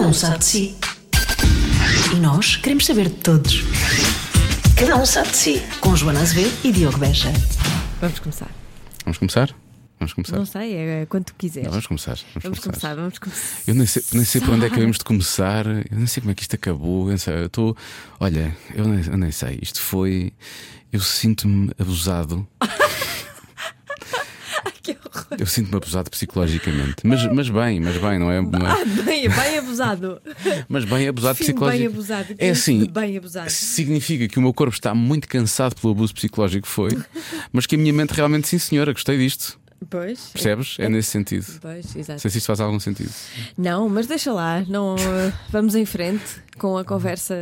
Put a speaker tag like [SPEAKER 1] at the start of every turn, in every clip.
[SPEAKER 1] um sabe de si. E nós queremos saber de todos. Cada um sabe de si. Com Joana Azevedo e Diogo Beja.
[SPEAKER 2] Vamos começar.
[SPEAKER 3] Vamos começar? Vamos começar?
[SPEAKER 2] Não sei, é quando tu quiseres.
[SPEAKER 3] Não, vamos começar. Vamos,
[SPEAKER 2] Vamos começar, vamos começar.
[SPEAKER 3] Eu nem sei, nem sei por onde é que havemos de começar, eu nem sei como é que isto acabou. Eu não sei, eu estou. Olha, eu nem, eu nem sei. Isto foi. Eu sinto-me abusado.
[SPEAKER 2] Que horror.
[SPEAKER 3] Eu sinto-me abusado psicologicamente. Mas, mas bem, mas bem, não é? Não é
[SPEAKER 2] Ah, bem, bem abusado.
[SPEAKER 3] mas bem abusado
[SPEAKER 2] Sinto-me
[SPEAKER 3] psicologicamente.
[SPEAKER 2] bem abusado,
[SPEAKER 3] É
[SPEAKER 2] sinto-me
[SPEAKER 3] assim.
[SPEAKER 2] bem abusado.
[SPEAKER 3] Significa que o meu corpo está muito cansado pelo abuso psicológico que foi, mas que a minha mente realmente, sim senhora, gostei
[SPEAKER 2] É.
[SPEAKER 3] disto.
[SPEAKER 2] Pois.
[SPEAKER 3] Percebes? É nesse sentido.
[SPEAKER 2] Pois,
[SPEAKER 3] Não
[SPEAKER 2] exato.
[SPEAKER 3] sei se isto faz algum sentido.
[SPEAKER 2] Não, mas deixa lá. Não, eh, vamos em frente com a conversa.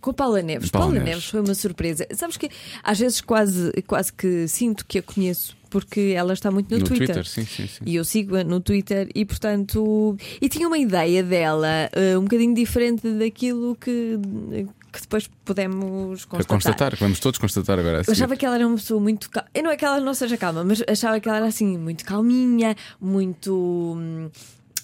[SPEAKER 2] Com a Paula Neves.
[SPEAKER 3] Paula
[SPEAKER 2] Paula,
[SPEAKER 3] Neves.
[SPEAKER 2] Neves. foi uma surpresa. Sabes que às vezes quase, quase que sinto que a conheço porque ela está muito no,
[SPEAKER 3] no Twitter, sim, sim, sim.
[SPEAKER 2] E eu sigo-a no Twitter e, portanto, e tinha uma ideia dela eh, um bocadinho diferente daquilo que, que depois pudemos
[SPEAKER 3] Para
[SPEAKER 2] constatar.
[SPEAKER 3] constatar, que vamos todos constatar agora. a
[SPEAKER 2] Eu
[SPEAKER 3] seguir.
[SPEAKER 2] achava que ela era uma pessoa muito calma. Não é que ela não seja calma, mas achava que ela era assim, muito calminha, muito hum,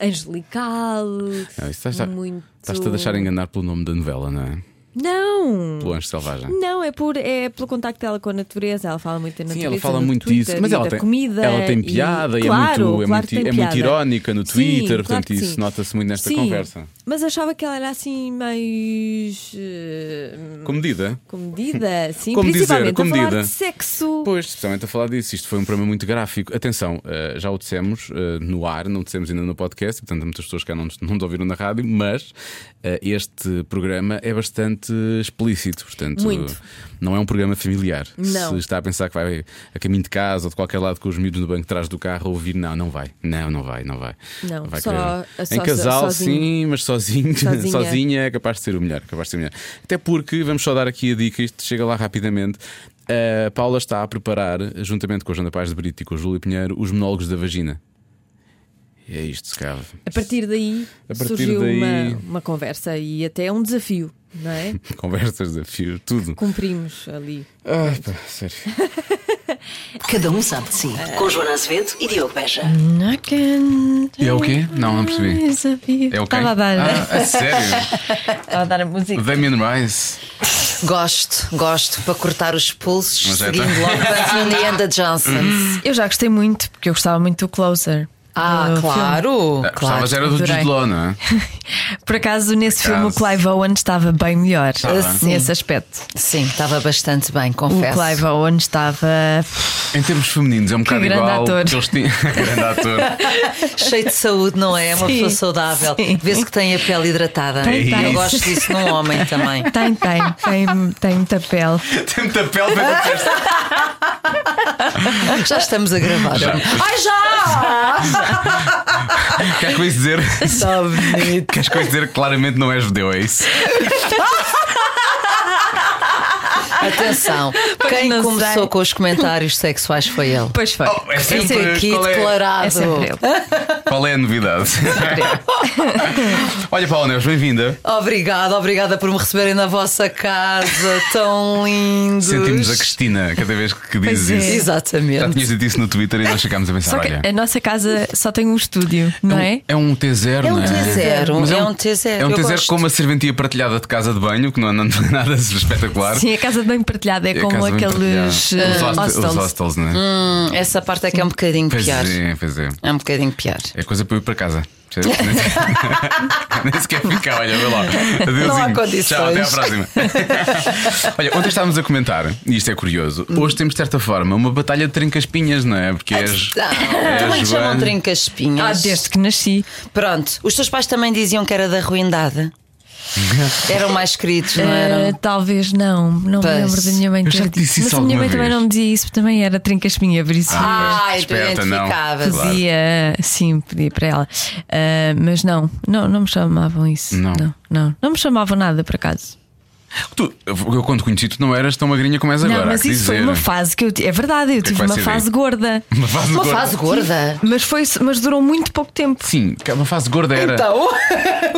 [SPEAKER 2] angelical.
[SPEAKER 3] Não, Ah, isso estás-
[SPEAKER 2] muito...
[SPEAKER 3] Estás-te a deixar enganar pelo nome da novela, não é?
[SPEAKER 2] Não!
[SPEAKER 3] Pelo Anjo Selvagem.
[SPEAKER 2] Não, é, por, é pelo contacto dela com a natureza. Ela fala muito da natureza.
[SPEAKER 3] Sim, ela fala
[SPEAKER 2] no
[SPEAKER 3] muito
[SPEAKER 2] Twitter,
[SPEAKER 3] disso, mas
[SPEAKER 2] e
[SPEAKER 3] ela
[SPEAKER 2] da
[SPEAKER 3] tem,
[SPEAKER 2] comida.
[SPEAKER 3] ela tem
[SPEAKER 2] e-
[SPEAKER 3] piada
[SPEAKER 2] claro,
[SPEAKER 3] e, é, muito, é,
[SPEAKER 2] claro
[SPEAKER 3] muito,
[SPEAKER 2] que tem
[SPEAKER 3] é muito
[SPEAKER 2] piada.
[SPEAKER 3] irónica no
[SPEAKER 2] Sim,
[SPEAKER 3] Twitter,
[SPEAKER 2] claro
[SPEAKER 3] portanto,
[SPEAKER 2] que
[SPEAKER 3] isso
[SPEAKER 2] sim.
[SPEAKER 3] nota-se muito nesta
[SPEAKER 2] Sim,
[SPEAKER 3] conversa.
[SPEAKER 2] Mas achava que ela era assim, mais. eh,
[SPEAKER 3] Comedida?
[SPEAKER 2] Comedida, sim,
[SPEAKER 3] Como dizer,
[SPEAKER 2] principalmente a
[SPEAKER 3] comedida.
[SPEAKER 2] falar de sexo.
[SPEAKER 3] Pois, especialmente a falar disso, isto foi um programa muito gráfico. Atenção, eh, já o dissemos eh, no ar, não dissemos ainda no podcast, portanto, há muitas pessoas que não, nos- não nos ouviram na rádio, mas eh, este programa é bastante explícito, portanto,
[SPEAKER 2] Muito.
[SPEAKER 3] não é um programa familiar.
[SPEAKER 2] Não.
[SPEAKER 3] Se está a pensar que vai a caminho de casa ou de qualquer lado com os miúdos no banco de trás do carro ouvir, não, não vai, não, não vai, não vai.
[SPEAKER 2] Não,
[SPEAKER 3] vai
[SPEAKER 2] só-
[SPEAKER 3] querer.
[SPEAKER 2] só-
[SPEAKER 3] Em casal,
[SPEAKER 2] sozinho.
[SPEAKER 3] sim, mas sozinho, sozinha.
[SPEAKER 2] Sozinha.
[SPEAKER 3] é capaz de ser o melhor, capaz de ser o melhor. Até porque, vamos só dar aqui a dica, isto chega lá rapidamente. A Paula está a preparar, juntamente com a Joana Paz de Brito e com o Júlio Pinheiro, os monólogos da vagina. E é isto, se calhar.
[SPEAKER 2] A partir daí
[SPEAKER 3] A partir
[SPEAKER 2] surgiu
[SPEAKER 3] daí-
[SPEAKER 2] Uma, uma conversa e até um desafio, não é?
[SPEAKER 3] Conversas, desafios, tudo.
[SPEAKER 2] Cumprimos ali.
[SPEAKER 3] Ah, pá, sério.
[SPEAKER 1] Cada um sabe de si. Com Joana Azevedo e Diogo Beja.
[SPEAKER 3] É o quê? Não, não percebi. É o quê?
[SPEAKER 2] Estava a dar-
[SPEAKER 3] Ah, a sério?
[SPEAKER 2] Estava a dar a música.
[SPEAKER 3] Damien Rice.
[SPEAKER 4] Gosto, gosto, para cortar os pulsos,
[SPEAKER 3] Mas é Uhum.
[SPEAKER 4] seguindo logo a Fernanda Johnson.
[SPEAKER 5] Eu já gostei muito, porque eu gostava muito do Closer.
[SPEAKER 4] Ah,
[SPEAKER 5] Do filme.
[SPEAKER 4] claro!
[SPEAKER 3] Ah, Gostavas
[SPEAKER 4] claro.
[SPEAKER 3] era do
[SPEAKER 5] adorei.
[SPEAKER 3] Jude Law, não é?
[SPEAKER 5] Por acaso, nesse
[SPEAKER 3] Por
[SPEAKER 5] filme, o
[SPEAKER 3] acaso.
[SPEAKER 5] Clive Owen estava bem melhor
[SPEAKER 4] bem.
[SPEAKER 5] nesse aspecto.
[SPEAKER 4] Sim, estava bastante bem,
[SPEAKER 5] O
[SPEAKER 4] confesso.
[SPEAKER 5] Clive Owen estava.
[SPEAKER 3] Em termos femininos, é um bocado
[SPEAKER 5] grande
[SPEAKER 3] igual.
[SPEAKER 5] ator.
[SPEAKER 3] que Eles tinham... grande ator.
[SPEAKER 4] Cheio de saúde, não é? É uma
[SPEAKER 5] Sim,
[SPEAKER 4] pessoa saudável.
[SPEAKER 5] sim.
[SPEAKER 4] Vê-se que tem a pele hidratada.
[SPEAKER 5] Tem,
[SPEAKER 4] Eu
[SPEAKER 5] tem.
[SPEAKER 4] gosto disso num homem também.
[SPEAKER 5] Tem, tem, tem, tem muita pele.
[SPEAKER 3] Tem muita pele, tem muita testa.
[SPEAKER 4] Já estamos a gravar.
[SPEAKER 3] Já.
[SPEAKER 4] Ai, já!
[SPEAKER 3] Queres com isso dizer? Queres com isso dizer que claramente não és judeu, é isso?
[SPEAKER 4] Atenção, quem
[SPEAKER 5] não
[SPEAKER 4] começou
[SPEAKER 5] sei.
[SPEAKER 4] com os comentários sexuais foi ele.
[SPEAKER 5] Pois foi.
[SPEAKER 3] Oh, é
[SPEAKER 4] Tem que
[SPEAKER 3] sempre.
[SPEAKER 4] ser aqui
[SPEAKER 3] qual, é,
[SPEAKER 4] declarado.
[SPEAKER 5] É sempre ele.
[SPEAKER 3] qual é a novidade? Olha, Paula Neves, bem-vinda.
[SPEAKER 4] Obrigada, obrigada por me receberem na vossa casa, tão lindos.
[SPEAKER 3] Sentimos a Cristina cada vez que dizes
[SPEAKER 5] Pois é.
[SPEAKER 3] isso. Já
[SPEAKER 4] Exatamente.
[SPEAKER 3] tinhas dito isso no Twitter e nós ficámos a pensar:
[SPEAKER 5] Só que
[SPEAKER 3] olha.
[SPEAKER 5] a nossa casa só tem um estúdio, não é?
[SPEAKER 3] É um T0,
[SPEAKER 4] É um
[SPEAKER 3] não é?
[SPEAKER 4] T0,
[SPEAKER 3] Mas
[SPEAKER 4] é um T0,
[SPEAKER 3] É um
[SPEAKER 4] eu
[SPEAKER 3] T0
[SPEAKER 4] gosto.
[SPEAKER 3] com uma serventia partilhada de casa de banho, que não é não é nada espetacular.
[SPEAKER 5] Sim, a casa de bem partilhada é,
[SPEAKER 3] É a
[SPEAKER 5] como
[SPEAKER 3] casa bem
[SPEAKER 5] aqueles
[SPEAKER 3] partilhada.
[SPEAKER 5] eh,
[SPEAKER 3] Os hostels, os
[SPEAKER 5] hostels.
[SPEAKER 3] hostels não é?
[SPEAKER 4] Hum, essa parte é que é um bocadinho
[SPEAKER 3] Pois
[SPEAKER 4] pior.
[SPEAKER 3] é, pois é.
[SPEAKER 4] É um bocadinho pior.
[SPEAKER 3] É coisa para eu ir para casa. percebes? Nem sequer- Nem sequer ficar, olha, vê lá. Adeusinho.
[SPEAKER 4] Não há condições.
[SPEAKER 3] Tchau, até à próxima. olha, ontem estávamos a comentar, e isto é curioso, hoje temos de certa forma uma batalha de trincaspinhas, não é? Porque és.
[SPEAKER 4] Ah,
[SPEAKER 3] és
[SPEAKER 4] também te
[SPEAKER 3] É,
[SPEAKER 4] chamam
[SPEAKER 3] Joana.
[SPEAKER 5] Ah,
[SPEAKER 4] trinca-espinhas.
[SPEAKER 5] desde que nasci.
[SPEAKER 4] Pronto, os teus pais também diziam que era da ruindade. Eram mais queridos, não
[SPEAKER 5] Eh,
[SPEAKER 4] eram?
[SPEAKER 5] talvez não, não
[SPEAKER 4] Pois.
[SPEAKER 5] me lembro da minha mãe
[SPEAKER 3] Eu
[SPEAKER 5] ter
[SPEAKER 3] já te
[SPEAKER 5] dito.
[SPEAKER 3] disse
[SPEAKER 5] Mas
[SPEAKER 3] isso
[SPEAKER 5] a minha
[SPEAKER 3] alguma
[SPEAKER 5] mãe também
[SPEAKER 3] vez.
[SPEAKER 5] não me dizia isso, também era trinca-espinha, por isso.
[SPEAKER 4] Ah,
[SPEAKER 3] pois, esperta, não.
[SPEAKER 4] identificavas.
[SPEAKER 3] Claro.
[SPEAKER 5] Pedia, sim, pedia para ela. Ah, mas não, não, não me chamavam isso.
[SPEAKER 3] Não.
[SPEAKER 5] não, não, Não me chamavam nada por acaso.
[SPEAKER 3] Tu, eu quando conheci, tu não eras tão magrinha como és
[SPEAKER 5] Não,
[SPEAKER 3] agora. há
[SPEAKER 5] mas
[SPEAKER 3] que
[SPEAKER 5] isso foi
[SPEAKER 3] dizer.
[SPEAKER 5] uma fase que eu. ti- É verdade, eu
[SPEAKER 3] que
[SPEAKER 5] tive
[SPEAKER 3] vai
[SPEAKER 5] uma
[SPEAKER 3] ser
[SPEAKER 5] fase
[SPEAKER 3] daí?
[SPEAKER 5] gorda.
[SPEAKER 3] Uma fase
[SPEAKER 4] Uma
[SPEAKER 3] gorda.
[SPEAKER 4] fase gorda.
[SPEAKER 5] Mas, foi, mas durou muito pouco tempo.
[SPEAKER 3] Sim, que uma fase gorda era,
[SPEAKER 4] Então,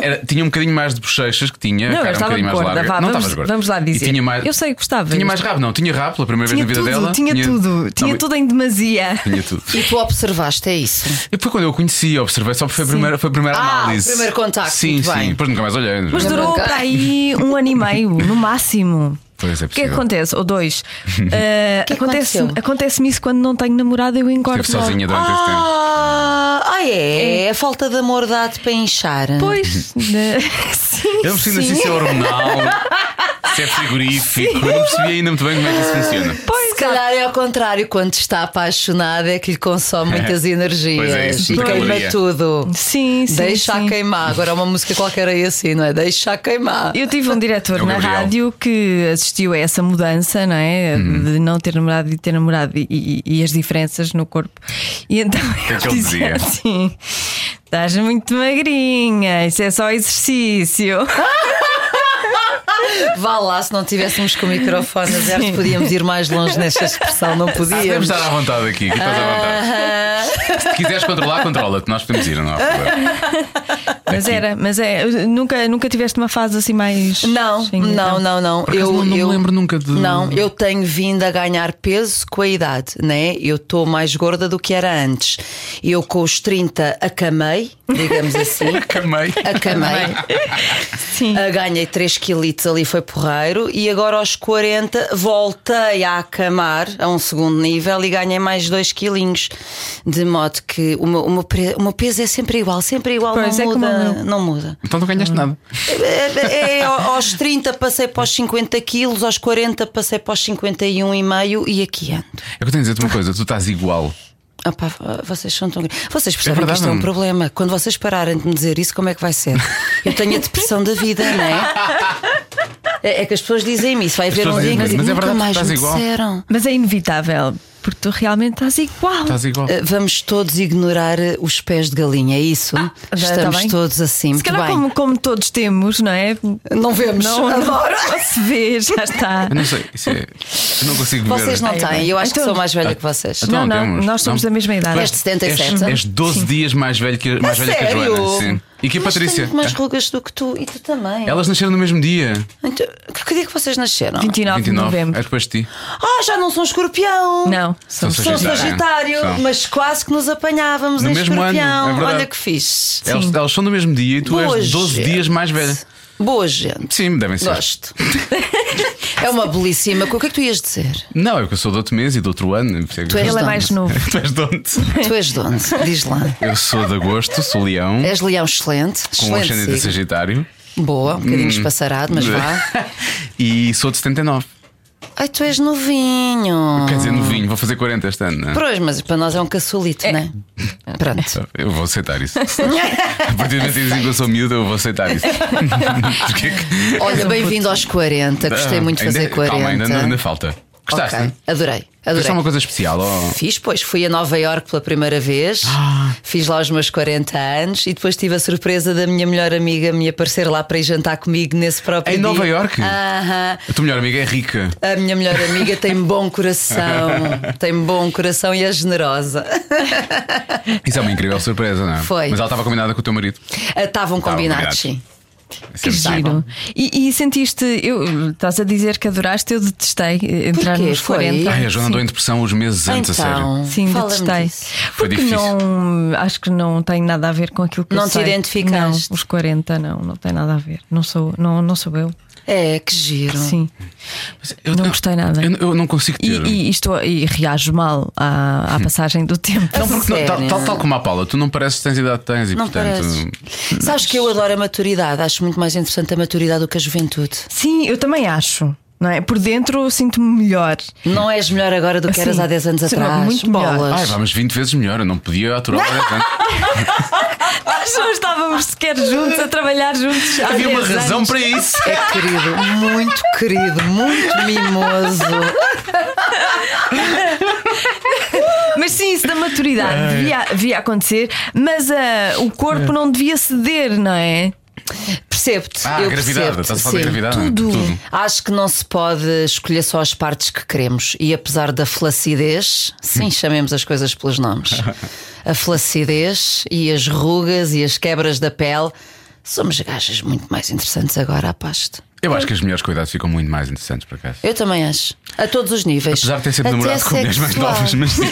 [SPEAKER 3] era- Tinha um bocadinho mais de bochechas que tinha.
[SPEAKER 5] Não,
[SPEAKER 3] cara,
[SPEAKER 5] eu
[SPEAKER 3] um
[SPEAKER 5] estava
[SPEAKER 3] bocadinho mais
[SPEAKER 5] gorda,
[SPEAKER 3] larga.
[SPEAKER 5] vá,
[SPEAKER 3] não
[SPEAKER 5] vamos-
[SPEAKER 3] estavas gorda.
[SPEAKER 5] vamos lá
[SPEAKER 3] E
[SPEAKER 5] dizer.
[SPEAKER 3] tinha mais,
[SPEAKER 5] Eu sei que gostava.
[SPEAKER 3] Tinha mais rabo, não. Tinha rabo pela primeira
[SPEAKER 5] Tinha
[SPEAKER 3] vez na
[SPEAKER 5] tudo,
[SPEAKER 3] vida dela.
[SPEAKER 5] tinha, tudo, tinha
[SPEAKER 3] Não,
[SPEAKER 5] tudo em demasia.
[SPEAKER 3] Tinha tudo.
[SPEAKER 4] e tu observaste, é isso?
[SPEAKER 3] E foi quando eu conheci, observei, só porque foi a primeira, foi a primeira
[SPEAKER 4] Ah,
[SPEAKER 3] análise.
[SPEAKER 4] primeiro contacto,
[SPEAKER 3] Sim,
[SPEAKER 4] muito
[SPEAKER 3] sim.
[SPEAKER 4] bem.
[SPEAKER 3] Depois nunca mais olhei.
[SPEAKER 5] Mas
[SPEAKER 4] Eu
[SPEAKER 5] durou
[SPEAKER 4] nunca.
[SPEAKER 5] para aí um ano e meio, no máximo.
[SPEAKER 3] Pois é
[SPEAKER 5] O que é que
[SPEAKER 3] possível.
[SPEAKER 5] acontece? Ou dois. Eh,
[SPEAKER 4] que é que
[SPEAKER 5] acontece-
[SPEAKER 4] aconteceu?
[SPEAKER 5] Acontece-me isso quando não tenho namorado, eu engordo.
[SPEAKER 3] Estive sozinha
[SPEAKER 5] logo.
[SPEAKER 3] durante esse tempo.
[SPEAKER 4] Ah, ah, é? É a falta de amor dado para inchar.
[SPEAKER 5] Pois. né? sim,
[SPEAKER 3] Eu não percebi ainda
[SPEAKER 5] sim.
[SPEAKER 3] se isso é hormonal, se é frigorífico. Eu não percebi ainda muito bem como é que isso funciona.
[SPEAKER 4] Se calhar é ao contrário, quando está apaixonado é que lhe consome muitas energias
[SPEAKER 3] Pois é, isso,
[SPEAKER 4] e
[SPEAKER 3] muita
[SPEAKER 4] queima
[SPEAKER 3] caloria.
[SPEAKER 4] tudo.
[SPEAKER 5] Sim, sim.
[SPEAKER 4] Deixa
[SPEAKER 5] sim.
[SPEAKER 4] a queimar. Agora é uma música qualquer aí assim, não é? Deixa a queimar.
[SPEAKER 5] Eu tive um diretor
[SPEAKER 3] É o
[SPEAKER 5] na
[SPEAKER 3] Gabriel.
[SPEAKER 5] rádio que assistiu a essa mudança, não é?
[SPEAKER 3] Uhum.
[SPEAKER 5] De não ter namorado e ter namorado e, e- e as diferenças no corpo. E então
[SPEAKER 3] é que ele dizia?
[SPEAKER 5] assim: estás muito magrinha, isso é só exercício.
[SPEAKER 4] Vá lá, se não tivéssemos com o microfone aberto, podíamos ir mais longe nesta expressão, não
[SPEAKER 3] Podemos
[SPEAKER 4] podíamos.
[SPEAKER 3] Ah, estar à vontade aqui, aqui estás à vontade. Se quiseres controlar, controla-te. Nós podemos ir, não há problema.
[SPEAKER 5] Mas
[SPEAKER 3] Aqui.
[SPEAKER 5] era, mas é, nunca, nunca tiveste uma fase assim mais.
[SPEAKER 4] Não,
[SPEAKER 5] Sim,
[SPEAKER 4] não, não, não.
[SPEAKER 3] Por acaso então. não- não me lembro nunca de-
[SPEAKER 4] Não, eu tenho vindo a ganhar peso com a idade, né? Eu estou mais gorda do que era antes. Eu com os 30 acamei, digamos assim.
[SPEAKER 3] Camei.
[SPEAKER 4] Acamei.
[SPEAKER 5] Sim.
[SPEAKER 4] Ah, Ganhei 3 quilitos ali, foi porreiro. E agora aos 40 voltei a acamar a um segundo nível e ganhei mais 2 quilinhos. De modo que o meu, o meu pre- o meu peso é sempre igual, sempre igual,
[SPEAKER 5] Pois, é
[SPEAKER 4] não
[SPEAKER 5] como o meu.
[SPEAKER 4] muda. Não muda.
[SPEAKER 3] Então não ganhaste nada.
[SPEAKER 4] É, é, aos 30 passei para os 50 quilos, aos 40 passei para os 51 e meio e aqui ando.
[SPEAKER 3] É que eu tenho a dizer-te uma coisa: tu estás igual.
[SPEAKER 4] Opá, Ah, vocês são tão grandes. Vocês percebem que
[SPEAKER 3] verdade,
[SPEAKER 4] isto é
[SPEAKER 3] não?
[SPEAKER 4] um problema. Quando vocês pararem de me dizer isso, como é que vai ser? Eu tenho a depressão da vida, não é? É é que as pessoas dizem-me isso. Vai haver um
[SPEAKER 3] pessoas
[SPEAKER 4] dia em que
[SPEAKER 3] dizem,
[SPEAKER 4] dizem,
[SPEAKER 3] mas é
[SPEAKER 4] nunca
[SPEAKER 3] verdade que
[SPEAKER 4] mais
[SPEAKER 3] estás
[SPEAKER 4] me
[SPEAKER 3] igual."
[SPEAKER 4] disseram.
[SPEAKER 5] Mas é inevitável, porque tu realmente estás igual.
[SPEAKER 3] Estás igual.
[SPEAKER 4] Eh, Vamos todos ignorar eh, os pés de galinha, é isso?
[SPEAKER 5] Ah, Já está
[SPEAKER 4] Estamos
[SPEAKER 5] Tá bem?
[SPEAKER 4] todos assim.
[SPEAKER 5] Se
[SPEAKER 4] Muito
[SPEAKER 5] calhar,
[SPEAKER 4] bem.
[SPEAKER 5] como, como todos temos, não é?
[SPEAKER 4] Não vemos.
[SPEAKER 5] Não,
[SPEAKER 4] Adoro.
[SPEAKER 5] não se vê, já está.
[SPEAKER 3] Eu não sei. Isso é... Eu não consigo ver.
[SPEAKER 4] Vocês não
[SPEAKER 5] Ai,
[SPEAKER 4] têm.
[SPEAKER 5] bem.
[SPEAKER 4] Eu acho que
[SPEAKER 5] Então-
[SPEAKER 4] sou mais velha que vocês.
[SPEAKER 3] Então,
[SPEAKER 5] não,
[SPEAKER 3] temos.
[SPEAKER 5] nós somos
[SPEAKER 3] Não.
[SPEAKER 5] da mesma idade.
[SPEAKER 4] Este 77.
[SPEAKER 3] És, és 12 dias mais velho que, mais velha que a
[SPEAKER 4] É sério?
[SPEAKER 3] Joana. Sim. E que a
[SPEAKER 4] Mas
[SPEAKER 3] Patrícia.
[SPEAKER 4] tenho mais rugas do que tu e tu também.
[SPEAKER 3] É. Elas nasceram no mesmo dia.
[SPEAKER 4] Então, que, que dia que vocês nasceram?
[SPEAKER 5] 29, de
[SPEAKER 3] 29.
[SPEAKER 5] novembro.
[SPEAKER 3] É depois de ti.
[SPEAKER 4] Ah, já não são escorpião!
[SPEAKER 5] Não,
[SPEAKER 3] São
[SPEAKER 5] são
[SPEAKER 4] São
[SPEAKER 3] Sagitário.
[SPEAKER 4] sagitário,
[SPEAKER 3] São.
[SPEAKER 4] mas quase que nos apanhávamos
[SPEAKER 3] No
[SPEAKER 4] em
[SPEAKER 3] mesmo ano,
[SPEAKER 4] escorpião.
[SPEAKER 3] é verdade.
[SPEAKER 4] Olha que fixe.
[SPEAKER 3] Elas, elas são do mesmo dia e tu
[SPEAKER 4] Boa
[SPEAKER 3] és 12
[SPEAKER 4] gente.
[SPEAKER 3] dias mais velha.
[SPEAKER 4] Boa gente.
[SPEAKER 3] Sim, devem ser.
[SPEAKER 4] Gosto. é uma belíssima. coisa. O que é que tu ias dizer?
[SPEAKER 3] Não, é porque eu sou do outro mês e do outro ano. Tu
[SPEAKER 4] Tu és
[SPEAKER 5] Ele é mais novo.
[SPEAKER 3] tu és de onde?
[SPEAKER 4] Tu és de onde? Diz lá.
[SPEAKER 3] Eu sou de agosto, sou leão,
[SPEAKER 4] És leão É excelente.
[SPEAKER 3] com o ascendente de
[SPEAKER 4] excelente. sim.
[SPEAKER 3] Sagitário
[SPEAKER 4] Boa, um
[SPEAKER 3] Hum.
[SPEAKER 4] bocadinho espaçarado, mas vá.
[SPEAKER 3] e sou de 79.
[SPEAKER 4] Ai, tu és novinho.
[SPEAKER 3] Quer dizer, novinho, vou fazer 40 este ano, não é?
[SPEAKER 4] Pois, mas para nós é um caçulito, não é? Pronto.
[SPEAKER 3] Eu vou aceitar isso. A partir do momento em que dizem que eu sou miúdo, eu vou aceitar isso. Porque é que- Ah,
[SPEAKER 4] Olha, bem-vindo aos 40. Gostei muito de fazer
[SPEAKER 3] Ainda- Calma,
[SPEAKER 4] 40.
[SPEAKER 3] ainda, ainda falta. Gostaste? é?
[SPEAKER 4] Ok,
[SPEAKER 3] Okay.
[SPEAKER 4] Adorei,
[SPEAKER 3] Gostaste
[SPEAKER 4] adorei.
[SPEAKER 3] de uma coisa especial? ou-
[SPEAKER 4] Fiz, pois, fui a Nova Iorque pela primeira vez,
[SPEAKER 3] Ah.
[SPEAKER 4] fiz lá os meus 40 anos e depois tive a surpresa da minha melhor amiga me aparecer lá para ir jantar comigo nesse próprio
[SPEAKER 3] Em
[SPEAKER 4] dia.
[SPEAKER 3] Nova Iorque?
[SPEAKER 4] Aham.
[SPEAKER 3] A tua melhor amiga é rica.
[SPEAKER 4] A minha melhor amiga tem bom coração, tem bom coração e é generosa.
[SPEAKER 3] Isso é uma incrível surpresa, não é?
[SPEAKER 4] Foi.
[SPEAKER 3] Mas ela estava combinada com o teu marido. é
[SPEAKER 4] Ah, Estavam
[SPEAKER 3] Tá,
[SPEAKER 4] combinados,
[SPEAKER 3] combinados.
[SPEAKER 4] sim.
[SPEAKER 5] Que giro. E, e sentiste, eu, estás a dizer que adoraste, eu detestei eh, entrar
[SPEAKER 4] Porquê?
[SPEAKER 5] nos
[SPEAKER 4] Foi?
[SPEAKER 5] 40.
[SPEAKER 3] Ai, a Ah, é, Joana andou em depressão uns meses antes, a sério.
[SPEAKER 4] Então,
[SPEAKER 5] Sim,
[SPEAKER 4] fala-me
[SPEAKER 5] detestei.
[SPEAKER 4] disso.
[SPEAKER 3] Foi
[SPEAKER 5] Porque
[SPEAKER 3] difícil.
[SPEAKER 5] não acho que não tem nada a ver com aquilo que
[SPEAKER 4] Não
[SPEAKER 5] eu
[SPEAKER 4] te
[SPEAKER 5] sei.
[SPEAKER 4] identificaste?
[SPEAKER 5] Não, os 40 não, não tem nada a ver. Não sou, não, não sou eu.
[SPEAKER 4] É, que giro.
[SPEAKER 5] Sim.
[SPEAKER 3] Eu
[SPEAKER 5] Não gostei nada.
[SPEAKER 3] Eu, eu não consigo
[SPEAKER 5] E,
[SPEAKER 3] ter.
[SPEAKER 5] e estou- e reajo mal à, à passagem do tempo.
[SPEAKER 4] Não,
[SPEAKER 3] Porque não- tal, tal- tal como a Paula, tu não pareces que tens idade que tens e
[SPEAKER 4] Não
[SPEAKER 3] portanto.
[SPEAKER 4] pareces. Sabes que eu adoro a maturidade, acho muito mais interessante a maturidade do que a juventude.
[SPEAKER 5] Sim, eu também acho. Não é? Por dentro eu sinto-me melhor.
[SPEAKER 4] Não és melhor agora
[SPEAKER 3] Assim,
[SPEAKER 4] do que eras
[SPEAKER 5] Sim.
[SPEAKER 4] há 10 anos
[SPEAKER 5] Sim, não,
[SPEAKER 4] atrás.
[SPEAKER 5] muito melhor.
[SPEAKER 4] Bolas.
[SPEAKER 3] Ai, vamos 20 vezes melhor, eu não é? podia aturar tanto.
[SPEAKER 5] Nós não estávamos sequer juntos a trabalhar juntos. há
[SPEAKER 3] Havia uma
[SPEAKER 5] 10
[SPEAKER 3] razão
[SPEAKER 5] anos.
[SPEAKER 3] para isso.
[SPEAKER 4] É querido, muito querido, muito mimoso.
[SPEAKER 5] Mas sim, isso da maturidade devia, devia acontecer, mas ah, o corpo não devia ceder, não é?
[SPEAKER 4] percebo-te.
[SPEAKER 3] Ah,
[SPEAKER 4] eu
[SPEAKER 3] gravidade.
[SPEAKER 4] percebo-te,
[SPEAKER 3] Estás a falar da
[SPEAKER 4] sim.
[SPEAKER 3] gravidade?
[SPEAKER 5] Tudo.
[SPEAKER 4] Acho que não se pode escolher só as partes que queremos. E apesar da flacidez,
[SPEAKER 3] Hum.
[SPEAKER 4] sim, chamemos as coisas pelos nomes. A flacidez e as rugas e as quebras da pele. Somos gajas muito mais interessantes agora, aposto.
[SPEAKER 3] Eu acho que as mulheres com idade ficam muito mais interessantes, por acaso.
[SPEAKER 4] Eu também acho. A todos os níveis.
[SPEAKER 3] Apesar de ter sempre
[SPEAKER 4] Até
[SPEAKER 3] namorado com mulheres mais
[SPEAKER 4] sexual.
[SPEAKER 3] novas, mas sim.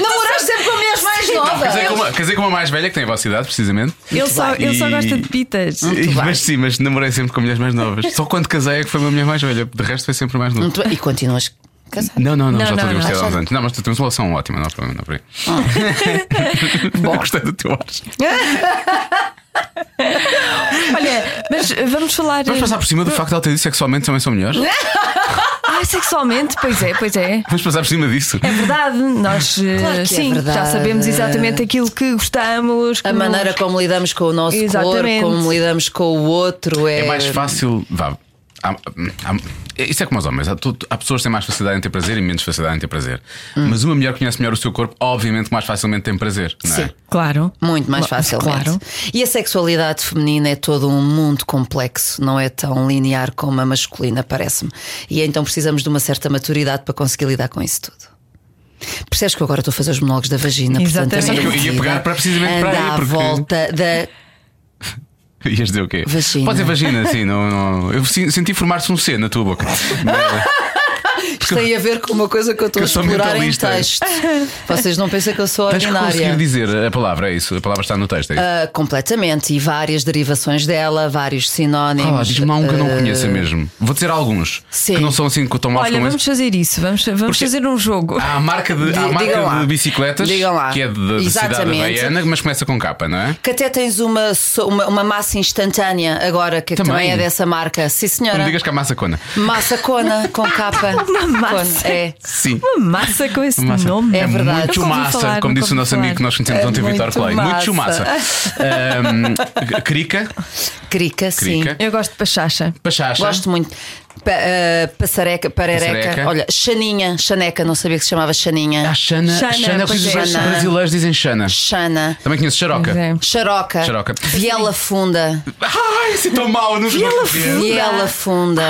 [SPEAKER 4] Namoraste sempre com mulheres mais
[SPEAKER 3] Casei com,
[SPEAKER 4] novas.
[SPEAKER 3] uma, casei com uma mais velha que tem a vossa idade, precisamente.
[SPEAKER 5] Ele só, ele só
[SPEAKER 3] E-
[SPEAKER 5] gosta de pitas.
[SPEAKER 4] Muito bem.
[SPEAKER 3] Mas sim, mas namorei sempre com mulheres mais novas. Só quando casei é que foi uma mulher mais velha. De resto foi sempre mais nova.
[SPEAKER 4] Muito bem. E continuas casado.
[SPEAKER 3] Não, não, não,
[SPEAKER 5] Não,
[SPEAKER 3] já estou
[SPEAKER 5] não,
[SPEAKER 3] divorciado há
[SPEAKER 5] não,
[SPEAKER 3] uns anos. Não, mas tu tens uma relação ótima, não há problema, não por aí. Bom, gostei do teu ar.
[SPEAKER 5] Olha, mas eh, vamos falar.
[SPEAKER 3] Vamos
[SPEAKER 5] eh,
[SPEAKER 3] passar por cima do facto de ela ter dito sexualmente também são melhores.
[SPEAKER 5] Ah, sexualmente? Pois é, pois é.
[SPEAKER 3] Vamos passar por cima disso.
[SPEAKER 5] É verdade, nós eh,
[SPEAKER 4] Claro que é
[SPEAKER 5] sim, já
[SPEAKER 4] verdade.
[SPEAKER 5] sabemos exatamente aquilo que gostamos.
[SPEAKER 4] A
[SPEAKER 5] como-
[SPEAKER 4] maneira como lidamos com o nosso
[SPEAKER 5] Exatamente.
[SPEAKER 4] corpo, como lidamos com o outro é.
[SPEAKER 3] É mais fácil. Vá. Há, há- isso é como os homens. Há, tu- há pessoas que têm mais facilidade em ter prazer e menos facilidade em ter prazer. Mas uma mulher que conhece melhor o seu corpo, obviamente, que mais facilmente tem prazer. Não é?
[SPEAKER 4] Sim.
[SPEAKER 5] Claro.
[SPEAKER 4] Muito mais
[SPEAKER 5] Claro.
[SPEAKER 4] facilmente. E a sexualidade feminina é todo um mundo complexo, não é tão linear como a masculina, parece-me. E então precisamos de uma certa maturidade para conseguir lidar com isso tudo. Percebes que eu agora estou a fazer os monólogos da vagina, portanto, a
[SPEAKER 5] Exatamente.
[SPEAKER 4] minha
[SPEAKER 3] Eu ia
[SPEAKER 4] vida
[SPEAKER 3] pegar para precisamente para
[SPEAKER 4] anda
[SPEAKER 3] aí,
[SPEAKER 4] à
[SPEAKER 3] porque-
[SPEAKER 4] volta da.
[SPEAKER 3] Ias dizer o quê?
[SPEAKER 4] Vagina.
[SPEAKER 3] Pode ser vagina, sim. Não, não- Eu sin- senti formar-se um C na tua boca.
[SPEAKER 4] Isto tem a ver com uma coisa que eu estou
[SPEAKER 3] Que eu
[SPEAKER 4] a
[SPEAKER 3] sou
[SPEAKER 4] explorar em
[SPEAKER 3] mentalista.
[SPEAKER 4] texto. Vocês não pensam que eu sou
[SPEAKER 3] Tens que conseguir
[SPEAKER 4] ordinária.
[SPEAKER 3] dizer a palavra, é isso. A palavra está no texto, é isso.
[SPEAKER 4] Ah, completamente, e várias derivações dela, vários sinónimos.
[SPEAKER 3] Ah, Diz-me lá um que eu não
[SPEAKER 4] Ah,
[SPEAKER 3] conheça mesmo. Vou dizer alguns
[SPEAKER 4] sim.
[SPEAKER 3] que não são assim tão maus
[SPEAKER 5] Olha,
[SPEAKER 3] como
[SPEAKER 5] vamos
[SPEAKER 3] esse.
[SPEAKER 5] fazer isso. Vamos, vamos
[SPEAKER 3] Porque-
[SPEAKER 5] fazer um jogo.
[SPEAKER 3] Há a marca de, há a
[SPEAKER 4] Di-
[SPEAKER 3] marca
[SPEAKER 4] digam lá.
[SPEAKER 3] de bicicletas
[SPEAKER 4] Digam lá.
[SPEAKER 3] que é da, da cidade da
[SPEAKER 4] Exatamente.
[SPEAKER 3] Baiana, mas começa com capa, não é?
[SPEAKER 4] Que até tens uma, so- uma, uma massa instantânea agora, que
[SPEAKER 3] Também.
[SPEAKER 4] também, é dessa marca. Sim,
[SPEAKER 3] Não
[SPEAKER 4] senhora.
[SPEAKER 3] me digas que há massa cona.
[SPEAKER 4] Massa cona com capa.
[SPEAKER 5] Uma massa.
[SPEAKER 4] Cona, É.
[SPEAKER 3] Sim.
[SPEAKER 5] Uma massa com esse
[SPEAKER 3] Massa.
[SPEAKER 5] nome.
[SPEAKER 4] É verdade.
[SPEAKER 5] Nunca
[SPEAKER 3] Muito
[SPEAKER 5] ouvi
[SPEAKER 3] massa,
[SPEAKER 5] falar,
[SPEAKER 3] como
[SPEAKER 5] nunca
[SPEAKER 3] disse
[SPEAKER 5] ouvi
[SPEAKER 3] o nosso
[SPEAKER 5] falar.
[SPEAKER 3] amigo que nós conhecemos
[SPEAKER 4] É
[SPEAKER 3] ontem,
[SPEAKER 4] muito
[SPEAKER 3] Vitor Clay. Muito chumassa.
[SPEAKER 4] massa.
[SPEAKER 3] Ahm, crica,
[SPEAKER 4] Crica, sim.
[SPEAKER 3] Crica.
[SPEAKER 5] Eu gosto de pachacha.
[SPEAKER 3] pachacha.
[SPEAKER 4] Gosto muito. Pa, ah, passareca, parereca.
[SPEAKER 3] Passareca.
[SPEAKER 4] Olha, Xaninha, Xaneca, não sabia que se chamava Xaninha.
[SPEAKER 3] Ah, Xana.
[SPEAKER 5] Xana,
[SPEAKER 3] Xana é o que
[SPEAKER 5] pois
[SPEAKER 3] os
[SPEAKER 5] é.
[SPEAKER 3] os
[SPEAKER 4] Xana.
[SPEAKER 3] brasileiros dizem Xana.
[SPEAKER 4] Xana.
[SPEAKER 3] Também conheço Xaroca.
[SPEAKER 5] Pois é.
[SPEAKER 4] Xaroca.
[SPEAKER 3] Xaroca.
[SPEAKER 4] Viela funda.
[SPEAKER 3] Ai, isso é tão mau. Não
[SPEAKER 5] Viela funda.
[SPEAKER 4] Viela
[SPEAKER 3] Ah.
[SPEAKER 4] funda.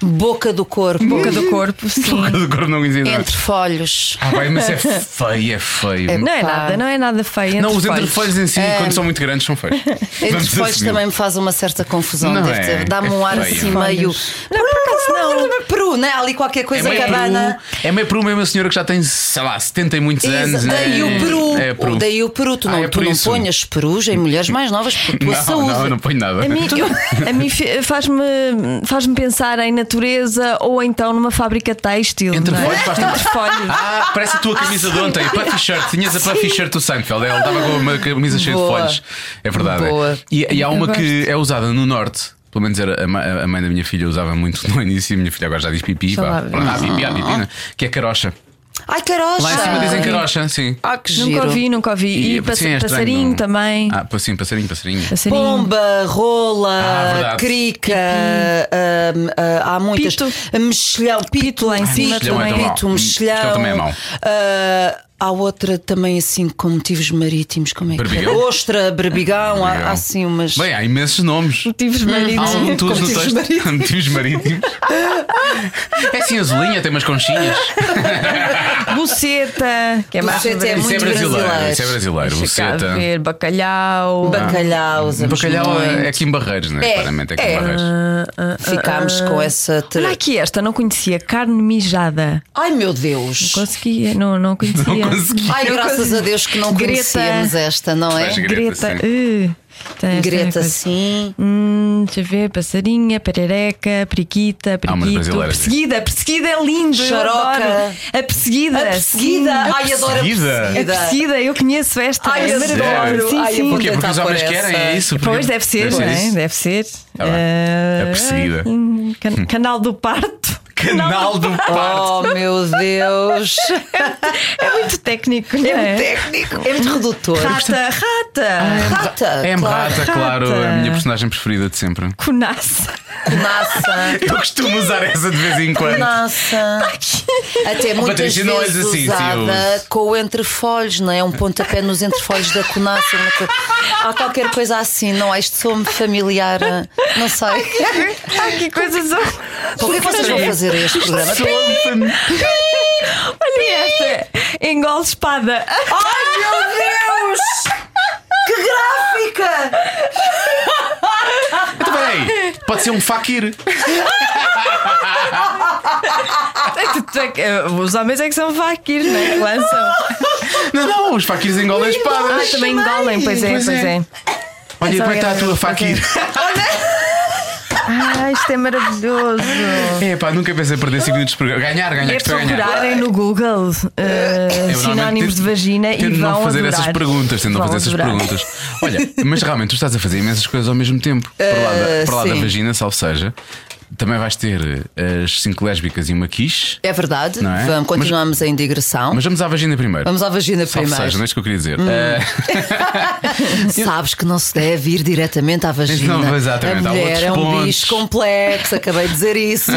[SPEAKER 4] Boca do corpo.
[SPEAKER 5] Boca do corpo, sim.
[SPEAKER 3] Do corpo não conhecia nada.
[SPEAKER 4] Entre folhos.
[SPEAKER 3] Ah, bem, mas é feio, é feio.
[SPEAKER 5] Não é
[SPEAKER 4] Pá.
[SPEAKER 5] nada, não é nada feio.
[SPEAKER 3] Não, os
[SPEAKER 5] entrefolhos.
[SPEAKER 3] entrefolhos em si, quando são muito grandes, são feios.
[SPEAKER 4] É. Entre
[SPEAKER 3] Vamos
[SPEAKER 4] folhos
[SPEAKER 3] assumir.
[SPEAKER 4] também me faz uma certa confusão.
[SPEAKER 3] Não
[SPEAKER 4] devo
[SPEAKER 3] é?
[SPEAKER 4] dizer. Dá-me um
[SPEAKER 3] É
[SPEAKER 4] ar
[SPEAKER 3] feio.
[SPEAKER 4] assim meio.
[SPEAKER 5] Não, por acaso não.
[SPEAKER 4] Peru, né? Ali qualquer
[SPEAKER 3] É
[SPEAKER 4] coisa
[SPEAKER 3] meio
[SPEAKER 4] cabana.
[SPEAKER 3] peru, é meio peru mesmo a senhora que já tem, sei lá, 70 e muitos anos.
[SPEAKER 4] Exa-
[SPEAKER 3] né?
[SPEAKER 4] Daí o Peru.
[SPEAKER 3] É peru.
[SPEAKER 4] Daí o Peru. Tu
[SPEAKER 3] Ah,
[SPEAKER 4] não,
[SPEAKER 3] é
[SPEAKER 4] tu
[SPEAKER 3] por
[SPEAKER 4] não
[SPEAKER 3] isso.
[SPEAKER 4] ponhas perus em mulheres mais novas por tua
[SPEAKER 3] Não,
[SPEAKER 4] saúde. É
[SPEAKER 3] não, eu não ponho nada.
[SPEAKER 5] A mim, eu- a mim fi- faz-me faz pensar em natureza ou então numa fábrica têxtil.
[SPEAKER 3] Entre
[SPEAKER 5] não é?
[SPEAKER 3] folhos faz-te-
[SPEAKER 5] Entre folhos.
[SPEAKER 3] Ah, parece a tua camisa de ontem, puffy shirt. Tinhas a puffy shirt do Seinfeld. é? Ela estava com uma camisa cheia de
[SPEAKER 4] Boa.
[SPEAKER 3] folhos. É verdade. é.
[SPEAKER 4] Boa.
[SPEAKER 3] E, e há uma
[SPEAKER 5] Eu
[SPEAKER 3] que é usada no norte. Pelo menos era a, ma- a mãe da minha filha usava muito no início. A minha filha agora já diz pipi.
[SPEAKER 5] Já
[SPEAKER 3] Vá.
[SPEAKER 5] lá-
[SPEAKER 3] Ah, pipi, ah, pipi, né? Que é carocha.
[SPEAKER 4] Ai, carocha!
[SPEAKER 3] Lá em cima dizem carocha, sim.
[SPEAKER 4] Ah, que
[SPEAKER 5] Nunca
[SPEAKER 4] giro.
[SPEAKER 5] ouvi, nunca ouvi. E,
[SPEAKER 3] é-
[SPEAKER 5] pass-
[SPEAKER 3] sim, é estranho,
[SPEAKER 5] passarinho
[SPEAKER 3] não?
[SPEAKER 5] também.
[SPEAKER 3] Ah, pa- sim, passarinho, passarinho.
[SPEAKER 5] Passarinho.
[SPEAKER 4] Pomba, rola,
[SPEAKER 3] Ah, verdade.
[SPEAKER 4] crica, ah, ah, há muitas.
[SPEAKER 5] Pito.
[SPEAKER 4] Mexilhão, pito,
[SPEAKER 5] Pito lá em cima
[SPEAKER 4] pito,
[SPEAKER 3] também. Mexilhão é tão
[SPEAKER 4] Pito,
[SPEAKER 3] mau.
[SPEAKER 4] mexilhão.
[SPEAKER 3] Mexilhão também é mau.
[SPEAKER 4] Ah, há outra também assim com motivos marítimos, como é que é?
[SPEAKER 3] Berbigão?
[SPEAKER 4] Ostra, berbigão, há, há assim umas.
[SPEAKER 3] Bem, há imensos nomes.
[SPEAKER 5] Motivos
[SPEAKER 3] Há
[SPEAKER 5] marítimos.
[SPEAKER 3] um todos no texto. Motivos marítimos. É assim azulinha, tem umas conchinhas.
[SPEAKER 5] Buceta, que é mais
[SPEAKER 4] Buceta é
[SPEAKER 5] brasileiro.
[SPEAKER 3] isso é
[SPEAKER 4] muito
[SPEAKER 3] brasileiro.
[SPEAKER 4] brasileiro.
[SPEAKER 3] Isso é brasileiro.
[SPEAKER 5] Deixa cá
[SPEAKER 3] Buceta.
[SPEAKER 5] ver, bacalhau.
[SPEAKER 4] Bacalhau, usamos
[SPEAKER 3] ah, Bacalhau
[SPEAKER 4] muito.
[SPEAKER 3] é aqui em Barreiros, não é?
[SPEAKER 4] É,
[SPEAKER 3] Claramente é aqui
[SPEAKER 4] é.
[SPEAKER 3] em Barreiros.
[SPEAKER 4] Ficámos
[SPEAKER 5] ah,
[SPEAKER 4] com essa. Te...
[SPEAKER 5] Olha aqui esta, não conhecia. Carne mijada.
[SPEAKER 4] Ai meu Deus!
[SPEAKER 5] Conseguia, não, não conhecia.
[SPEAKER 3] Não consegui.
[SPEAKER 4] Ai,
[SPEAKER 5] Eu
[SPEAKER 4] graças
[SPEAKER 5] consigo.
[SPEAKER 4] a Deus que não
[SPEAKER 5] Greta.
[SPEAKER 4] conhecíamos esta, não é?
[SPEAKER 3] Mas Greta,
[SPEAKER 5] Ah, Greta.
[SPEAKER 3] sim.
[SPEAKER 5] uh, tem
[SPEAKER 3] é
[SPEAKER 5] esta é
[SPEAKER 4] Greta,
[SPEAKER 5] coisa.
[SPEAKER 4] sim.
[SPEAKER 5] Hum, deixa eu ver, passarinha, perereca, periquita,
[SPEAKER 3] Há umas
[SPEAKER 5] periquito.
[SPEAKER 3] brasileiras.
[SPEAKER 5] perseguida, perseguida é lindo. eu
[SPEAKER 4] Xaroca.
[SPEAKER 5] adoro. A perseguida.
[SPEAKER 4] A
[SPEAKER 5] sim.
[SPEAKER 4] perseguida! Ai, adoro a
[SPEAKER 3] perseguida.
[SPEAKER 4] perseguida!
[SPEAKER 5] A perseguida, eu conheço esta.
[SPEAKER 4] Ai,
[SPEAKER 5] é
[SPEAKER 4] adoro.
[SPEAKER 5] maravilhosa. Sim,
[SPEAKER 4] Ai,
[SPEAKER 5] sim.
[SPEAKER 4] eu vou
[SPEAKER 3] Porquê? Porque
[SPEAKER 4] tentar
[SPEAKER 3] os homens
[SPEAKER 4] por
[SPEAKER 3] querem,
[SPEAKER 4] essa.
[SPEAKER 3] é isso? Porque-
[SPEAKER 5] Pois deve ser, não é?
[SPEAKER 3] deve isso. Tá
[SPEAKER 5] Deve ser.
[SPEAKER 3] bem.
[SPEAKER 5] Ah,
[SPEAKER 3] A perseguida.
[SPEAKER 5] hum, can- canal do Parto.
[SPEAKER 3] Canal do parto.
[SPEAKER 4] Oh meu Deus!
[SPEAKER 5] É muito técnico, não
[SPEAKER 4] É
[SPEAKER 5] é?
[SPEAKER 4] muito técnico, é muito redutor.
[SPEAKER 5] Rata, rata!
[SPEAKER 4] Rata,
[SPEAKER 3] É M.
[SPEAKER 4] claro.
[SPEAKER 3] Rata, claro, é a minha personagem preferida de sempre.
[SPEAKER 5] Conaça!
[SPEAKER 4] Nossa,
[SPEAKER 3] Eu costumo usar essa de vez em quando.
[SPEAKER 4] nossa. Até muitas
[SPEAKER 3] Patrícia, não
[SPEAKER 4] vezes
[SPEAKER 3] és assim,
[SPEAKER 4] usada
[SPEAKER 3] sim, eu-
[SPEAKER 4] com o entrefolhos, não é? Um pontapé nos entrefolhos da conassa. uma coisa- Há qualquer coisa assim, não é? Isto sou-me familiar, eh, não
[SPEAKER 3] Tá
[SPEAKER 4] sei.
[SPEAKER 5] Há aqui coisas.
[SPEAKER 4] Por que é que vocês vão fazer este programa?
[SPEAKER 3] Sou-
[SPEAKER 5] Olha esta! Engole espada!
[SPEAKER 4] Ai meu Deus! Que gráfica!
[SPEAKER 3] Então, peraí, pode ser um faquir.
[SPEAKER 5] tá Os homens é que são faquir, não é? Que lançam.
[SPEAKER 3] Não, não, os faquirs engolem
[SPEAKER 5] Ah,
[SPEAKER 3] espadas.
[SPEAKER 5] também engolem, pois é,
[SPEAKER 3] Pois
[SPEAKER 5] pois
[SPEAKER 3] é.
[SPEAKER 5] é.
[SPEAKER 3] Olha, como é que está a tua
[SPEAKER 5] Olha.
[SPEAKER 3] faquir?
[SPEAKER 5] Ah, isto é maravilhoso.
[SPEAKER 3] É pá, nunca pensei em perder 5 minutos de programa. Ganhar, ganhar,
[SPEAKER 5] É
[SPEAKER 3] estou a ganhar.
[SPEAKER 5] procurarem no Google eh,
[SPEAKER 3] Eu normalmente
[SPEAKER 5] sinónimos de vagina e
[SPEAKER 3] tento
[SPEAKER 5] vão
[SPEAKER 3] não fazer
[SPEAKER 5] adorar.
[SPEAKER 3] essas perguntas, tendo não
[SPEAKER 5] Vão
[SPEAKER 3] fazer essas
[SPEAKER 5] adorar.
[SPEAKER 3] perguntas. Olha, mas realmente tu estás a fazer imensas coisas ao mesmo tempo. para lá da,
[SPEAKER 4] Eh,
[SPEAKER 3] para lá da
[SPEAKER 4] sim.
[SPEAKER 3] vagina, salvo seja, também vais ter eh, as 5 lésbicas e uma quiche.
[SPEAKER 4] É verdade,
[SPEAKER 3] Não é?
[SPEAKER 4] vamos, continuamos em digressão.
[SPEAKER 3] Mas vamos à vagina primeiro.
[SPEAKER 4] Vamos à vagina
[SPEAKER 3] Salvo
[SPEAKER 4] primeiro. Hum,
[SPEAKER 3] seja, não é isso que eu queria dizer. Eh,
[SPEAKER 4] Sabes que não se deve ir diretamente à vagina.
[SPEAKER 3] Não, exatamente, há
[SPEAKER 4] a mulher
[SPEAKER 3] outros
[SPEAKER 4] é um
[SPEAKER 3] pontos.
[SPEAKER 4] bicho complexo, acabei de dizer isso.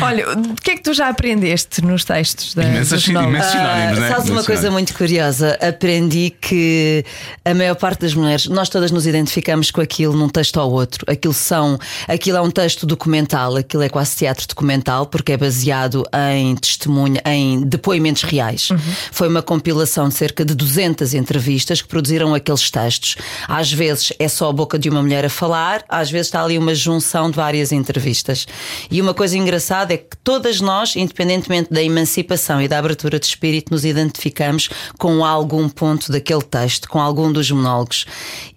[SPEAKER 5] Olha, o que é que tu já aprendeste nos textos
[SPEAKER 4] é,
[SPEAKER 5] da
[SPEAKER 3] imensas-
[SPEAKER 5] dos novos?
[SPEAKER 3] imensos sinónimos, não é?
[SPEAKER 4] eh, Sabes uma
[SPEAKER 3] Imensos
[SPEAKER 4] coisa
[SPEAKER 3] sinónimos.
[SPEAKER 4] muito curiosa? Aprendi que a maior parte das mulheres, nós todas nos identificamos com aquilo num texto ao outro. Aquilo são, aquilo é um texto documental, aquilo é quase teatro documental, porque é baseado em testemunha, em depoimentos reais.
[SPEAKER 3] Uhum.
[SPEAKER 4] Foi uma compilação de cerca de 200 entrevistas que produziram aqueles textos. Às vezes é só a boca de uma mulher a falar, às vezes está ali uma junção de várias entrevistas. E uma coisa engraçada é que todas nós, independentemente da emancipação e da abertura de espírito, nos identificamos com algum ponto daquele texto, com algum dos monólogos.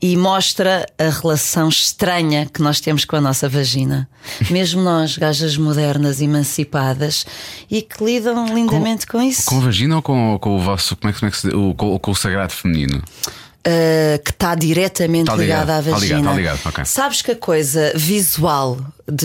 [SPEAKER 4] E mostra a relação estranha que nós temos com a nossa vagina. Mesmo nós, gajas modernas, emancipadas, e que lidam lindamente com, isso.
[SPEAKER 3] Com a vagina ou com, com o vosso. Como é que, como é que se, o, com, com o sagrado feminino?
[SPEAKER 4] uh, que está diretamente
[SPEAKER 3] Tá ligado,
[SPEAKER 4] ligada à
[SPEAKER 3] tá
[SPEAKER 4] vagina.
[SPEAKER 3] ligado, tá ligado, ok.
[SPEAKER 4] Sabes que a coisa visual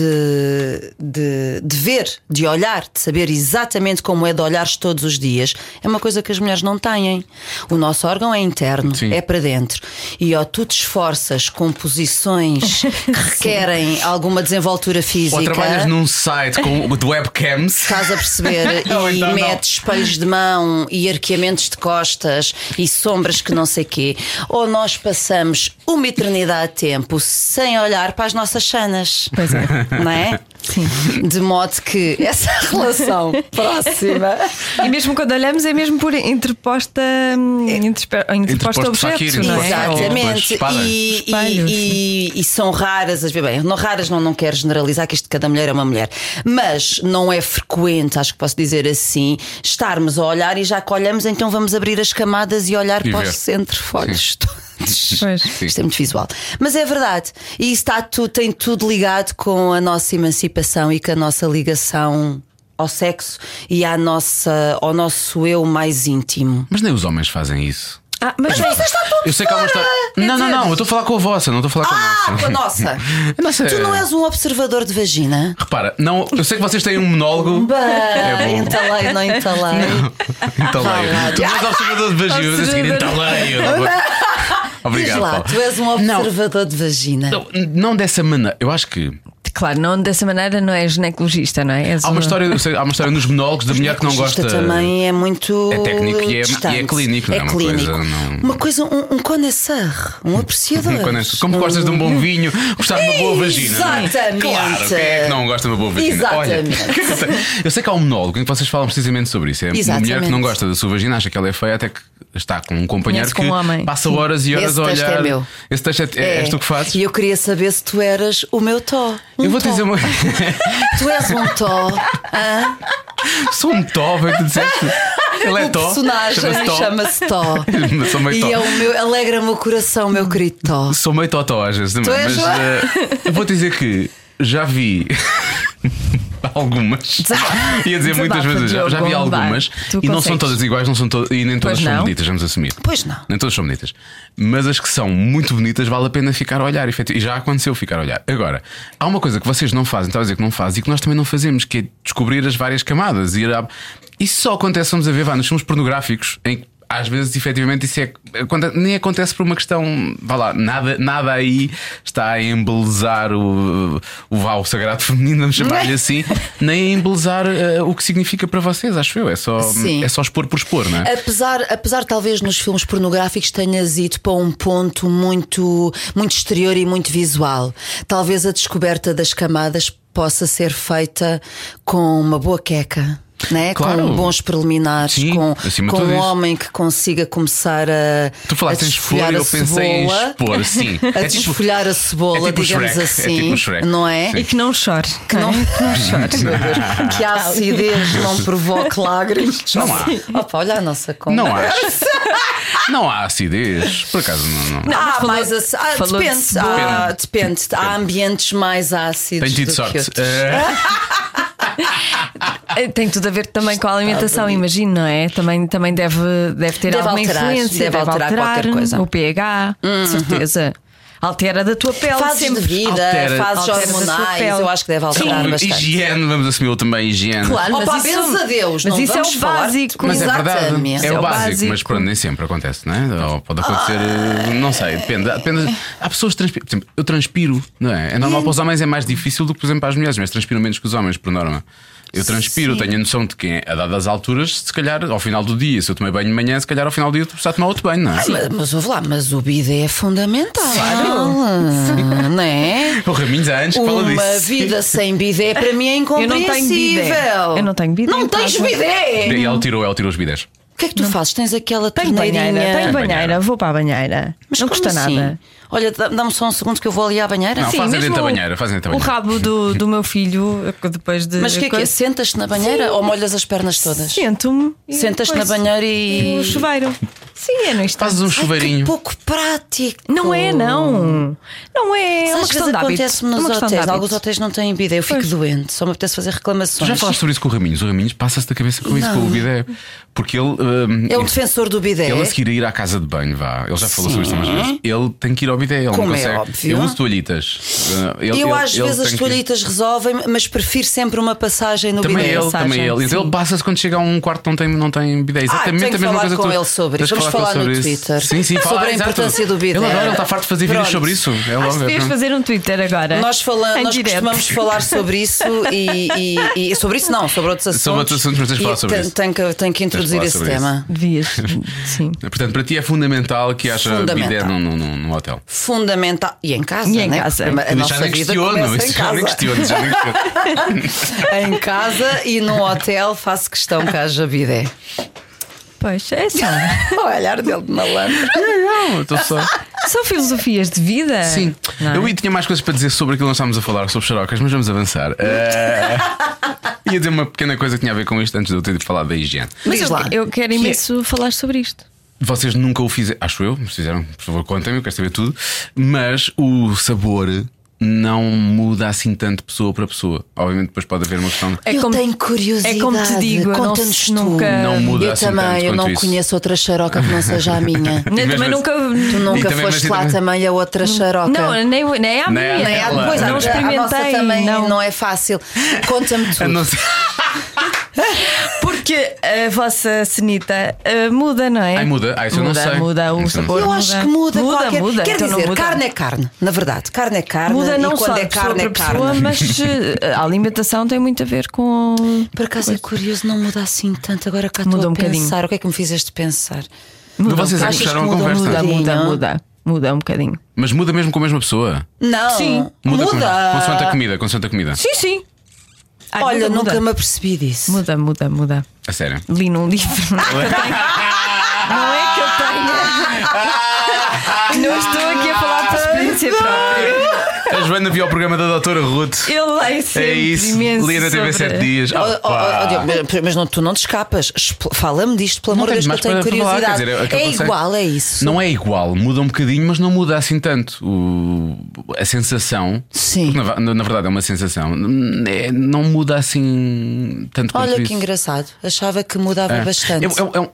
[SPEAKER 4] de, de, de ver, de olhar, de saber exatamente como é de olhares todos os dias, é uma coisa que as mulheres não têm. O nosso órgão é interno,
[SPEAKER 3] Sim.
[SPEAKER 4] é para dentro. E ó, tu te esforças com posições que requerem alguma desenvoltura física.
[SPEAKER 3] Ou trabalhas num site com, de webcams?
[SPEAKER 4] Estás a perceber?
[SPEAKER 3] Não,
[SPEAKER 4] e
[SPEAKER 3] então não.
[SPEAKER 4] metes espelhos de mão e arqueamentos de costas e sombras que não sei quê. Ou nós passamos uma eternidade de tempo sem olhar para as nossas chanas. Pois é. Não é? Sim. De modo que essa relação próxima.
[SPEAKER 5] E mesmo quando olhamos, é mesmo por interposta, hum, interpe-
[SPEAKER 3] Interposto
[SPEAKER 5] interposta objetos,
[SPEAKER 3] faquir,
[SPEAKER 5] não é?
[SPEAKER 3] interposto faquir.
[SPEAKER 5] Ou-
[SPEAKER 3] Depois
[SPEAKER 4] Exatamente.
[SPEAKER 3] espadas.
[SPEAKER 4] E, e-
[SPEAKER 5] Espelhos,
[SPEAKER 4] e- e são raras, as bem, não raras não, não quero generalizar que isto de cada mulher é uma mulher, mas não é frequente, acho que posso dizer assim, estarmos a olhar e já que olhamos, então vamos abrir as camadas e olhar
[SPEAKER 3] E
[SPEAKER 4] para
[SPEAKER 3] ver.
[SPEAKER 4] os entrefolhos todos.
[SPEAKER 5] Pois.
[SPEAKER 4] Isto é muito visual. Mas é verdade. E isso está tu, tem tudo ligado com a nossa emancipação e com a nossa ligação ao sexo e à nossa, ao nosso eu mais íntimo.
[SPEAKER 3] Mas nem os homens fazem isso.
[SPEAKER 5] Ah, mas
[SPEAKER 3] Eu sei que há uma história. Não, não, não, eu estou a falar com a vossa, não estou a falar com a nossa.
[SPEAKER 4] Ah, com a nossa!
[SPEAKER 3] Nossa,
[SPEAKER 4] Tu não és um observador de vagina?
[SPEAKER 3] É. Repara, não, eu sei que vocês têm um monólogo.
[SPEAKER 4] Bem,
[SPEAKER 3] É bom.
[SPEAKER 4] entalei, não entalei. Ah,
[SPEAKER 3] Entaleio.
[SPEAKER 4] Vá lá.
[SPEAKER 3] Tu não és observador de é vagina, mas a seguir
[SPEAKER 5] Observador.
[SPEAKER 3] entaleio.
[SPEAKER 4] Diz
[SPEAKER 3] é? Obrigado,
[SPEAKER 4] lá,
[SPEAKER 3] Paulo.
[SPEAKER 4] tu és um observador de vagina.
[SPEAKER 3] Não, não dessa maneira. Eu acho que
[SPEAKER 5] Claro, não dessa maneira não és ginecologista, não é? És
[SPEAKER 3] há uma
[SPEAKER 5] um-
[SPEAKER 3] história, eu sei, há uma história nos monólogos da mulher que não
[SPEAKER 4] Esta
[SPEAKER 3] gosta.
[SPEAKER 4] Ah. também é muito.
[SPEAKER 3] é técnico e é-
[SPEAKER 4] distante.
[SPEAKER 3] e é clínico, não é uma
[SPEAKER 4] clínico.
[SPEAKER 3] coisa, não-
[SPEAKER 4] Uma coisa, um, um conhecer, um apreciador.
[SPEAKER 3] Como quando- é Como gostas de um bom vinho, gostar de uma boa vagina. não é?
[SPEAKER 4] Exatamente.
[SPEAKER 3] Claro, quem é que não gosta de uma boa vagina? Olha,
[SPEAKER 4] Exatamente.
[SPEAKER 3] eu sei que há um monólogo em que vocês falam precisamente sobre isso. É uma mulher que
[SPEAKER 4] Exatamente.
[SPEAKER 3] não gosta da sua vagina, acha que ela é feia, até que está com um companheiro
[SPEAKER 5] Conhece com
[SPEAKER 3] que
[SPEAKER 5] um homem.
[SPEAKER 3] passa horas e horas
[SPEAKER 4] Esse
[SPEAKER 3] a
[SPEAKER 4] texto
[SPEAKER 3] olhar.
[SPEAKER 4] é meu.
[SPEAKER 3] Esse texto é, é, és tu que fazes?
[SPEAKER 4] E eu queria saber se tu eras o meu tó. Um
[SPEAKER 3] eu vou te
[SPEAKER 4] tó.
[SPEAKER 3] dizer uma.
[SPEAKER 4] Tu és um tó. hã?
[SPEAKER 3] Sou um Tó, foi o que tu disseste. Ele é
[SPEAKER 4] o
[SPEAKER 3] Tó.
[SPEAKER 4] personagem
[SPEAKER 3] Tó.
[SPEAKER 4] chama-se Tó.
[SPEAKER 3] Mas sou meio
[SPEAKER 4] E
[SPEAKER 3] Tó.
[SPEAKER 4] é o meu, alegra-me o coração, meu querido Tó.
[SPEAKER 3] Sou meio é? Totó às vezes também.
[SPEAKER 4] Tu és
[SPEAKER 3] mas
[SPEAKER 4] lá.
[SPEAKER 3] eh, eu vou te dizer que já vi. algumas.
[SPEAKER 5] Desa-
[SPEAKER 3] Ia dizer muitas
[SPEAKER 5] Desabafa,
[SPEAKER 3] vezes, já, já vi
[SPEAKER 5] Diogo,
[SPEAKER 3] algumas
[SPEAKER 5] vai.
[SPEAKER 3] e
[SPEAKER 5] Tu
[SPEAKER 3] não são
[SPEAKER 5] consegues.
[SPEAKER 3] todas iguais, não são todas, e nem todas
[SPEAKER 5] Pois
[SPEAKER 3] são
[SPEAKER 5] não.
[SPEAKER 3] bonitas, vamos assumir.
[SPEAKER 4] Pois não.
[SPEAKER 3] Nem todas são bonitas. Mas as que são muito bonitas vale a pena ficar a olhar, efetivamente. E já aconteceu ficar a olhar. Agora, há uma coisa que vocês não fazem, estava a dizer que não fazem e que nós também não fazemos, que é descobrir as várias camadas. E ir à- Isso só acontece, vamos a ver, vá, nos filmes pornográficos, em que às vezes, efetivamente, isso é, aconte- nem acontece por uma questão. Vá lá, nada, nada aí está a embelezar o, o, vá, o sagrado feminino, vamos chamar-lhe assim, nem a embelezar eh, o que significa para vocês, acho eu. É só,
[SPEAKER 4] Sim.
[SPEAKER 3] é só expor por expor, não é?
[SPEAKER 4] Apesar, apesar talvez nos filmes pornográficos tenhas ido para um ponto muito, muito exterior e muito visual, talvez a descoberta das camadas possa ser feita com uma boa queca. Né?
[SPEAKER 3] Claro.
[SPEAKER 4] Com bons preliminares,
[SPEAKER 3] Sim,
[SPEAKER 4] com,
[SPEAKER 3] acima de
[SPEAKER 4] com
[SPEAKER 3] tudo
[SPEAKER 4] um
[SPEAKER 3] isso.
[SPEAKER 4] homem que consiga começar a.
[SPEAKER 3] Tu falaste
[SPEAKER 4] a
[SPEAKER 3] em expor
[SPEAKER 4] desfolhar
[SPEAKER 3] e
[SPEAKER 4] a
[SPEAKER 3] eu pensei
[SPEAKER 4] cebola,
[SPEAKER 3] em expor, sim. tipo-
[SPEAKER 4] A desfolhar a cebola,
[SPEAKER 3] é tipo o
[SPEAKER 4] digamos
[SPEAKER 3] Shrek, é
[SPEAKER 4] assim.
[SPEAKER 3] tipo o Shrek.
[SPEAKER 4] Não é?
[SPEAKER 5] E que não chore.
[SPEAKER 4] Que não, Meu Deus, que a acidez não provoque lágrimas.
[SPEAKER 3] Não há.
[SPEAKER 4] Opa, olha a nossa conta.
[SPEAKER 3] Não acho. Não há acidez. Por acaso não. não.
[SPEAKER 4] Ah, mas ac- ah,
[SPEAKER 5] falou de
[SPEAKER 4] depende,
[SPEAKER 5] cebola.
[SPEAKER 4] ah, depende. Há ambientes mais ácidos.
[SPEAKER 3] Tenho tido
[SPEAKER 4] do Que
[SPEAKER 3] sorte.
[SPEAKER 4] outros.
[SPEAKER 3] Eh,
[SPEAKER 5] Eh, Tem tudo a ver também com a alimentação, imagino, não é? Também, também deve, deve ter
[SPEAKER 4] Ah, Deve
[SPEAKER 5] alguma
[SPEAKER 4] alterar,
[SPEAKER 5] influência.
[SPEAKER 4] deve alterar qualquer coisa.
[SPEAKER 5] O pH, de certeza. Altera da tua pele
[SPEAKER 4] Fases
[SPEAKER 5] sempre.
[SPEAKER 4] de vida,
[SPEAKER 3] altera-
[SPEAKER 4] fases
[SPEAKER 5] altera a sua
[SPEAKER 4] hormonais,
[SPEAKER 5] pele.
[SPEAKER 4] eu acho que deve alterar
[SPEAKER 3] então,
[SPEAKER 4] Ah, bastante.
[SPEAKER 3] higiene, vamos assumir também higiene.
[SPEAKER 4] Claro,
[SPEAKER 5] Opa,
[SPEAKER 4] mas isso,
[SPEAKER 5] benza
[SPEAKER 4] Deus,
[SPEAKER 5] mas
[SPEAKER 4] não
[SPEAKER 5] isso é
[SPEAKER 4] vamos
[SPEAKER 5] o
[SPEAKER 4] falar-
[SPEAKER 5] básico.
[SPEAKER 3] Mas é verdade,
[SPEAKER 4] Exatamente.
[SPEAKER 3] é
[SPEAKER 5] É
[SPEAKER 3] o
[SPEAKER 5] o
[SPEAKER 3] básico,
[SPEAKER 5] básico.
[SPEAKER 3] mas pronto, nem sempre acontece, não é? Ou pode acontecer, eh, não sei, depende. depende. Há pessoas que transpiram, por exemplo, eu transpiro, não é? É normal para os homens é mais difícil do que, por exemplo, para as mulheres, mas transpiram menos que os homens, por norma. Eu transpiro, tenho a noção de que a dadas alturas, se calhar ao final do dia, se eu tomei banho de manhã, se calhar ao final do dia tu precisas tomar outro banho, não é?
[SPEAKER 4] Mas, mas ouve lá, mas o bidé é fundamental. Claro. Não é?
[SPEAKER 3] O Raminhos há anos que fala disso.
[SPEAKER 4] Uma vida sem bidé para mim é
[SPEAKER 5] não tenho bidé.
[SPEAKER 4] incompreensível.
[SPEAKER 5] Eu não tenho bidé
[SPEAKER 4] Não
[SPEAKER 5] em
[SPEAKER 4] tens
[SPEAKER 5] casa.
[SPEAKER 4] bidé.
[SPEAKER 3] E ele tirou, ele tirou os bidés.
[SPEAKER 4] O que é que tu fazes? Tens aquela
[SPEAKER 5] Tenho banheira, tenho
[SPEAKER 4] torneirinha.
[SPEAKER 5] banheira, vou para a banheira.
[SPEAKER 4] Mas
[SPEAKER 5] não
[SPEAKER 4] como
[SPEAKER 5] custa
[SPEAKER 4] assim?
[SPEAKER 5] nada.
[SPEAKER 4] Olha, dá- dá-me só um segundo que eu vou ali à banheira.
[SPEAKER 3] Não,
[SPEAKER 5] Sim,
[SPEAKER 3] fazem dentro
[SPEAKER 5] mesmo
[SPEAKER 3] da banheira, fazem dentro da
[SPEAKER 5] O
[SPEAKER 3] banheira.
[SPEAKER 5] rabo do, do meu filho, depois de.
[SPEAKER 4] Mas o que é que é?
[SPEAKER 5] coisa-
[SPEAKER 4] Sentas-te na banheira ou molhas as pernas todas?
[SPEAKER 5] Sento-me. e
[SPEAKER 4] Sentas-te na
[SPEAKER 5] depois-
[SPEAKER 4] banheira e.
[SPEAKER 5] E o chuveiro. Sim, é no instante.
[SPEAKER 3] Fazes um
[SPEAKER 4] Ai, que
[SPEAKER 3] chuveirinho.
[SPEAKER 4] pouco prático.
[SPEAKER 5] Não é, não. Não é. É uma questão
[SPEAKER 4] Às vezes
[SPEAKER 5] de hábito.
[SPEAKER 4] acontece-me
[SPEAKER 5] É
[SPEAKER 4] nos
[SPEAKER 5] uma questão de
[SPEAKER 4] hotéis.
[SPEAKER 5] hábito.
[SPEAKER 4] Alguns hotéis não têm bidé. Eu fico
[SPEAKER 5] Pois.
[SPEAKER 4] doente. Só me apetece fazer
[SPEAKER 3] Tu
[SPEAKER 4] reclamações.
[SPEAKER 3] já falaste sobre isso com o Raminhos. O Raminhos passa-se da cabeça com isso,
[SPEAKER 4] Não.
[SPEAKER 3] com o bidé. Porque ele. hum,
[SPEAKER 4] É um
[SPEAKER 3] ele-
[SPEAKER 4] defensor do bidé.
[SPEAKER 3] Ele a seguir a ir à casa de banho, vá. Ele já falou sobre isto umas vezes. Ele tem que ir ao bidé, ele
[SPEAKER 4] Como
[SPEAKER 3] não
[SPEAKER 4] é
[SPEAKER 3] consegue.
[SPEAKER 4] óbvio.
[SPEAKER 3] Eu uso toalhitas. Eh, Ele-
[SPEAKER 4] Eu
[SPEAKER 3] ele-
[SPEAKER 4] às
[SPEAKER 3] ele
[SPEAKER 4] vezes
[SPEAKER 3] tem
[SPEAKER 4] as
[SPEAKER 3] que-
[SPEAKER 4] toalhitas resolvem, mas prefiro sempre uma passagem no
[SPEAKER 3] Também
[SPEAKER 4] bidé.
[SPEAKER 3] ele,
[SPEAKER 5] Passagem,
[SPEAKER 3] também ele. Então
[SPEAKER 5] sim.
[SPEAKER 3] ele passa-se quando chega a um quarto que não tem, não tem bidé.
[SPEAKER 4] Ah,
[SPEAKER 3] Exatamente
[SPEAKER 4] tenho
[SPEAKER 3] a
[SPEAKER 4] que
[SPEAKER 3] mesma
[SPEAKER 4] falar
[SPEAKER 3] coisa
[SPEAKER 4] com
[SPEAKER 3] que tu.
[SPEAKER 4] ele sobre
[SPEAKER 3] Tens
[SPEAKER 4] isso.
[SPEAKER 3] que
[SPEAKER 4] Vamos
[SPEAKER 3] com ele
[SPEAKER 4] falar no
[SPEAKER 3] sobre isso.
[SPEAKER 4] Twitter.
[SPEAKER 3] Sim, sim,
[SPEAKER 4] Sobre
[SPEAKER 3] fala,
[SPEAKER 4] a
[SPEAKER 3] exato.
[SPEAKER 4] importância do bidé.
[SPEAKER 3] Ele adora, ele está farto de fazer vídeos
[SPEAKER 4] Pronto.
[SPEAKER 3] sobre isso. É
[SPEAKER 5] Acho
[SPEAKER 3] logo.
[SPEAKER 5] que
[SPEAKER 3] é
[SPEAKER 5] devias
[SPEAKER 3] pronto.
[SPEAKER 5] fazer um Twitter agora.
[SPEAKER 4] Nós, fala,
[SPEAKER 5] Em
[SPEAKER 4] nós
[SPEAKER 5] direto.
[SPEAKER 4] costumamos falar sobre isso e, e- e- sobre isso não, sobre outros assuntos.
[SPEAKER 3] Sobre outros assuntos, mas tens de
[SPEAKER 4] E
[SPEAKER 3] falar sobre
[SPEAKER 4] tem-
[SPEAKER 3] isso.
[SPEAKER 4] Tenho que, tenho que introduzir
[SPEAKER 3] falar
[SPEAKER 4] esse
[SPEAKER 3] sobre
[SPEAKER 4] tema.
[SPEAKER 5] Devias. Sim.
[SPEAKER 3] Portanto, para ti é fundamental que haja bidé
[SPEAKER 4] Fundamental.
[SPEAKER 3] num, num, num- num hotel.
[SPEAKER 4] Fundamental. E em casa,
[SPEAKER 5] E em
[SPEAKER 4] né?
[SPEAKER 5] casa.
[SPEAKER 4] Porque A
[SPEAKER 3] Isso já
[SPEAKER 4] nossa
[SPEAKER 3] nem
[SPEAKER 4] vida
[SPEAKER 3] questiono,
[SPEAKER 4] começa
[SPEAKER 3] isso
[SPEAKER 4] em
[SPEAKER 3] já nem
[SPEAKER 4] casa.
[SPEAKER 3] questiono, já nem questiono.
[SPEAKER 4] em casa e num hotel faço questão que haja bidé.
[SPEAKER 5] Pois, é só.
[SPEAKER 4] O olhar dele de malandro.
[SPEAKER 3] Não, estou só.
[SPEAKER 5] São filosofias de vida.
[SPEAKER 3] Sim.
[SPEAKER 5] Não é?
[SPEAKER 3] Eu ia- tinha mais coisas para dizer sobre aquilo que nós estávamos a falar, sobre xarocas, mas vamos avançar. Eh, ia dizer uma pequena coisa que tinha a ver com isto antes de eu ter falado da higiene.
[SPEAKER 5] Mas
[SPEAKER 4] Diz
[SPEAKER 5] eu,
[SPEAKER 4] lá.
[SPEAKER 5] eu quero
[SPEAKER 3] é-
[SPEAKER 5] imenso falar sobre isto.
[SPEAKER 3] Vocês nunca o fizeram, acho eu, se fizeram, por favor, contem-me, eu quero saber tudo. Mas o sabor não muda assim tanto pessoa para pessoa. Obviamente, depois pode haver uma questão. de-
[SPEAKER 5] É
[SPEAKER 4] eu
[SPEAKER 5] como-
[SPEAKER 4] tenho curiosidade.
[SPEAKER 5] é como te digo, eu não-
[SPEAKER 4] Conta-nos tu.
[SPEAKER 5] nunca-
[SPEAKER 3] Não muda
[SPEAKER 4] eu
[SPEAKER 3] assim
[SPEAKER 4] também,
[SPEAKER 3] tanto
[SPEAKER 4] eu
[SPEAKER 3] quanto
[SPEAKER 4] não
[SPEAKER 3] isso.
[SPEAKER 4] conheço outra xaroca que não seja a minha.
[SPEAKER 5] Eu também
[SPEAKER 3] mesmo assim-
[SPEAKER 5] nunca.
[SPEAKER 4] Tu nunca
[SPEAKER 3] também, mas
[SPEAKER 4] foste
[SPEAKER 3] eu
[SPEAKER 4] lá
[SPEAKER 3] também-
[SPEAKER 4] também a outra xaroca.
[SPEAKER 5] Não, nem, nem à
[SPEAKER 3] Nem à
[SPEAKER 5] minha.
[SPEAKER 3] Nem à- Não
[SPEAKER 4] Pois, a-
[SPEAKER 5] não
[SPEAKER 4] a nossa
[SPEAKER 5] experimentei.
[SPEAKER 4] também
[SPEAKER 5] não.
[SPEAKER 4] é fácil. Conta-me
[SPEAKER 3] Eu
[SPEAKER 4] tudo.
[SPEAKER 3] não sei.
[SPEAKER 5] Porque a vossa cenita ah, muda, não é?
[SPEAKER 3] Ai, muda. Ah, isso eu não
[SPEAKER 5] muda,
[SPEAKER 3] sei.
[SPEAKER 5] Muda o
[SPEAKER 3] Isso eu não
[SPEAKER 5] sabor.
[SPEAKER 4] Eu acho que muda,
[SPEAKER 5] muda,
[SPEAKER 4] qualquer.
[SPEAKER 5] Muda,
[SPEAKER 4] Quer
[SPEAKER 5] Então não
[SPEAKER 4] dizer,
[SPEAKER 5] muda.
[SPEAKER 4] carne é carne, na verdade. Carne é carne.
[SPEAKER 5] Muda não
[SPEAKER 4] e
[SPEAKER 5] só
[SPEAKER 4] quando
[SPEAKER 5] de
[SPEAKER 4] é
[SPEAKER 5] pessoa
[SPEAKER 4] carne, é
[SPEAKER 5] para pessoa,
[SPEAKER 4] carne.
[SPEAKER 5] mas eh, a alimentação tem muito a ver com.
[SPEAKER 4] Por acaso é curioso, não muda assim tanto. Agora cá estou
[SPEAKER 5] Muda
[SPEAKER 4] a
[SPEAKER 5] um bocadinho.
[SPEAKER 4] pensar. O que é que me fizeste pensar?
[SPEAKER 5] Muda um
[SPEAKER 3] vocês é que
[SPEAKER 5] bocadinho.
[SPEAKER 3] puxaram a
[SPEAKER 4] Achas que
[SPEAKER 5] muda,
[SPEAKER 3] conversa.
[SPEAKER 5] muda,
[SPEAKER 4] Não.
[SPEAKER 5] muda. Muda um bocadinho.
[SPEAKER 3] Mas muda mesmo com a mesma pessoa.
[SPEAKER 4] Não.
[SPEAKER 5] Sim,
[SPEAKER 3] Muda, com-
[SPEAKER 4] Muda.
[SPEAKER 3] Consoante a comida, consoante a comida.
[SPEAKER 5] Sim, sim. Ai,
[SPEAKER 4] Olha,
[SPEAKER 5] muda,
[SPEAKER 4] nunca
[SPEAKER 5] muda.
[SPEAKER 4] me apercebi disso.
[SPEAKER 5] Muda, muda, muda.
[SPEAKER 3] A sério.
[SPEAKER 5] Li num livro. Não é que eu tenha. Não é que eu tenha. Não estou aqui a falar por experiência própria.
[SPEAKER 3] Então A Joana viu o programa da Doutora Ruth.
[SPEAKER 5] Eu leio sempre
[SPEAKER 3] É isso.
[SPEAKER 5] imenso
[SPEAKER 3] Lia na TV
[SPEAKER 5] sobre...
[SPEAKER 3] 7 dias.
[SPEAKER 4] Oh, oh,
[SPEAKER 3] Opa.
[SPEAKER 4] oh, Diogo, mas- mas não, tu não te escapas. Expl- Fala-me disto, pelo
[SPEAKER 3] Não
[SPEAKER 4] amor de Deus, que eu
[SPEAKER 3] mais
[SPEAKER 4] tenho
[SPEAKER 3] para falar,
[SPEAKER 4] curiosidade.
[SPEAKER 3] quer dizer, aquele
[SPEAKER 4] é
[SPEAKER 3] conceito-
[SPEAKER 4] igual, é isso.
[SPEAKER 3] Não é igual, muda um bocadinho, mas não muda assim tanto. O- a sensação,
[SPEAKER 4] Sim.
[SPEAKER 3] porque na, na- na verdade é uma sensação, n- é- não muda assim tanto quanto
[SPEAKER 4] Olha que
[SPEAKER 3] isso.
[SPEAKER 4] engraçado. Achava que mudava
[SPEAKER 3] É.
[SPEAKER 4] bastante.
[SPEAKER 3] Eu, eu-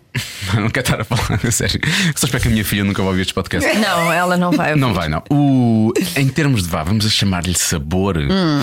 [SPEAKER 3] eu- não quero estar a falar, a sério. Só espero que a minha filha nunca vá ouvir este podcast.
[SPEAKER 5] Não, ela não vai.
[SPEAKER 3] Não vai, não. O, em termos de vá, vamos a chamar-lhe sabor.
[SPEAKER 4] Hum.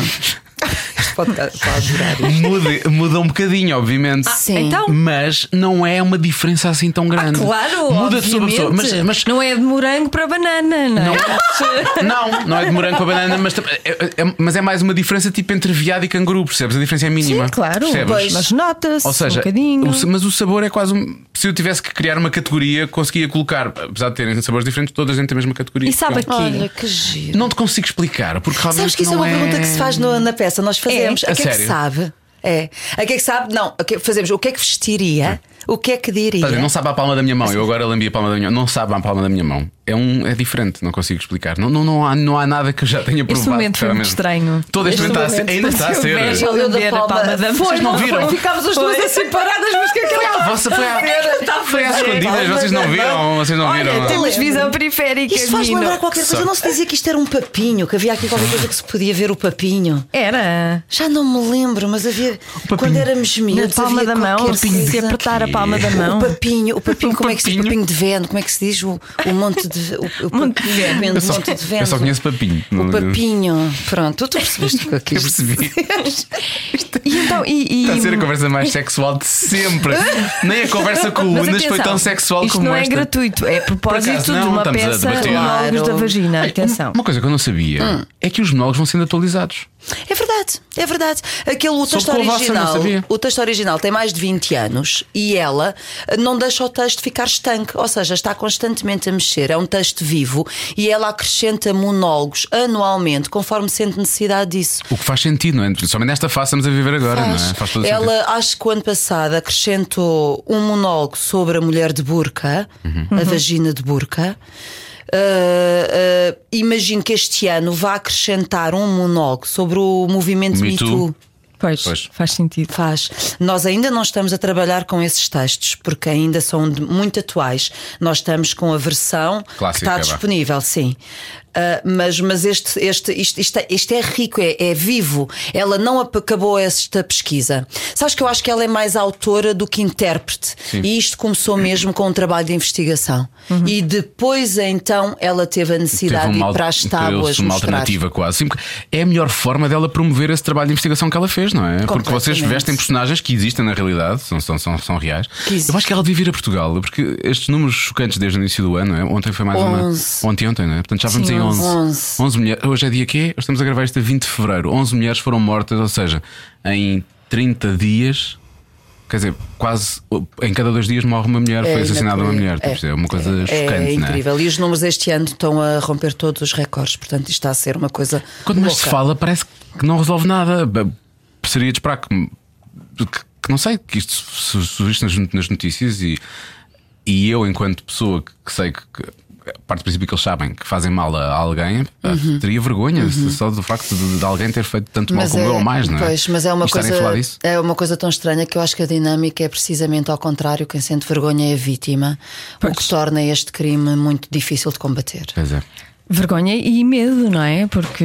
[SPEAKER 4] Pode, pode jurar.
[SPEAKER 3] Muda, muda um bocadinho, obviamente.
[SPEAKER 4] sim.
[SPEAKER 5] então- Ah,
[SPEAKER 3] Mas não é uma diferença assim tão grande.
[SPEAKER 5] Claro,
[SPEAKER 3] Muda de pessoa a pessoa. Mas,
[SPEAKER 5] obviamente.
[SPEAKER 3] mas
[SPEAKER 5] Não é de morango para banana, não, é?
[SPEAKER 3] Não, não é de morango com a banana, mas, tam- é, é- mas é mais uma diferença tipo entre viado e canguru, percebes? A diferença é mínima.
[SPEAKER 5] Sim, claro,
[SPEAKER 3] percebes?
[SPEAKER 5] pois, mas nota-se
[SPEAKER 3] Ou seja,
[SPEAKER 5] um bocadinho.
[SPEAKER 3] o sa- mas o sabor é quase um. Se eu tivesse que criar uma categoria, conseguia colocar, apesar de terem sabores diferentes, todas dentro da mesma categoria.
[SPEAKER 5] E sabe
[SPEAKER 3] Portanto,
[SPEAKER 5] aqui?
[SPEAKER 4] Olha que giro.
[SPEAKER 3] Não te consigo explicar, porque realmente.
[SPEAKER 4] Sabes que isso é
[SPEAKER 3] não
[SPEAKER 4] uma pergunta que se faz no- na peça. Nós fazemos.
[SPEAKER 3] É,
[SPEAKER 4] a que
[SPEAKER 3] a
[SPEAKER 4] é que
[SPEAKER 3] sério?
[SPEAKER 4] sabe? É. A que é que sabe? Não. A que fazemos. O que é que vestiria? O que é que diria?
[SPEAKER 3] Estás a ver, Não sabe à palma da minha mão. Eu agora lambi a palma da minha mão. Não sabe à palma da minha mão. É, um, é diferente, não consigo explicar. Não, não, não, há, não há nada que eu já tenha provado.
[SPEAKER 5] momento foi muito
[SPEAKER 3] claramente.
[SPEAKER 5] estranho.
[SPEAKER 3] Todo este, momento, está a ser, ainda está a ser.
[SPEAKER 5] Vejo a
[SPEAKER 4] Eu da
[SPEAKER 5] lamber a
[SPEAKER 4] palma-
[SPEAKER 5] palma da
[SPEAKER 4] Foi,
[SPEAKER 3] Vocês não
[SPEAKER 4] não
[SPEAKER 3] viram?
[SPEAKER 4] foi? Ficámos as duas
[SPEAKER 5] Foi.
[SPEAKER 4] assim paradas, mas o que é que ela
[SPEAKER 3] Você foi, à-
[SPEAKER 4] Está a
[SPEAKER 3] foi às
[SPEAKER 4] fazer?
[SPEAKER 3] escondidas, vocês não viram, vocês não viram.
[SPEAKER 5] Olha, temos
[SPEAKER 4] lembro.
[SPEAKER 5] visão periférica.
[SPEAKER 4] Isto faz
[SPEAKER 5] menino.
[SPEAKER 4] lembrar qualquer coisa.
[SPEAKER 3] Só-
[SPEAKER 4] Não se dizia que isto era um papinho, que havia aqui qualquer coisa que se podia ver o papinho.
[SPEAKER 5] Era.
[SPEAKER 4] Já não me lembro, mas havia.
[SPEAKER 3] papinho.
[SPEAKER 4] Quando éramos
[SPEAKER 5] Na
[SPEAKER 4] miúdos,
[SPEAKER 5] palma da
[SPEAKER 4] havia
[SPEAKER 5] mão,
[SPEAKER 4] qualquer
[SPEAKER 5] se
[SPEAKER 4] coisa.
[SPEAKER 5] se apertar a palma da
[SPEAKER 4] O
[SPEAKER 5] mão.
[SPEAKER 4] papinho, o papinho,
[SPEAKER 3] O
[SPEAKER 4] como é que se diz? O
[SPEAKER 3] papinho.
[SPEAKER 4] papinho de vento, como é que se diz? O, o monte de. O, o
[SPEAKER 5] Monte de
[SPEAKER 4] papinho,
[SPEAKER 5] vento.
[SPEAKER 4] vento,
[SPEAKER 3] Eu só,
[SPEAKER 4] monte de
[SPEAKER 3] eu só
[SPEAKER 4] vento.
[SPEAKER 3] conheço papinho. é?
[SPEAKER 4] O papinho. Pronto, tu percebeste o que eu
[SPEAKER 3] Eu
[SPEAKER 4] quis.
[SPEAKER 3] percebi.
[SPEAKER 5] E então, e, e-
[SPEAKER 3] Está a ser a conversa mais sexual de sempre. Nem a conversa com o
[SPEAKER 5] Mas
[SPEAKER 3] Unas foi
[SPEAKER 5] atenção,
[SPEAKER 3] tão sexual
[SPEAKER 5] isto
[SPEAKER 3] como
[SPEAKER 5] não é
[SPEAKER 3] esta.
[SPEAKER 5] gratuito, é a propósito
[SPEAKER 3] acaso, não,
[SPEAKER 5] de uma
[SPEAKER 3] estamos a
[SPEAKER 5] peça
[SPEAKER 3] debater.
[SPEAKER 5] de monólogos da
[SPEAKER 4] Claro.
[SPEAKER 5] vagina. Atenção.
[SPEAKER 3] Uma coisa que eu não sabia é que os monólogos vão sendo atualizados.
[SPEAKER 4] É verdade, é verdade. Aquele o texto
[SPEAKER 3] com a vossa, não
[SPEAKER 4] original,
[SPEAKER 3] sabia.
[SPEAKER 4] o texto original tem mais de 20 anos e ela eh, não deixa o texto ficar estanque, ou seja, está constantemente a mexer, é um texto vivo e ela acrescenta monólogos anualmente, conforme sente necessidade disso.
[SPEAKER 3] O que faz sentido, não é? Somente nesta fase estamos a viver agora, não é? Faz todo sentido.
[SPEAKER 4] ela, acho que o ano passado acrescentou um monólogo sobre a mulher de burca,
[SPEAKER 3] Uhum.
[SPEAKER 4] a vagina de burca. Eh, eh, imagino que este ano vá acrescentar um monólogo sobre o movimento
[SPEAKER 3] Me
[SPEAKER 4] Me
[SPEAKER 3] Too.
[SPEAKER 4] Too.
[SPEAKER 5] Pois,
[SPEAKER 3] Pois.
[SPEAKER 5] faz sentido.
[SPEAKER 4] Faz. Nós ainda não estamos a trabalhar com esses textos, porque ainda são de- muito atuais. Nós estamos com a versão
[SPEAKER 3] Clássica,
[SPEAKER 4] que
[SPEAKER 3] vá.
[SPEAKER 4] está disponível, sim. Ah, mas mas este, este, isto, isto, é- isto é rico, é, é vivo. Ela não ap- acabou esta pesquisa. Sabes que eu acho que ela é mais autora do que intérprete. E isto começou mesmo com um trabalho de investigação. E depois, então, ela teve a necessidade
[SPEAKER 3] Uhum. Teve um
[SPEAKER 4] de
[SPEAKER 3] uma,
[SPEAKER 4] ir para as tábuas
[SPEAKER 3] uma
[SPEAKER 4] mostrar.
[SPEAKER 3] alternativa quase. Sim, porque é a melhor forma dela promover esse trabalho de investigação que ela fez, não é? Porque vocês
[SPEAKER 4] Completamente.
[SPEAKER 3] vestem personagens que existem na realidade, são, são, são, são reais.
[SPEAKER 4] Que existem.
[SPEAKER 3] Eu acho que ela devia vir a Portugal, porque estes números chocantes desde o início do ano, não é? ontem foi mais
[SPEAKER 4] Onze.
[SPEAKER 3] uma. Ontem, ontem, não é? Portanto, já vamos
[SPEAKER 5] Sim,
[SPEAKER 3] em 11.
[SPEAKER 5] onze.
[SPEAKER 3] 11. mulheres. Hoje é dia quê? Hoje Estamos a gravar isto a 20 de fevereiro. 11 mulheres foram mortas, ou seja, em 30 dias. Quer dizer, quase em cada dois dias morre uma mulher, foi assassinada uma mulher. Tipo, é uma coisa
[SPEAKER 4] É
[SPEAKER 3] chocante, não é?
[SPEAKER 4] incrível. E os números este ano estão a romper todos os recordes, portanto, isto está a ser uma coisa.
[SPEAKER 3] Quando mais se
[SPEAKER 4] louca.
[SPEAKER 3] fala, parece que não resolve nada. Ba- Seria de esperar que, que, que não sei, que isto su- surgisse nas, nas notícias e, e eu, enquanto pessoa que, que sei que. que Parte do princípio é que eles sabem que fazem mal a a alguém, pá,
[SPEAKER 4] Uhum.
[SPEAKER 3] teria vergonha se- só do facto de, de alguém ter feito tanto mal como eu ou mais, não é?
[SPEAKER 4] Pois, mas é
[SPEAKER 3] E
[SPEAKER 4] uma
[SPEAKER 3] estarem
[SPEAKER 4] coisa.
[SPEAKER 3] a falar disso.
[SPEAKER 4] É uma coisa tão estranha que eu acho que a dinâmica é precisamente ao contrário. Quem sente vergonha é a vítima, o que torna este crime muito difícil de combater.
[SPEAKER 3] Pois é.
[SPEAKER 5] Vergonha e medo, não é? Porque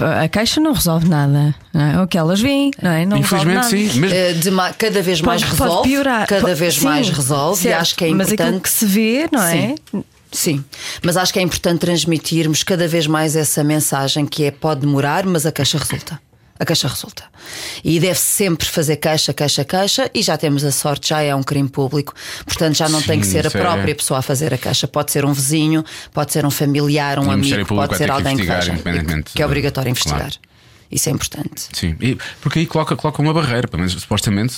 [SPEAKER 5] a, a caixa não resolve nada. Não é? O que elas veem, não é? Não resolve
[SPEAKER 3] Infelizmente,
[SPEAKER 5] nada.
[SPEAKER 3] sim. Mesmo,
[SPEAKER 4] Eh, de ma- cada vez mais
[SPEAKER 5] Pode-
[SPEAKER 4] resolve,
[SPEAKER 5] pode piorar.
[SPEAKER 4] cada
[SPEAKER 5] Po-
[SPEAKER 4] vez
[SPEAKER 5] sim,
[SPEAKER 4] mais resolve
[SPEAKER 5] certo.
[SPEAKER 4] e acho que é
[SPEAKER 5] Mas aquilo
[SPEAKER 4] importante
[SPEAKER 5] que se vê, não é?
[SPEAKER 4] Sim. Sim, mas acho que é importante transmitirmos cada vez mais essa mensagem que é pode demorar, mas a caixa resulta. A caixa resulta. E deve sempre fazer caixa, caixa, caixa, e já temos a sorte, já é um crime público. Portanto, já não tem que
[SPEAKER 3] Sim,
[SPEAKER 4] ser a
[SPEAKER 3] isso é.
[SPEAKER 4] própria pessoa a fazer a caixa. Pode ser um vizinho, pode ser um familiar, um
[SPEAKER 3] o Ministério
[SPEAKER 4] amigo,
[SPEAKER 3] Público
[SPEAKER 4] pode
[SPEAKER 3] vai ter
[SPEAKER 4] ser
[SPEAKER 3] que
[SPEAKER 4] alguém que,
[SPEAKER 3] investigar,
[SPEAKER 4] faz-
[SPEAKER 3] independentemente
[SPEAKER 4] que é obrigatório
[SPEAKER 3] de-
[SPEAKER 4] investigar.
[SPEAKER 3] claro.
[SPEAKER 4] Isso é importante.
[SPEAKER 3] Sim, E- porque aí coloca, coloca uma barreira, pelo menos supostamente,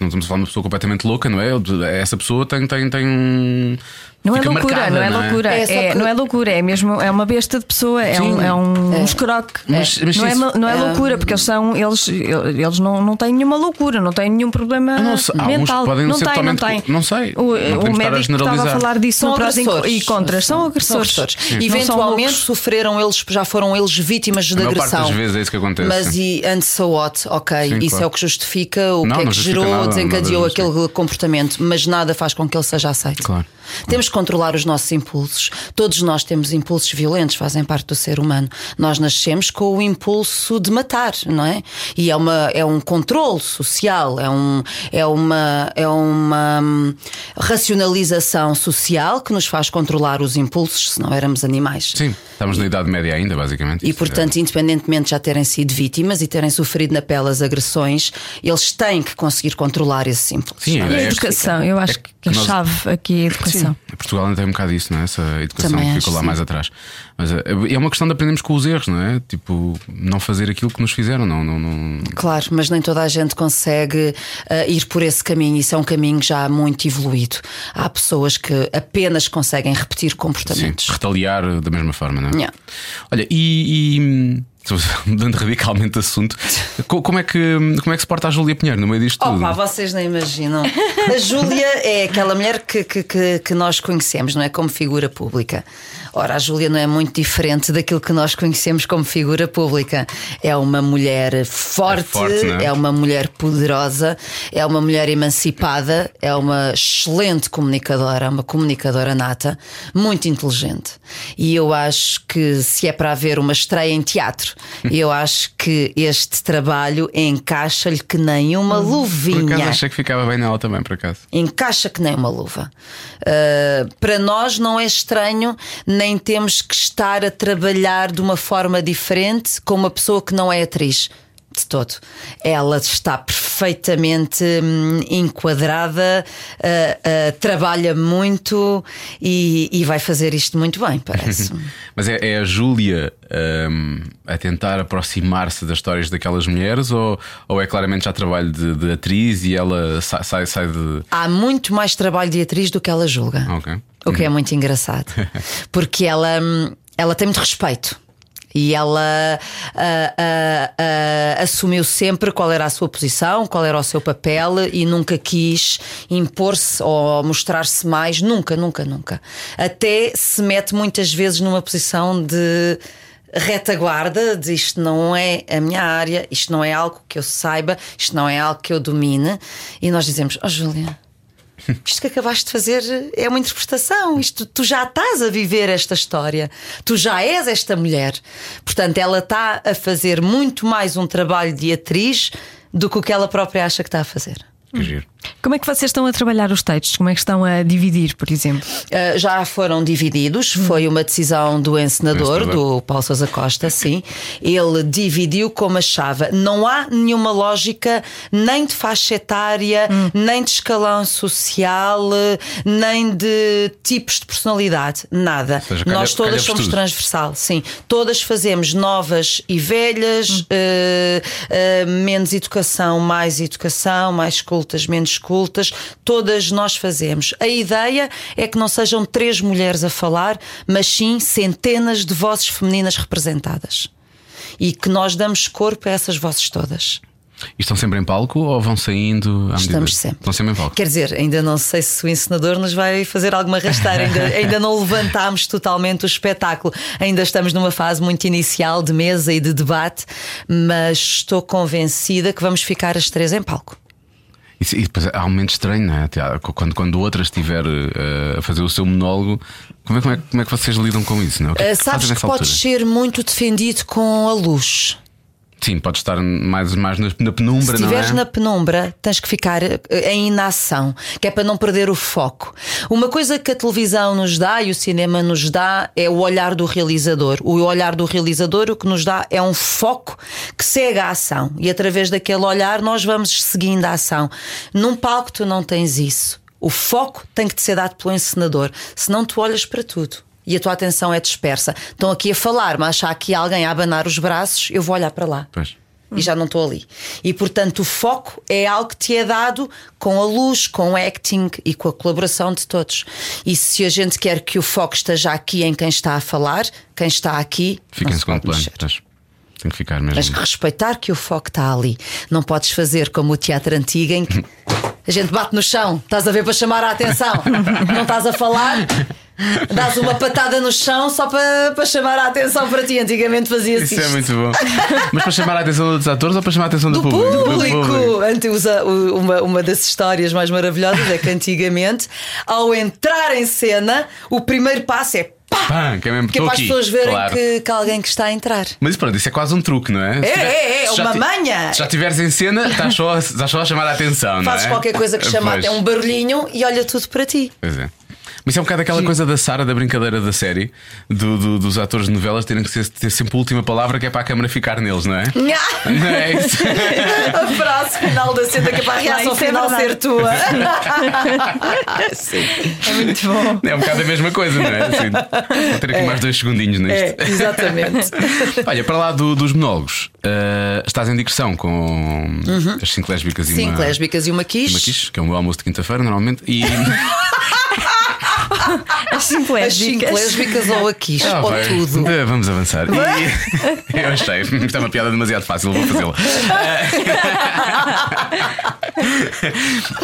[SPEAKER 3] não estamos a falar de uma pessoa completamente louca, não é? Essa pessoa tem, tem, tem um-
[SPEAKER 5] Não é
[SPEAKER 3] Fica
[SPEAKER 5] loucura,
[SPEAKER 3] marcada,
[SPEAKER 5] não é
[SPEAKER 3] não é?
[SPEAKER 5] loucura.
[SPEAKER 4] É, só
[SPEAKER 5] É,
[SPEAKER 4] que-
[SPEAKER 5] Não é loucura, é mesmo é uma besta de pessoa, é um,
[SPEAKER 3] Sim.
[SPEAKER 5] é um escroque.
[SPEAKER 3] Mas- mas
[SPEAKER 5] não, é,
[SPEAKER 3] isso-
[SPEAKER 5] ma- não é loucura, porque eles são, eles, eles não, não têm nenhuma loucura, não têm nenhum problema
[SPEAKER 3] Eu Ah, não sei, há uns
[SPEAKER 5] mental.
[SPEAKER 3] que podem
[SPEAKER 5] não
[SPEAKER 3] ser
[SPEAKER 5] têm, não
[SPEAKER 3] totalmente-
[SPEAKER 5] têm.
[SPEAKER 3] não sei,
[SPEAKER 5] O,
[SPEAKER 3] não
[SPEAKER 5] o
[SPEAKER 3] podemos estar a
[SPEAKER 5] médico que estava a
[SPEAKER 3] generalizar.
[SPEAKER 5] falar disso
[SPEAKER 4] São
[SPEAKER 5] no prós e-
[SPEAKER 4] agressores.
[SPEAKER 5] e contras, são agressores. Não são
[SPEAKER 4] Eventualmente
[SPEAKER 5] loucos.
[SPEAKER 4] sofreram eles, já foram eles vítimas de
[SPEAKER 3] A maior parte
[SPEAKER 4] agressão.
[SPEAKER 3] das vezes é isso que acontece.
[SPEAKER 4] Mas e and so what? Ok,
[SPEAKER 3] Sim,
[SPEAKER 4] isso
[SPEAKER 3] claro.
[SPEAKER 4] é o que justifica o
[SPEAKER 3] Não,
[SPEAKER 4] que é
[SPEAKER 3] não
[SPEAKER 4] que
[SPEAKER 3] justifica
[SPEAKER 4] gerou,
[SPEAKER 3] nada,
[SPEAKER 4] desencadeou
[SPEAKER 3] nada justifica.
[SPEAKER 4] aquele comportamento, mas nada faz com que ele seja aceito.
[SPEAKER 3] Claro.
[SPEAKER 4] Temos que controlar os nossos impulsos. Todos nós temos impulsos violentos, fazem parte do ser humano. Nós nascemos com o impulso de matar, não é? E é, uma, é um controle social, é, um, é, uma, é uma hum, racionalização social que nos faz controlar os impulsos, se não éramos animais.
[SPEAKER 3] Sim, estamos na Idade Média ainda, basicamente.
[SPEAKER 4] E
[SPEAKER 3] Isto é-
[SPEAKER 4] portanto, independentemente de já terem sido vítimas e terem sofrido na pele as agressões, eles têm que conseguir controlar esses impulsos.
[SPEAKER 3] Sim,
[SPEAKER 5] E
[SPEAKER 3] é-
[SPEAKER 5] a educação, eu acho que a
[SPEAKER 3] nós-
[SPEAKER 5] chave aqui é a educação.
[SPEAKER 3] Portugal ainda tem um bocado isso, não é? Essa educação
[SPEAKER 4] Também
[SPEAKER 3] que
[SPEAKER 4] acho
[SPEAKER 3] ficou lá
[SPEAKER 4] que
[SPEAKER 3] mais atrás. Mas eh, é uma questão de aprendermos com os erros, não é? Tipo, não fazer aquilo que nos fizeram, não. não, não...
[SPEAKER 4] Claro, mas nem toda a gente consegue ah, ir por esse caminho. Isso é um caminho já muito evoluído. Há pessoas que apenas conseguem repetir
[SPEAKER 3] Sim,
[SPEAKER 4] comportamentos.
[SPEAKER 3] retaliar da mesma forma, não é?
[SPEAKER 4] Yeah.
[SPEAKER 3] Olha, e. e... Mudando radicalmente de assunto, co- como é, que, como é que se porta a Júlia Pinheiro no meio disto tudo?
[SPEAKER 4] Opa, vocês nem imaginam. A Júlia é aquela mulher que, que, que, que nós conhecemos, não é? Como figura pública. Ora, a Júlia não é muito diferente daquilo que nós conhecemos como figura pública. É uma mulher forte,
[SPEAKER 3] É forte, não é?
[SPEAKER 4] é uma mulher poderosa, é uma mulher emancipada, é uma excelente comunicadora, uma comunicadora nata, muito inteligente. E eu acho que se é para haver uma estreia em teatro,
[SPEAKER 3] Hum.
[SPEAKER 4] eu acho que este trabalho encaixa-lhe que nem uma
[SPEAKER 3] Hum, Por acaso
[SPEAKER 4] luvinha.
[SPEAKER 3] achei que ficava bem nela também, por acaso.
[SPEAKER 4] Encaixa que nem uma luva. Uh, para nós não é estranho, nem temos que estar a trabalhar de uma forma diferente com uma pessoa que não é atriz. De todo. Ela está perfeitamente hum, enquadrada, uh, uh, trabalha muito e, e vai fazer isto muito bem, parece.
[SPEAKER 3] Mas é, é a Júlia hum, a tentar aproximar-se das histórias daquelas mulheres ou, ou é claramente já trabalho de, de atriz e ela sa- sai, sai de.
[SPEAKER 4] Há muito mais trabalho de atriz do que ela julga.
[SPEAKER 3] Ah, Ok.
[SPEAKER 4] O que é muito engraçado. Porque ela, hum, ela tem muito respeito. E ela ah, ah, ah, assumiu sempre qual era a sua posição, qual era o seu papel e nunca quis impor-se ou mostrar-se mais, nunca, nunca, nunca. Até se mete muitas vezes numa posição de retaguarda de isto não é a minha área, isto não é algo que eu saiba, isto não é algo que eu domine. E nós dizemos: Oh, Júlia, isto que acabaste de fazer é uma interpretação. Isto, tu já estás a viver esta história. Tu já és esta mulher. Portanto, ela está a fazer muito mais um trabalho de atriz do que o que ela própria acha que está a fazer.
[SPEAKER 3] Que giro.
[SPEAKER 5] Como é que vocês estão a trabalhar os textos? Como é que estão a dividir, por exemplo?
[SPEAKER 4] Uh, já foram divididos. Foi uma decisão do encenador,
[SPEAKER 3] Do encenador.
[SPEAKER 4] do Paulo Sousa Costa, sim. Ele dividiu como achava. Não há nenhuma lógica nem de faixa etária, nem de escalão social, eh, nem de tipos de personalidade. Nada.
[SPEAKER 3] seja, calha-
[SPEAKER 4] Nós todas
[SPEAKER 3] calha-vos
[SPEAKER 4] somos
[SPEAKER 3] tudo.
[SPEAKER 4] trans transversal, sim. Todas fazemos novas e velhas, eh, eh, menos educação, mais educação, mais cultas, menos cultas. Todas nós fazemos. A ideia é que não sejam três mulheres a falar, mas sim centenas de vozes femininas representadas. E que nós damos corpo a essas vozes todas.
[SPEAKER 3] E estão sempre em palco ou vão saindo? à medida?
[SPEAKER 4] Estamos sempre.
[SPEAKER 3] Estão sempre em palco.
[SPEAKER 4] Quer dizer, ainda não sei se o encenador nos vai fazer alguma arrastar, ainda, ainda não levantámos totalmente o espetáculo. Ainda estamos numa fase muito inicial de mesa e de debate, mas estou convencida que vamos ficar as três em palco.
[SPEAKER 3] E, se- e depois há um momento estranho, não é? Até há- Quando, quando outra estiver eh, a fazer o seu monólogo, como é, como é, como é que vocês lidam com isso? Não? é? O que é que
[SPEAKER 4] Ah,
[SPEAKER 3] fazem
[SPEAKER 4] sabes que
[SPEAKER 3] nessa
[SPEAKER 4] podes
[SPEAKER 3] altura?
[SPEAKER 4] ser muito defendido com a luz.
[SPEAKER 3] Sim, pode estar mais, mais na, na penumbra,
[SPEAKER 4] Se
[SPEAKER 3] não
[SPEAKER 4] estiveres
[SPEAKER 3] é?
[SPEAKER 4] na penumbra, tens que ficar eh, em inação, que é para não perder o foco. Uma coisa que a televisão nos dá e o cinema nos dá é o olhar do realizador. O olhar do realizador o que nos dá é um foco que segue a ação. E através daquele olhar nós vamos seguindo a ação. Num palco tu não tens isso. O foco tem que te ser dado pelo encenador, senão tu olhas para tudo. E a tua atenção é dispersa. Estão aqui a falar, mas há aqui alguém a abanar os braços, eu vou olhar para lá.
[SPEAKER 3] Pois.
[SPEAKER 4] e já não estou ali. E portanto o foco é algo que te é dado com a luz, com o acting e com a colaboração de todos. E se a gente quer que o foco esteja aqui em quem está a falar, quem está aqui.
[SPEAKER 3] Fica
[SPEAKER 4] não
[SPEAKER 3] em
[SPEAKER 4] se pode
[SPEAKER 3] segundo plano.
[SPEAKER 4] mexer.
[SPEAKER 3] Tens- Tem que ficar mesmo.
[SPEAKER 4] Tens que respeitar que o foco está ali. Não podes fazer como o teatro antigo em que a gente bate no chão, estás a ver para chamar a atenção. Não estás a falar, dás uma patada no chão só para, para chamar a atenção para ti. Antigamente fazia
[SPEAKER 3] Isso
[SPEAKER 4] isto.
[SPEAKER 3] é muito bom. Mas para chamar a atenção dos atores ou para chamar a atenção do,
[SPEAKER 4] Do
[SPEAKER 3] público?
[SPEAKER 4] público! Ante- usa- u- uma, uma das histórias mais maravilhosas é que antigamente, ao entrar em cena, o primeiro passo é pá!
[SPEAKER 3] Pá, que é mesmo,
[SPEAKER 4] que é
[SPEAKER 3] tô
[SPEAKER 4] para as
[SPEAKER 3] aqui,
[SPEAKER 4] pessoas verem
[SPEAKER 3] claro.
[SPEAKER 4] que, que alguém que está a entrar.
[SPEAKER 3] Mas pronto, isso é quase um truque, não é? Se
[SPEAKER 4] É, é, é,
[SPEAKER 3] se
[SPEAKER 4] uma
[SPEAKER 3] ti-
[SPEAKER 4] manha.
[SPEAKER 3] Se já estiveres em cena, estás só, a- estás só a chamar a atenção,
[SPEAKER 4] Fazes
[SPEAKER 3] não é?
[SPEAKER 4] qualquer coisa que chama
[SPEAKER 3] Pois,
[SPEAKER 4] até um barulhinho e olha tudo para ti.
[SPEAKER 3] Pois é. Mas isso é um bocado aquela coisa da Sara, da brincadeira da série, do- do- dos atores de novelas terem que ser- ter sempre a última palavra que é para a câmara ficar neles, não é? Não é isso?
[SPEAKER 4] A frase final da cena que é para a reação
[SPEAKER 5] isso é
[SPEAKER 4] final
[SPEAKER 5] verdade.
[SPEAKER 4] ser tua.
[SPEAKER 5] É muito bom.
[SPEAKER 3] É um bocado a mesma coisa, não é? Assim, vou ter aqui mais dois segundinhos nisto.
[SPEAKER 4] É, exatamente.
[SPEAKER 3] Olha, para lá do- dos monólogos, eh, estás em digressão com as cinco lésbicas e
[SPEAKER 4] Uhum. Cinco
[SPEAKER 3] uma,
[SPEAKER 4] lésbicas e uma
[SPEAKER 3] e uma
[SPEAKER 4] quiche.
[SPEAKER 3] quiche, que é o meu almoço de quinta-feira normalmente, e
[SPEAKER 5] As cinco
[SPEAKER 4] As cinco
[SPEAKER 5] lésbicas.
[SPEAKER 4] lésbicas ou a quiche,
[SPEAKER 3] Ah,
[SPEAKER 4] ou
[SPEAKER 3] bem.
[SPEAKER 4] tudo.
[SPEAKER 3] Eh, Vamos avançar. E- Eu achei, isto é uma piada demasiado fácil, vou fazê-la. Eh,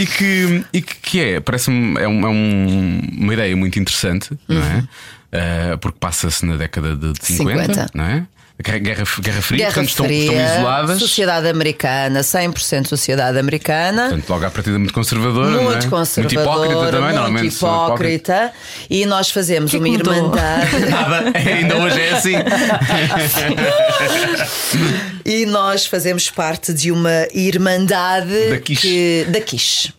[SPEAKER 3] e que, e que, que é, parece-me, é, um- é um- uma ideia muito interessante, não é?
[SPEAKER 4] Uhum.
[SPEAKER 3] Eh, porque passa-se na década de 50,
[SPEAKER 4] 50.
[SPEAKER 3] não é? Guerra, guerra Guerra Fria,
[SPEAKER 4] Guerra
[SPEAKER 3] portanto, estão,
[SPEAKER 4] Fria,
[SPEAKER 3] estão isoladas.
[SPEAKER 4] sociedade americana, 100% sociedade americana.
[SPEAKER 3] Portanto, logo à partida muito conservadora. não é?
[SPEAKER 4] Muito conservadora,
[SPEAKER 3] Muito hipócrita também, normalmente.
[SPEAKER 4] muito hipócrita, e nós fazemos
[SPEAKER 5] Que é
[SPEAKER 4] uma
[SPEAKER 5] que mudou?
[SPEAKER 4] irmandade
[SPEAKER 3] Nada, ainda hoje é assim.
[SPEAKER 4] e nós fazemos parte de uma irmandade
[SPEAKER 3] Da quiche.
[SPEAKER 4] que- da quiche.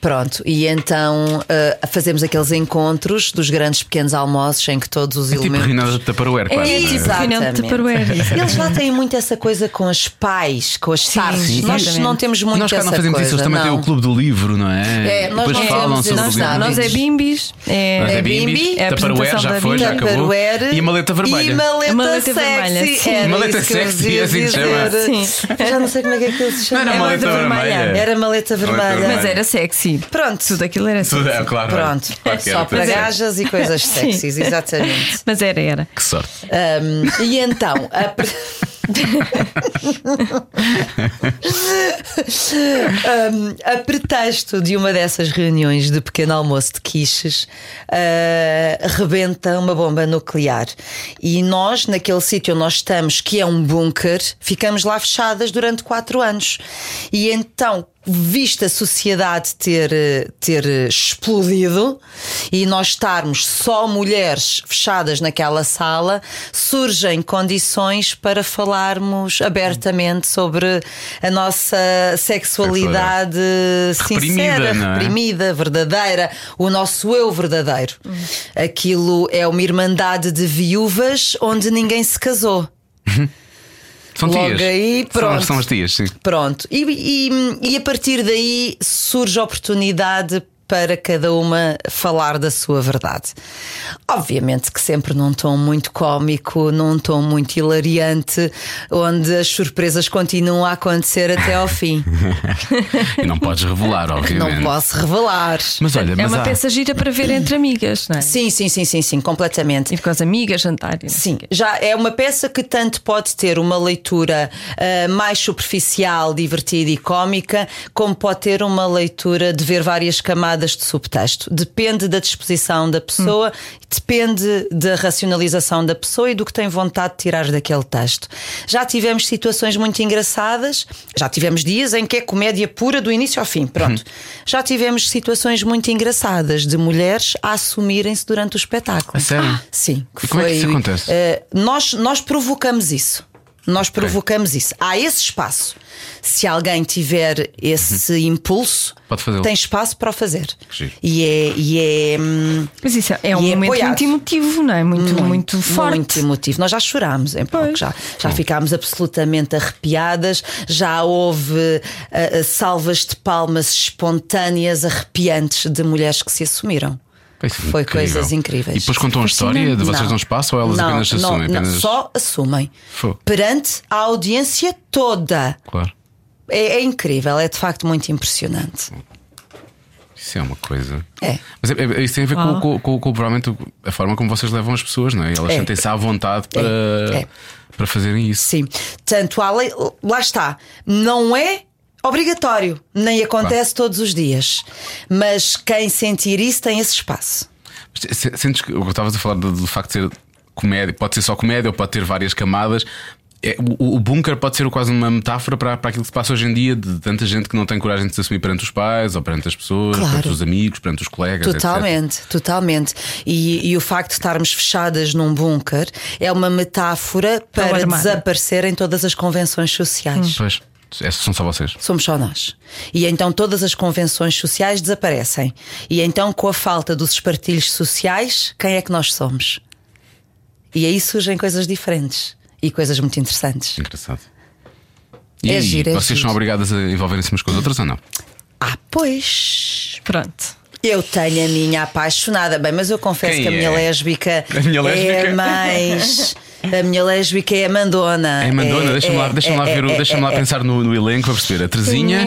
[SPEAKER 4] Pronto, e então ah, fazemos aqueles encontros dos grandes pequenos almoços em que todos os
[SPEAKER 3] tipo
[SPEAKER 4] elementos.
[SPEAKER 3] Renata de Tupperware,
[SPEAKER 5] É
[SPEAKER 3] quase. não
[SPEAKER 5] tipo
[SPEAKER 4] Exatamente.
[SPEAKER 5] final de Tupperware.
[SPEAKER 4] Eles lá têm muito essa coisa com os pais, com as tardes. Nós
[SPEAKER 5] exatamente.
[SPEAKER 4] não temos muito
[SPEAKER 3] nós cá
[SPEAKER 4] essa
[SPEAKER 3] não fazemos
[SPEAKER 4] coisa.
[SPEAKER 3] isso, eles também têm
[SPEAKER 4] não.
[SPEAKER 3] o clube do livro, não é?
[SPEAKER 4] É, nós
[SPEAKER 3] Depois
[SPEAKER 4] não
[SPEAKER 3] falam
[SPEAKER 4] temos
[SPEAKER 3] sobre
[SPEAKER 4] isso,
[SPEAKER 3] o livro.
[SPEAKER 4] nós
[SPEAKER 5] Nós é bimbis.
[SPEAKER 3] Nós é
[SPEAKER 4] É
[SPEAKER 3] bimbi,
[SPEAKER 4] bimbi, é
[SPEAKER 5] a
[SPEAKER 3] Tupperware,
[SPEAKER 5] apresentação
[SPEAKER 3] já
[SPEAKER 5] da
[SPEAKER 3] foi, já
[SPEAKER 5] bimbi.
[SPEAKER 3] acabou.
[SPEAKER 4] Tupperware
[SPEAKER 3] E a maleta vermelha.
[SPEAKER 4] E maleta,
[SPEAKER 5] A maleta vermelha,
[SPEAKER 4] sexy.
[SPEAKER 5] sim.
[SPEAKER 4] Era
[SPEAKER 3] Maleta
[SPEAKER 4] isso que eu
[SPEAKER 3] sexy,
[SPEAKER 4] vos ia
[SPEAKER 3] assim se chama.
[SPEAKER 4] dizer.
[SPEAKER 5] Sim.
[SPEAKER 4] Já não sei como é que aquilo se
[SPEAKER 3] Não era
[SPEAKER 4] chama.
[SPEAKER 5] É
[SPEAKER 3] maleta
[SPEAKER 5] maleta
[SPEAKER 3] vermelha.
[SPEAKER 5] vermelha.
[SPEAKER 4] Era maleta vermelha.
[SPEAKER 5] Mas era sexy.
[SPEAKER 4] Pronto.
[SPEAKER 5] Tudo aquilo era
[SPEAKER 3] Tudo é,
[SPEAKER 5] sexy.
[SPEAKER 3] claro.
[SPEAKER 4] Pronto,
[SPEAKER 3] Claro que era,
[SPEAKER 4] só para
[SPEAKER 3] tudo é.
[SPEAKER 4] gajas e coisas
[SPEAKER 5] Sim.
[SPEAKER 4] sexys, exatamente.
[SPEAKER 5] Mas era, era.
[SPEAKER 3] Que sorte.
[SPEAKER 4] Um, e então, a, pre- Um, a pretexto de uma dessas reuniões de pequeno almoço de quiches, uh, rebenta uma bomba nuclear. E nós, naquele sítio onde nós estamos, que é um bunker, ficamos lá fechadas durante quatro anos. E então, vista a sociedade ter, eh, ter eh, explodido e nós estarmos só mulheres fechadas naquela sala, surgem condições para falarmos abertamente sobre a nossa sexualidade sincera,
[SPEAKER 3] Reprimida, não é?
[SPEAKER 4] reprimida, verdadeira, o nosso eu verdadeiro. Aquilo é uma irmandade de viúvas onde ninguém se casou.
[SPEAKER 3] São
[SPEAKER 4] Logo
[SPEAKER 3] tias.
[SPEAKER 4] aí,
[SPEAKER 3] São-
[SPEAKER 4] pronto.
[SPEAKER 3] São as tias, sim.
[SPEAKER 4] Pronto, e, e- e a partir daí surge a oportunidade para cada uma falar da sua verdade. Obviamente que sempre num tom muito cómico, num tom muito hilariante, onde as surpresas continuam a acontecer até ao fim.
[SPEAKER 3] E não podes revelar, obviamente.
[SPEAKER 4] Não posso revelar.
[SPEAKER 3] Mas olha,
[SPEAKER 5] É
[SPEAKER 3] mas
[SPEAKER 5] uma
[SPEAKER 3] há-
[SPEAKER 5] peça gira para ver entre amigas, não é?
[SPEAKER 4] Sim, sim, sim, sim, sim, completamente.
[SPEAKER 5] Ir com as amigas, jantar. e não sei
[SPEAKER 4] Sim,
[SPEAKER 5] o quê.
[SPEAKER 4] já é uma peça que tanto pode ter uma leitura ah, mais superficial, divertida e cómica, como pode ter uma leitura de ver várias camadas de subtexto. Depende da disposição da pessoa, depende da racionalização da pessoa e do que tem vontade de tirar daquele texto. Já tivemos situações muito engraçadas, já tivemos dias em que é comédia pura do início ao fim, pronto.
[SPEAKER 3] Uhum.
[SPEAKER 4] Já tivemos situações muito engraçadas de mulheres a assumirem-se durante o espetáculo.
[SPEAKER 3] A sério?
[SPEAKER 4] Ah, Sim, que
[SPEAKER 3] E como é que
[SPEAKER 4] foi-
[SPEAKER 3] isso acontece?
[SPEAKER 4] eh, nós, nós provocamos isso. Nós provocamos isso. Há esse espaço. Se alguém tiver esse impulso,
[SPEAKER 3] Uhum. Pode fazê-lo.
[SPEAKER 4] tem espaço para o fazer.
[SPEAKER 3] giro.
[SPEAKER 4] E é, e é hum,
[SPEAKER 5] Mas isso é um
[SPEAKER 4] E é
[SPEAKER 5] momento
[SPEAKER 4] apoiado.
[SPEAKER 5] muito emotivo, não é? Muito, muito, forte.
[SPEAKER 4] Muito emotivo. Nós já chorámos em palco,
[SPEAKER 5] Pois.
[SPEAKER 4] já, já ficámos absolutamente arrepiadas, já houve eh, ah, ah, salvas de palmas espontâneas, arrepiantes de mulheres que se assumiram. Foi coisas incríveis.
[SPEAKER 3] é E depois contam a história de vocês dão espaço ou elas
[SPEAKER 4] Não,
[SPEAKER 3] apenas
[SPEAKER 4] não,
[SPEAKER 3] assumem?
[SPEAKER 4] não,
[SPEAKER 3] apenas...
[SPEAKER 4] só assumem.
[SPEAKER 3] Fô.
[SPEAKER 4] Perante a audiência toda.
[SPEAKER 3] Claro.
[SPEAKER 4] É, é incrível, é de facto muito impressionante.
[SPEAKER 3] Isso é uma coisa.
[SPEAKER 4] É.
[SPEAKER 3] Mas é, é- isso tem a ver com, com, com- com, provavelmente a forma como vocês levam as pessoas, não é? Elas
[SPEAKER 4] É.
[SPEAKER 3] sentem-se à vontade para,
[SPEAKER 4] É.
[SPEAKER 3] para fazerem isso.
[SPEAKER 4] Sim. Tanto há lei, lá está, não é obrigatório, nem acontece todos os dias. Mas quem sentir isso tem esse espaço.
[SPEAKER 3] Mas se- Sentes que eu estavas a falar do, do facto de ser comédia, pode ser só comédia ou pode ter várias camadas. É, o, o bunker pode ser quase uma metáfora para, para aquilo que se passa hoje em dia de tanta gente que não tem coragem de se assumir perante os pais ou perante as pessoas,
[SPEAKER 4] Claro.
[SPEAKER 3] perante os amigos, perante os colegas. etc.
[SPEAKER 4] Totalmente, totalmente. E, e o facto de estarmos fechadas num bunker é uma metáfora para
[SPEAKER 5] armada.
[SPEAKER 4] desaparecerem todas as convenções sociais.
[SPEAKER 3] Pois, essas são só vocês.
[SPEAKER 4] Somos só nós. E então todas as convenções sociais desaparecem. E então, com a falta dos espartilhos sociais, quem é que nós somos? E aí surgem coisas diferentes e coisas muito interessantes.
[SPEAKER 3] Engraçado. E
[SPEAKER 4] É
[SPEAKER 3] aí,
[SPEAKER 4] giro, é
[SPEAKER 3] vocês
[SPEAKER 4] giro.
[SPEAKER 3] são obrigadas a envolverem-se umas com as outras ou não?
[SPEAKER 4] Ah, pois.
[SPEAKER 5] Pronto.
[SPEAKER 4] Eu tenho a minha apaixonada. Bem, mas eu confesso
[SPEAKER 3] Quem
[SPEAKER 4] que a minha
[SPEAKER 3] é?
[SPEAKER 4] lésbica
[SPEAKER 3] A minha lésbica?
[SPEAKER 4] é mais. A minha lésbica é a Mandona.
[SPEAKER 3] É Mandona,
[SPEAKER 4] É-
[SPEAKER 3] deixa-me lá,
[SPEAKER 4] é-
[SPEAKER 3] deixa lá
[SPEAKER 4] é-
[SPEAKER 3] ver, o-
[SPEAKER 4] é-
[SPEAKER 3] deixa-me lá
[SPEAKER 4] é-
[SPEAKER 3] pensar no, no elenco para perceber. A Terezinha,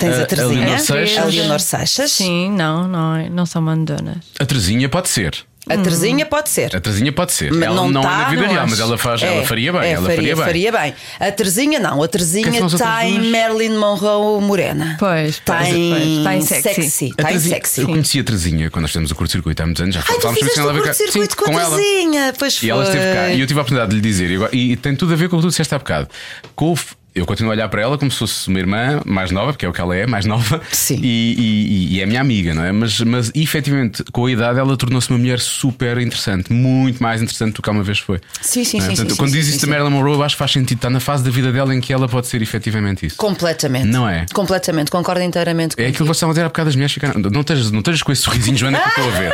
[SPEAKER 4] Tens a
[SPEAKER 3] a- a
[SPEAKER 4] Terezinha,
[SPEAKER 3] Leonor Seixas.
[SPEAKER 4] a Leonor Seixas.
[SPEAKER 5] Sim, não, não, não são mandonas.
[SPEAKER 3] A Terezinha pode ser.
[SPEAKER 4] A Terezinha pode ser.
[SPEAKER 3] Hum. A Terezinha pode ser.
[SPEAKER 4] Mas
[SPEAKER 3] ela não, é
[SPEAKER 4] tá,
[SPEAKER 3] na vida
[SPEAKER 4] não
[SPEAKER 3] real,
[SPEAKER 4] acho.
[SPEAKER 3] mas ela, faz,
[SPEAKER 4] É,
[SPEAKER 3] ela faria bem.
[SPEAKER 4] é,
[SPEAKER 3] ela
[SPEAKER 4] faria,
[SPEAKER 3] faria, bem.
[SPEAKER 4] faria bem. A Terezinha não, a
[SPEAKER 3] Quem é
[SPEAKER 4] Terezinha
[SPEAKER 3] são as
[SPEAKER 4] está
[SPEAKER 3] outras
[SPEAKER 4] em
[SPEAKER 3] duas?
[SPEAKER 4] Marilyn Monroe Morena.
[SPEAKER 5] Pois,
[SPEAKER 4] Está
[SPEAKER 5] pois, pois.
[SPEAKER 4] em,
[SPEAKER 5] Está em
[SPEAKER 4] sexy.
[SPEAKER 5] sexy.
[SPEAKER 3] A
[SPEAKER 4] Está em
[SPEAKER 3] Terezinha-
[SPEAKER 4] Tá sexy.
[SPEAKER 3] Eu conheci a Terezinha quando nós fizemos o curto-circuito há muitos anos. Já
[SPEAKER 4] Ai, tu
[SPEAKER 3] falámos sobre
[SPEAKER 4] fizeste
[SPEAKER 3] isso, ela
[SPEAKER 4] o
[SPEAKER 3] veio cá-
[SPEAKER 4] curto-circuito
[SPEAKER 3] Sim,
[SPEAKER 4] com a
[SPEAKER 3] ela.
[SPEAKER 4] Terezinha. Pois foi.
[SPEAKER 3] E ela esteve cá e eu tive a oportunidade de lhe dizer, e, agora- e- e tem tudo a ver com o que tu disseste há bocado. Com o f- eu continuo a olhar para ela como se fosse uma irmã mais nova, porque é o que ela é, mais nova,
[SPEAKER 4] Sim.
[SPEAKER 3] E, e- e- e é minha amiga, não é? Mas, mas efetivamente, com a idade, ela tornou-se uma mulher super interessante, muito mais interessante do que uma vez foi.
[SPEAKER 4] Sim, sim,
[SPEAKER 3] Não é?
[SPEAKER 4] sim,
[SPEAKER 3] Portanto,
[SPEAKER 4] sim,
[SPEAKER 3] Quando
[SPEAKER 4] sim,
[SPEAKER 3] diz
[SPEAKER 4] sim,
[SPEAKER 3] isso da
[SPEAKER 4] sim.
[SPEAKER 3] Marilyn Monroe, eu acho que faz sentido, está na fase da vida dela em que ela pode ser efetivamente isso.
[SPEAKER 4] Completamente.
[SPEAKER 3] Não é?
[SPEAKER 4] Completamente, concordo inteiramente com
[SPEAKER 3] É aquilo que vocês estavam a dizer há bocado as mulheres ficaram. Não estejas, não estejas com esse sorrisinho, Joana, que eu estou a ver.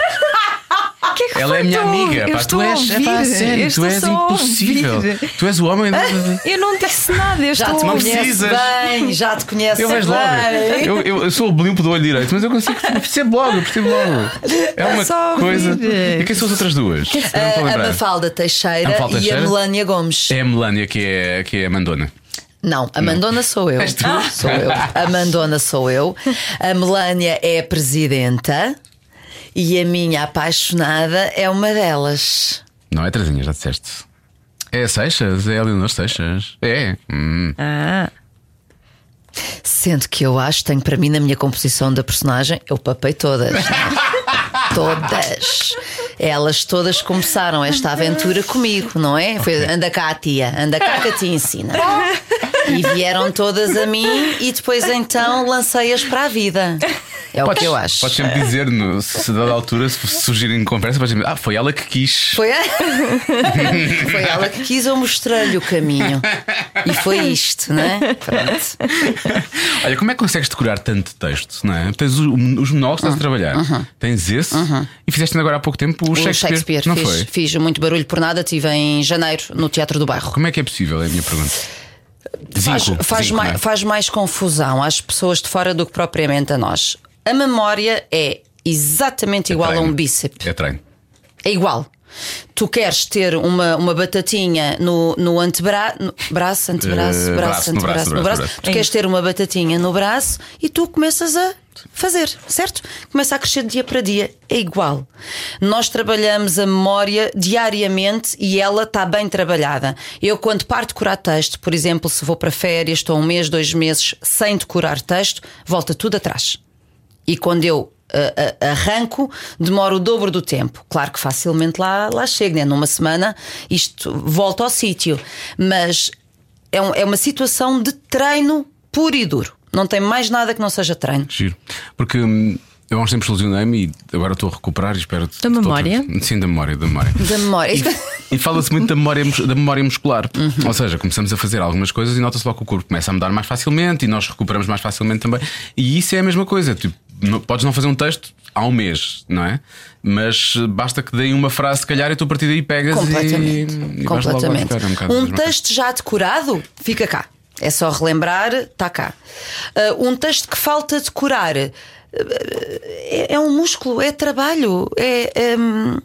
[SPEAKER 4] Ah,
[SPEAKER 3] Ela é minha amiga,
[SPEAKER 5] eu
[SPEAKER 3] pá,
[SPEAKER 5] estou
[SPEAKER 3] tu és,
[SPEAKER 5] a ouvir,
[SPEAKER 3] é pá,
[SPEAKER 5] eu
[SPEAKER 3] a sério, tu
[SPEAKER 5] estou
[SPEAKER 3] és
[SPEAKER 5] só a
[SPEAKER 3] impossível.
[SPEAKER 5] ouvir.
[SPEAKER 3] Tu és o homem. da-
[SPEAKER 5] Eu não disse nada, eu
[SPEAKER 4] Já
[SPEAKER 5] estou
[SPEAKER 4] te
[SPEAKER 5] a
[SPEAKER 3] Não
[SPEAKER 5] ouvir.
[SPEAKER 4] conheces
[SPEAKER 3] precisas.
[SPEAKER 4] bem, já te conheces
[SPEAKER 3] Eu vejo logo.
[SPEAKER 4] bem.
[SPEAKER 3] Eu, eu, eu sou o limpo do olho direito, mas eu consigo eu percebo logo, eu percebo logo. É uma
[SPEAKER 5] só ouvir.
[SPEAKER 3] coisa. E quem são as outras duas? Eu não estou a
[SPEAKER 4] A
[SPEAKER 3] lembrar.
[SPEAKER 4] Mafalda Teixeira,
[SPEAKER 3] A Mafalda
[SPEAKER 4] e
[SPEAKER 3] Teixeira?
[SPEAKER 4] a Melania Gomes.
[SPEAKER 3] É a Melania que é, que é a Mandona.
[SPEAKER 4] Não, a Mandona sou eu. Ah.
[SPEAKER 3] És tu?
[SPEAKER 4] Sou eu. A Mandona sou eu. A Melania é a presidenta e a minha apaixonada é uma delas.
[SPEAKER 3] Não é Trazinha, já disseste. É a Seixas, é a Leonor Seixas. É. Hum.
[SPEAKER 5] Ah,
[SPEAKER 4] Sendo que eu acho, tenho para mim na minha composição da personagem, eu papei todas. todas. Elas todas começaram esta aventura comigo, não é? Foi anda cá, tia, anda cá que a tia ensina. E vieram todas a mim e depois então lancei-as para a vida. É o que eu acho.
[SPEAKER 3] Podes sempre dizer, no, se se dada altura, se surgirem conversa, podes dizer, ah, foi ela que quis.
[SPEAKER 4] Foi, a- foi ela que quis, eu mostrei-lhe o caminho. E foi isto, né? Pronto.
[SPEAKER 3] Olha, como é que consegues decorar tanto texto? Não é? Tens o- os monólogos que estás a trabalhar, tens esse e fizeste ainda agora há pouco tempo o,
[SPEAKER 4] O Um Shakespeare,
[SPEAKER 3] Não
[SPEAKER 4] fiz,
[SPEAKER 3] foi?
[SPEAKER 4] fiz muito barulho por nada, tive em janeiro no Teatro do Bairro.
[SPEAKER 3] Como é que é possível? É a minha pergunta.
[SPEAKER 4] Faz,
[SPEAKER 3] Zinco,
[SPEAKER 4] faz
[SPEAKER 3] zinco,
[SPEAKER 4] mai-
[SPEAKER 3] não é?
[SPEAKER 4] faz mais confusão às pessoas de fora do que propriamente a nós. A memória é exatamente igual a
[SPEAKER 3] treino.
[SPEAKER 4] um bíceps.
[SPEAKER 3] É treino.
[SPEAKER 4] É igual. Tu queres ter uma, uma batatinha no, no antebraço, braço, antebraço,
[SPEAKER 3] Eh, braço, no
[SPEAKER 4] braço,
[SPEAKER 3] braço,
[SPEAKER 4] antebraço,
[SPEAKER 3] no braço,
[SPEAKER 4] no braço.
[SPEAKER 3] no braço.
[SPEAKER 4] Tu queres ter uma batatinha no braço e tu começas a fazer, certo? Começa a crescer de dia para dia. É igual. Nós trabalhamos a memória diariamente e ela está bem trabalhada. Eu, quando parto decorar texto, por exemplo, se vou para férias, estou um mês, dois meses sem decorar texto, volta tudo atrás. E quando eu ah, ah, arranco, demora o dobro do tempo. Claro que facilmente lá, lá chego, né? numa semana isto volta ao sítio. Mas é, um- é uma situação de treino puro e duro. Não tem mais nada que não seja treino.
[SPEAKER 3] Giro. Porque hum, eu há uns tempos ilusionei-me e agora estou a recuperar e espero.
[SPEAKER 5] Da memória?
[SPEAKER 3] Sim, da memória, da memória.
[SPEAKER 4] Da memória.
[SPEAKER 3] E fala-se muito da memória, mus- da memória muscular.
[SPEAKER 4] Uhum.
[SPEAKER 3] Ou seja, começamos a fazer algumas coisas e nota-se logo que o corpo começa a mudar mais facilmente e nós recuperamos mais facilmente também. E isso é a mesma coisa. Tipo, não- podes não fazer um texto há um mês, não é? Mas eh, basta que deem uma frase, se calhar, e tu a partir daí pegas
[SPEAKER 4] Completamente.
[SPEAKER 3] e. e vais logo lá
[SPEAKER 4] Completamente.
[SPEAKER 3] buscar. É um bocado a
[SPEAKER 4] Um,
[SPEAKER 3] mesma coisa.
[SPEAKER 4] texto já decorado, tá Eh, fica cá. É só relembrar, está cá. Ah, um texto que falta decorar. É, é um músculo, é trabalho, é, hum,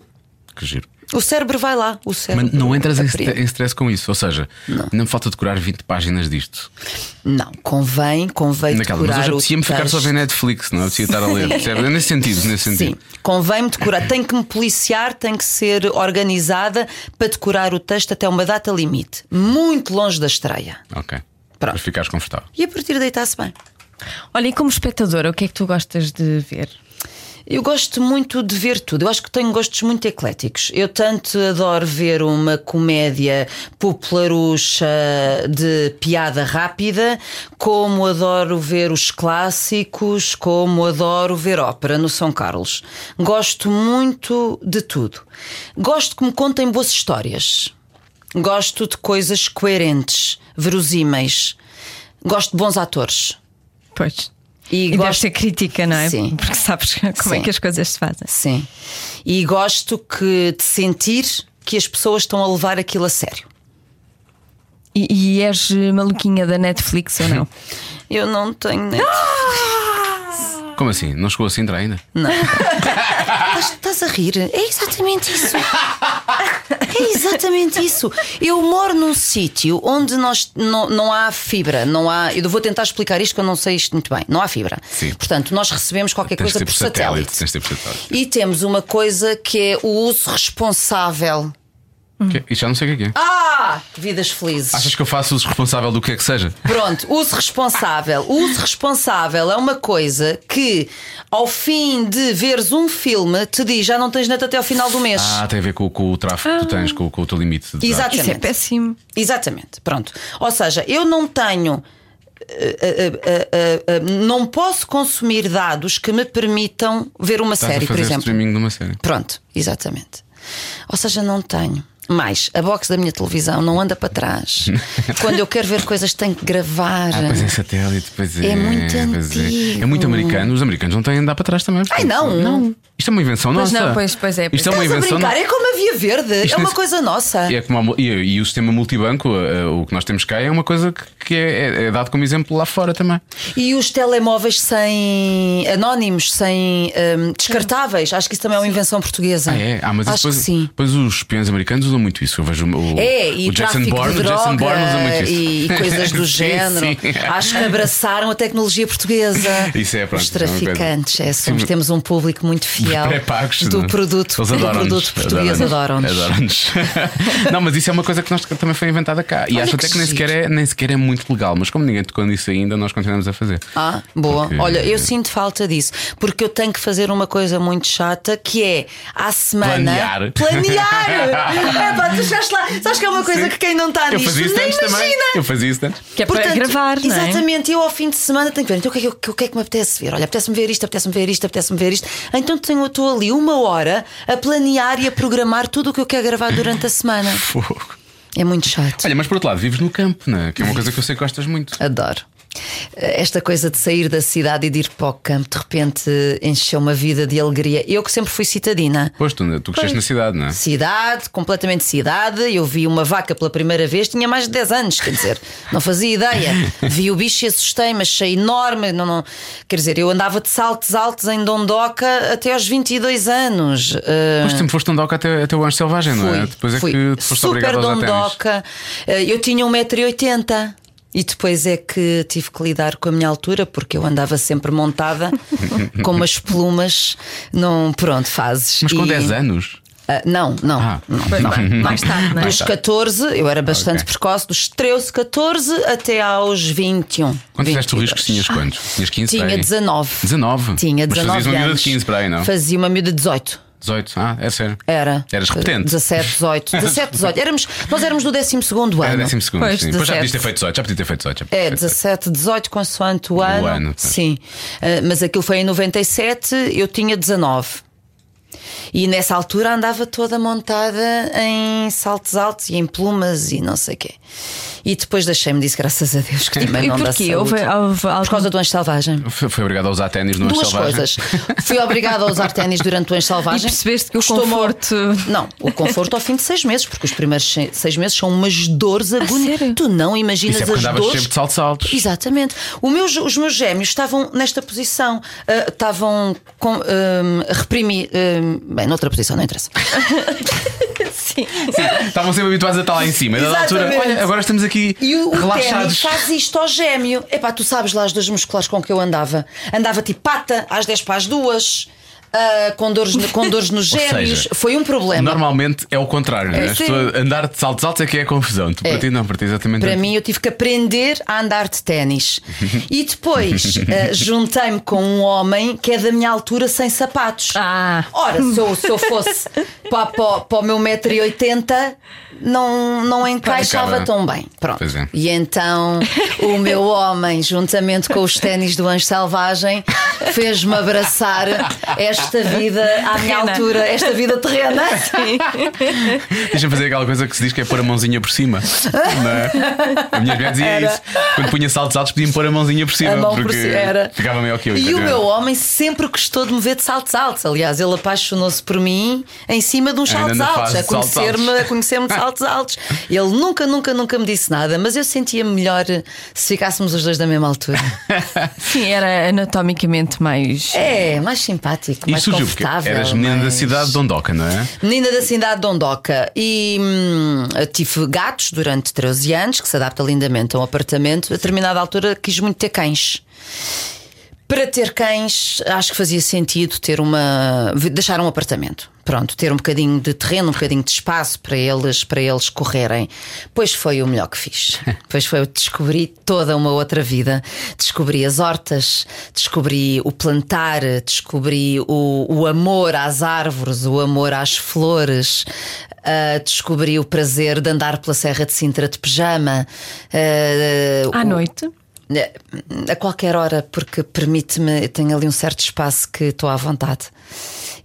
[SPEAKER 3] Que giro.
[SPEAKER 4] o cérebro vai lá, o cérebro.
[SPEAKER 3] Mas não entras em
[SPEAKER 4] aprende.
[SPEAKER 3] stre- em stress com isso, ou seja, não, me falta decorar 20 páginas disto.
[SPEAKER 4] Não, convém, convém
[SPEAKER 3] Naquela, mas
[SPEAKER 4] decorar
[SPEAKER 3] hoje
[SPEAKER 4] o
[SPEAKER 3] apetecia-me ficar só a
[SPEAKER 4] texto.
[SPEAKER 3] ver Netflix, não é? apetecia estar a ler. percebe? nesse sentido, nesse
[SPEAKER 4] Sim,
[SPEAKER 3] sentido.
[SPEAKER 4] convém-me decorar. Tenho que me policiar, tenho que ser organizada para decorar o texto até uma data limite, muito longe da estreia.
[SPEAKER 3] Ok.
[SPEAKER 4] Pronto.
[SPEAKER 3] Para ficares confortável.
[SPEAKER 4] E a partir daí está-se bem.
[SPEAKER 5] Olha, e como espectadora, o que é que tu gostas de ver?
[SPEAKER 4] Eu gosto muito de ver tudo. Eu acho que tenho gostos muito ecléticos. Eu tanto adoro ver uma comédia popularucha de piada rápida, como adoro ver os clássicos, como adoro ver ópera no São Carlos. Gosto muito de tudo. Gosto que me contem boas histórias. Gosto de coisas coerentes, verosímeis. Gosto de bons atores.
[SPEAKER 5] Pois.
[SPEAKER 4] E
[SPEAKER 5] E,
[SPEAKER 4] gosto-
[SPEAKER 5] deve ser crítica, não é?
[SPEAKER 4] Sim.
[SPEAKER 5] Porque sabes como é
[SPEAKER 4] Sim.
[SPEAKER 5] que as coisas se fazem.
[SPEAKER 4] Sim. E gosto que de sentir que as pessoas estão a levar aquilo a sério.
[SPEAKER 5] E, e és eh, maluquinha da Netflix ou não?
[SPEAKER 4] Eu não tenho net.
[SPEAKER 3] Ah! Como assim? Não chegou a Sintra ainda?
[SPEAKER 4] Estás, estás a rir? É exatamente isso. É exatamente isso. Eu moro num sítio onde nós, não, não há fibra, não há. Eu vou tentar explicar isto que eu não sei isto muito bem. Não há fibra.
[SPEAKER 3] Sim.
[SPEAKER 4] Portanto, nós recebemos qualquer
[SPEAKER 3] Tens de ter
[SPEAKER 4] coisa por
[SPEAKER 3] por satélite.
[SPEAKER 4] satélite.
[SPEAKER 3] Tens de ter por satélite.
[SPEAKER 4] E temos uma coisa que é o uso responsável.
[SPEAKER 3] Que- E já não sei o que é que é.
[SPEAKER 4] Hum. Ah! Vidas felizes.
[SPEAKER 3] Achas que eu faço uso responsável do que é que seja?
[SPEAKER 4] Pronto, uso responsável. O uso responsável é uma coisa que, ao fim de veres um filme, te diz já não tens net até ao final do mês.
[SPEAKER 3] Ah, tem a ver com, com o tráfego que tu tens, com, com o teu limite. De
[SPEAKER 4] Ah. Exato.
[SPEAKER 5] Isso é
[SPEAKER 4] Exatamente.
[SPEAKER 5] péssimo.
[SPEAKER 4] Exatamente, pronto. Ou seja, eu não tenho. eh, eh, eh, eh, eh, não posso consumir dados que me permitam ver uma
[SPEAKER 3] Estás
[SPEAKER 4] série,
[SPEAKER 3] a fazer
[SPEAKER 4] por exemplo.
[SPEAKER 3] streaming de uma série.
[SPEAKER 4] Pronto, exatamente. Ou seja, não tenho. Mais, a box da minha televisão não anda para trás. Quando eu quero ver coisas, tenho que gravar.
[SPEAKER 3] Ah, pois é satélite, pois é.
[SPEAKER 4] É muito
[SPEAKER 3] pois é.
[SPEAKER 4] antigo.
[SPEAKER 3] é muito americano. Os americanos não têm andar para trás também. portanto,
[SPEAKER 4] não.
[SPEAKER 3] Isto é uma invenção
[SPEAKER 5] Pois
[SPEAKER 3] nossa.
[SPEAKER 5] não, pois- pois é, pois
[SPEAKER 3] Isto é
[SPEAKER 5] é.
[SPEAKER 3] uma
[SPEAKER 4] Estás a
[SPEAKER 3] invenção
[SPEAKER 4] brincar?
[SPEAKER 3] nossa.
[SPEAKER 4] É como a Via Verde.
[SPEAKER 3] Isto
[SPEAKER 4] é
[SPEAKER 3] nem
[SPEAKER 4] uma
[SPEAKER 3] se-
[SPEAKER 4] coisa nossa.
[SPEAKER 3] E, é como a- e, e o sistema multibanco, eh, o que nós temos cá, é uma coisa que, que é, é- é dado como exemplo lá fora também.
[SPEAKER 4] E os telemóveis sem anónimos, sem hum, descartáveis. Acho que isso também é uma invenção portuguesa.
[SPEAKER 3] Ah, é? Ah, mas
[SPEAKER 4] Acho
[SPEAKER 3] depois,
[SPEAKER 4] que sim.
[SPEAKER 3] depois os espiões americanos usam muito isso. Eu vejo o, o-
[SPEAKER 4] É, e
[SPEAKER 3] o Jason
[SPEAKER 4] tráfico
[SPEAKER 3] Bourne,
[SPEAKER 4] de
[SPEAKER 3] o Jason
[SPEAKER 4] droga
[SPEAKER 3] Bourne usa muito isso.
[SPEAKER 4] e, e coisas do
[SPEAKER 3] Sim,
[SPEAKER 4] género.
[SPEAKER 3] sim.
[SPEAKER 4] Acho que abraçaram a tecnologia portuguesa.
[SPEAKER 3] Isso é, pronto,
[SPEAKER 4] Os
[SPEAKER 3] é uma coisa.
[SPEAKER 4] traficantes, é, somos-
[SPEAKER 3] Sim.
[SPEAKER 4] temos um público muito fiel
[SPEAKER 3] Pré-pagos
[SPEAKER 4] do
[SPEAKER 3] não é?
[SPEAKER 4] produto,
[SPEAKER 3] Eles
[SPEAKER 4] do
[SPEAKER 3] adoram-nos,
[SPEAKER 4] produto português. Adoram-nos.
[SPEAKER 3] Adoram-nos. não, mas isso é uma coisa que nós também foi inventada cá. E
[SPEAKER 4] Olha
[SPEAKER 3] acho
[SPEAKER 4] que
[SPEAKER 3] até que nem
[SPEAKER 4] giro.
[SPEAKER 3] sequer, é, nem sequer é muito legal, mas como ninguém tocou nisso ainda, nós continuamos a fazer.
[SPEAKER 4] Ah, boa.
[SPEAKER 3] Porque-
[SPEAKER 4] Olha, eu sinto falta disso, porque eu tenho que fazer uma coisa muito chata que é à semana.
[SPEAKER 3] Planear.
[SPEAKER 4] Planear! é pá, tu chegaste lá. Sabes que é uma coisa que quem não está
[SPEAKER 3] Eu
[SPEAKER 4] nisto
[SPEAKER 3] fazia isso
[SPEAKER 4] nem
[SPEAKER 3] antes
[SPEAKER 4] imagina.
[SPEAKER 3] também. Eu fazia isso antes.
[SPEAKER 5] Que é para gravar, não é?
[SPEAKER 4] Exatamente, eu ao fim de semana tenho que ver. Então o que é que, eu- o que, é que me apetece ver? Olha, apetece-me ver isto, apetece-me ver isto, apetece-me ver isto. Então tenho, estou ali uma hora a planear e a programar tudo o que eu quero gravar durante a semana.
[SPEAKER 3] Fogo.
[SPEAKER 4] É muito chato.
[SPEAKER 3] Olha, mas por outro lado, vives no campo, não é? que é uma coisa que eu sei que gostas muito.
[SPEAKER 4] Adoro. Esta coisa de sair da cidade e de ir para o campo, de repente encheu-me a vida de alegria. Eu que sempre fui citadina.
[SPEAKER 3] Pois tu, tu cresceste na cidade, não é?
[SPEAKER 4] Cidade, completamente cidade. Eu vi uma vaca pela primeira vez, tinha mais de 10 anos, quer dizer, não fazia ideia. Vi o bicho e assustei, mas achei enorme. Não, não, quer dizer, eu andava de saltos altos em Dondoca até aos 22 anos. Ah,
[SPEAKER 3] Mas sempre foste um doca até, até o Anjo Selvagem, não é?
[SPEAKER 4] Fui,
[SPEAKER 3] Depois é
[SPEAKER 4] fui.
[SPEAKER 3] que te foste
[SPEAKER 4] Super
[SPEAKER 3] obrigado a usar ténis.
[SPEAKER 4] dondoca. Eh, Eu tinha 1,80m. E depois é que tive que lidar com a minha altura, porque eu andava sempre montada, com umas plumas, num, pronto, fases.
[SPEAKER 3] Mas com
[SPEAKER 4] E-
[SPEAKER 3] 10 anos?
[SPEAKER 4] Ah, não, não.
[SPEAKER 3] Ah. tá.
[SPEAKER 4] não,
[SPEAKER 5] Pois
[SPEAKER 4] não.
[SPEAKER 5] bem, mais tarde, não é?
[SPEAKER 4] Dos 14, eu era bastante
[SPEAKER 3] Ok.
[SPEAKER 4] precoce, dos 13, 14 até aos 21.
[SPEAKER 3] Quando fizeste o
[SPEAKER 4] 22.
[SPEAKER 3] risco, tinhas quantos? Tinhas 15? para
[SPEAKER 4] Ah, Tinha
[SPEAKER 3] aí?
[SPEAKER 4] 19.
[SPEAKER 3] 19?
[SPEAKER 4] Tinha
[SPEAKER 3] Mas
[SPEAKER 4] 19
[SPEAKER 3] fazias uma miúda
[SPEAKER 4] anos.
[SPEAKER 3] de 15 para aí, não?
[SPEAKER 4] Fazia uma miúda de 18.
[SPEAKER 3] 18? Ah, é sério?
[SPEAKER 4] Era.
[SPEAKER 3] Eras repetente?
[SPEAKER 4] 17, 18. 17, 18. Éramos, nós éramos do 12 segundo ano.
[SPEAKER 3] Era É décimo segundo,
[SPEAKER 5] Pois,
[SPEAKER 3] sim. Depois já
[SPEAKER 5] 17.
[SPEAKER 3] podias ter feito 18, já podia ter feito 18. já podia
[SPEAKER 4] É,
[SPEAKER 3] ter feito 18.
[SPEAKER 4] 17, 18, consoante o ano. Eh,
[SPEAKER 3] ano, pois.
[SPEAKER 4] Sim. Ah, mas aquilo foi em 97, eu tinha 19. E nessa altura andava toda montada em saltos altos e em plumas e não sei o quê. E depois deixei-me disso, graças a Deus, que também
[SPEAKER 5] E
[SPEAKER 4] não dá
[SPEAKER 5] porquê?
[SPEAKER 4] saúde.
[SPEAKER 5] Houve- houve algum-
[SPEAKER 4] Por causa do anjo selvagem.
[SPEAKER 3] Foi, foi obrigado a usar ténis é no
[SPEAKER 4] Duas
[SPEAKER 3] selvagem.
[SPEAKER 4] coisas.
[SPEAKER 3] é
[SPEAKER 4] Fui obrigada a usar ténis durante o anjo selvagem.
[SPEAKER 5] E percebeste que o
[SPEAKER 4] Custou-me-
[SPEAKER 5] conforto-
[SPEAKER 4] Não, o conforto ao fim de seis meses, porque os primeiros se- seis meses são umas dores
[SPEAKER 5] Ah, sério?
[SPEAKER 4] agonias. Tu não imaginas
[SPEAKER 3] Isso é porque
[SPEAKER 4] as
[SPEAKER 3] andavas
[SPEAKER 4] dores.
[SPEAKER 3] sempre de saltos altos.
[SPEAKER 4] Exatamente. O meus- os meus gêmeos estavam nesta posição. ah, estavam com, reprimidos. bem, noutra posição, não interessa.
[SPEAKER 5] Sim.
[SPEAKER 3] Estavam sempre habituados a estar lá em cima. E dada altura,
[SPEAKER 4] Exatamente.
[SPEAKER 3] olha, agora estamos aqui
[SPEAKER 4] E o, o ténis
[SPEAKER 3] relaxados.
[SPEAKER 4] faz isto ao gêmeo. Epá, tu sabes lá as duas musculares com que eu andava. Andava tipo pata, às 10 para as duas, ah, com, dores, no- com dores nos
[SPEAKER 3] Ou seja,
[SPEAKER 4] gêmeos. Foi um problema.
[SPEAKER 3] Normalmente é o contrário, não é?
[SPEAKER 4] É,
[SPEAKER 3] As
[SPEAKER 4] sim.
[SPEAKER 3] pessoas- Andar de saltos altos é que é a confusão. Tu, Para
[SPEAKER 4] É.
[SPEAKER 3] ti não, para ti exatamente.
[SPEAKER 4] Para mim, eu tive que aprender a andar de ténis. E depois ah, juntei-me com um homem que é da minha altura sem sapatos.
[SPEAKER 5] Ah.
[SPEAKER 4] Ora, se eu, se eu fosse para, para, para o meu 1,80m, não, não encaixava
[SPEAKER 3] Acaba.
[SPEAKER 4] tão bem. Pronto.
[SPEAKER 3] Pois é.
[SPEAKER 4] E então o meu homem, juntamente com os ténis do Anjo Selvagem, fez-me abraçar esta vida à minha
[SPEAKER 5] Terrena.
[SPEAKER 4] altura, esta vida terrena.
[SPEAKER 3] Deixa-me fazer aquela coisa que se diz que é pôr a mãozinha por cima. não é? A minha mulher dizia isso. Quando punha saltos altos, podia-me pôr a mãozinha por cima.
[SPEAKER 4] A mão por
[SPEAKER 3] porque
[SPEAKER 4] cima, era.
[SPEAKER 3] Ficava maior que eu.
[SPEAKER 4] E o
[SPEAKER 3] efetivamente.
[SPEAKER 4] meu homem sempre gostou de me ver de saltos altos. Aliás, ele apaixonou-se por mim em cima de uns
[SPEAKER 3] Ainda
[SPEAKER 4] saltos
[SPEAKER 3] na
[SPEAKER 4] altos,
[SPEAKER 3] fase
[SPEAKER 4] a
[SPEAKER 3] de saltos
[SPEAKER 4] conhecer-me
[SPEAKER 3] altos.
[SPEAKER 4] a conhecer-me de saltos altos. Ele nunca, nunca, nunca me disse nada, mas eu sentia-me melhor se ficássemos os dois da mesma altura.
[SPEAKER 5] Sim, era anatomicamente mais.
[SPEAKER 4] É, mais simpático,
[SPEAKER 3] Isto
[SPEAKER 4] mais
[SPEAKER 3] surgiu porque
[SPEAKER 4] confortável.
[SPEAKER 3] eras menina da
[SPEAKER 4] mais-
[SPEAKER 3] cidade de Dondoca, não é?
[SPEAKER 4] Menina da cidade de Ondoca e hum, eu tive gatos durante 13 anos, que se adapta lindamente a um apartamento. A determinada altura quis muito ter cães. Para ter cães, acho que fazia sentido ter uma. deixar um apartamento. Pronto, ter um bocadinho de terreno, um bocadinho de espaço para eles, para eles correrem. Pois foi o melhor que fiz. Pois foi, eu descobri toda uma outra vida. Descobri as hortas, descobri o plantar, descobri o, o amor às árvores, o amor às flores. ah, descobri o prazer de andar pela Serra de Sintra de pijama. ah,
[SPEAKER 5] À
[SPEAKER 4] o-
[SPEAKER 5] noite.
[SPEAKER 4] a- A qualquer hora, porque permite-me, eu tenho ali um certo espaço que estou à vontade.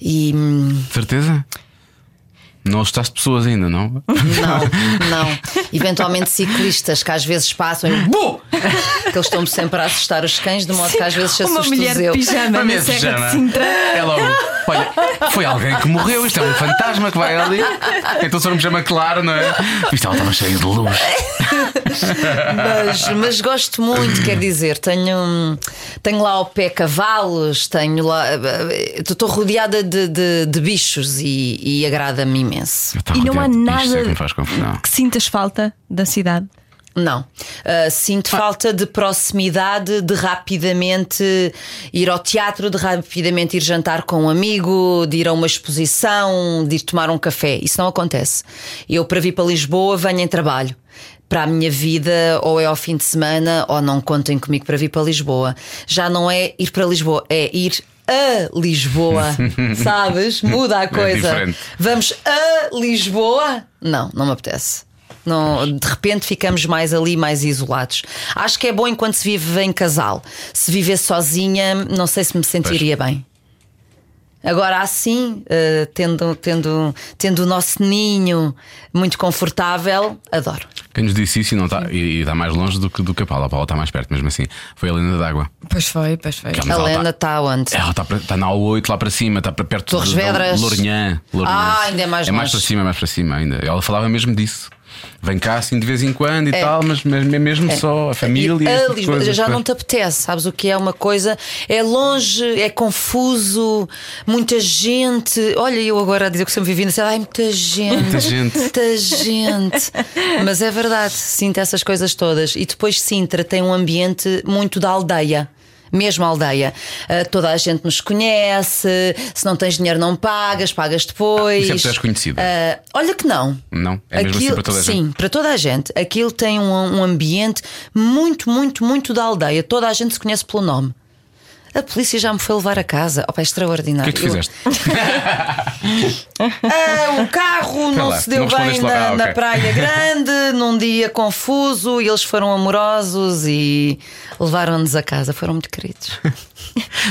[SPEAKER 4] E hum,
[SPEAKER 3] De certeza? Não assustaste pessoas ainda, não?
[SPEAKER 4] não, não. Eventualmente ciclistas que às vezes passam e bu! Que eles estão-me sempre a assustar os cães, de modo que às vezes
[SPEAKER 5] Uma
[SPEAKER 4] assusto
[SPEAKER 5] mulher
[SPEAKER 4] os
[SPEAKER 5] de
[SPEAKER 4] eu.
[SPEAKER 5] pijama na
[SPEAKER 3] mesmo,
[SPEAKER 5] Serra
[SPEAKER 3] Jana.
[SPEAKER 5] de Sintra.
[SPEAKER 3] É logo. Olha, foi alguém que morreu, isto é um fantasma que vai ali. Então só não me chama claro, não é? Isto ela estava cheia de luz.
[SPEAKER 4] Mas, mas gosto muito, quer dizer, tenho, tenho lá ao pé cavalos, tenho lá. eh, Estou rodeada de, de- de bichos e, e agrada-me imenso.
[SPEAKER 3] Eu estava
[SPEAKER 5] E não há
[SPEAKER 3] rodeado disto,
[SPEAKER 5] nada
[SPEAKER 3] é que me faz confusão.
[SPEAKER 5] que sintas falta da cidade.
[SPEAKER 4] Não. Ah, sinto falta de proximidade, de rapidamente ir ao teatro, de rapidamente ir jantar com um amigo, de ir a uma exposição, de ir tomar um café. Isso não acontece. Eu, para vir para Lisboa, venho em trabalho. Para a minha vida, ou é ao fim de semana, ou não contem comigo para vir para Lisboa. Já não é ir para Lisboa, é ir a Lisboa. Sabes? Muda a coisa.
[SPEAKER 3] diferente.
[SPEAKER 4] Vamos a Lisboa? Não, não me apetece. Não, de repente ficamos mais ali, mais isolados. Acho que é bom enquanto se vive em casal. Se viver sozinha, não sei se me sentiria bem. Agora, assim, eh, tendo, tendo, tendo o nosso ninho muito confortável, adoro.
[SPEAKER 3] Quem nos disse isso e, não está, e, e está mais longe do que, do que a Paula. A Paula está mais perto, mesmo assim. Foi a Helena d'Água.
[SPEAKER 5] Pois foi, pois foi.
[SPEAKER 3] Que é uma-
[SPEAKER 4] A
[SPEAKER 3] ela
[SPEAKER 4] Lena
[SPEAKER 3] está-
[SPEAKER 4] está onde?
[SPEAKER 3] Ela está, para- está na A8 lá para cima, está para perto
[SPEAKER 4] Torres
[SPEAKER 3] de- de
[SPEAKER 4] Vedras.
[SPEAKER 3] Lourinhã. Lourinhã.
[SPEAKER 4] Ah, ainda é mais
[SPEAKER 3] É mais
[SPEAKER 4] longe.
[SPEAKER 3] para cima, é mais para cima ainda. Ela falava mesmo disso. Vem cá assim de vez em quando e tal, mas mas mesmo só a família.
[SPEAKER 4] É. E
[SPEAKER 3] essas
[SPEAKER 4] a Lisboa
[SPEAKER 3] coisas,
[SPEAKER 4] É. já
[SPEAKER 3] pá.
[SPEAKER 4] não te apetece, sabes o que é uma coisa? É longe, é confuso, muita gente. Olha, eu agora a dizer que sempre vivi na cidade, ai, muita gente.
[SPEAKER 3] Muita gente.
[SPEAKER 4] Muita gente. Mas é verdade, sinto essas coisas todas. E depois Sintra tem um ambiente muito da aldeia. Mesmo aldeia. Ah, toda a gente nos conhece. Se não tens dinheiro, não pagas,
[SPEAKER 3] Ah,
[SPEAKER 4] pagas
[SPEAKER 3] é
[SPEAKER 4] depois.
[SPEAKER 3] Sempre estás conhecida.
[SPEAKER 4] Ah, olha que não.
[SPEAKER 3] Não? É mesmo assim para toda a gente?
[SPEAKER 4] Sim, para toda a gente. Aquilo tem um, um ambiente muito, muito, muito da aldeia. Toda a gente se conhece pelo nome. A polícia já me foi levar a casa. Opa, é extraordinário.
[SPEAKER 3] O que é que fizeste?
[SPEAKER 4] Ah, o carro não
[SPEAKER 3] lá,
[SPEAKER 4] se deu
[SPEAKER 3] não
[SPEAKER 4] bem
[SPEAKER 3] respondeste
[SPEAKER 4] na,
[SPEAKER 3] logo. Ah,
[SPEAKER 4] na
[SPEAKER 3] ok.
[SPEAKER 4] Praia Grande, num dia confuso, e eles foram amorosos e levaram-nos a casa. Foram muito queridos.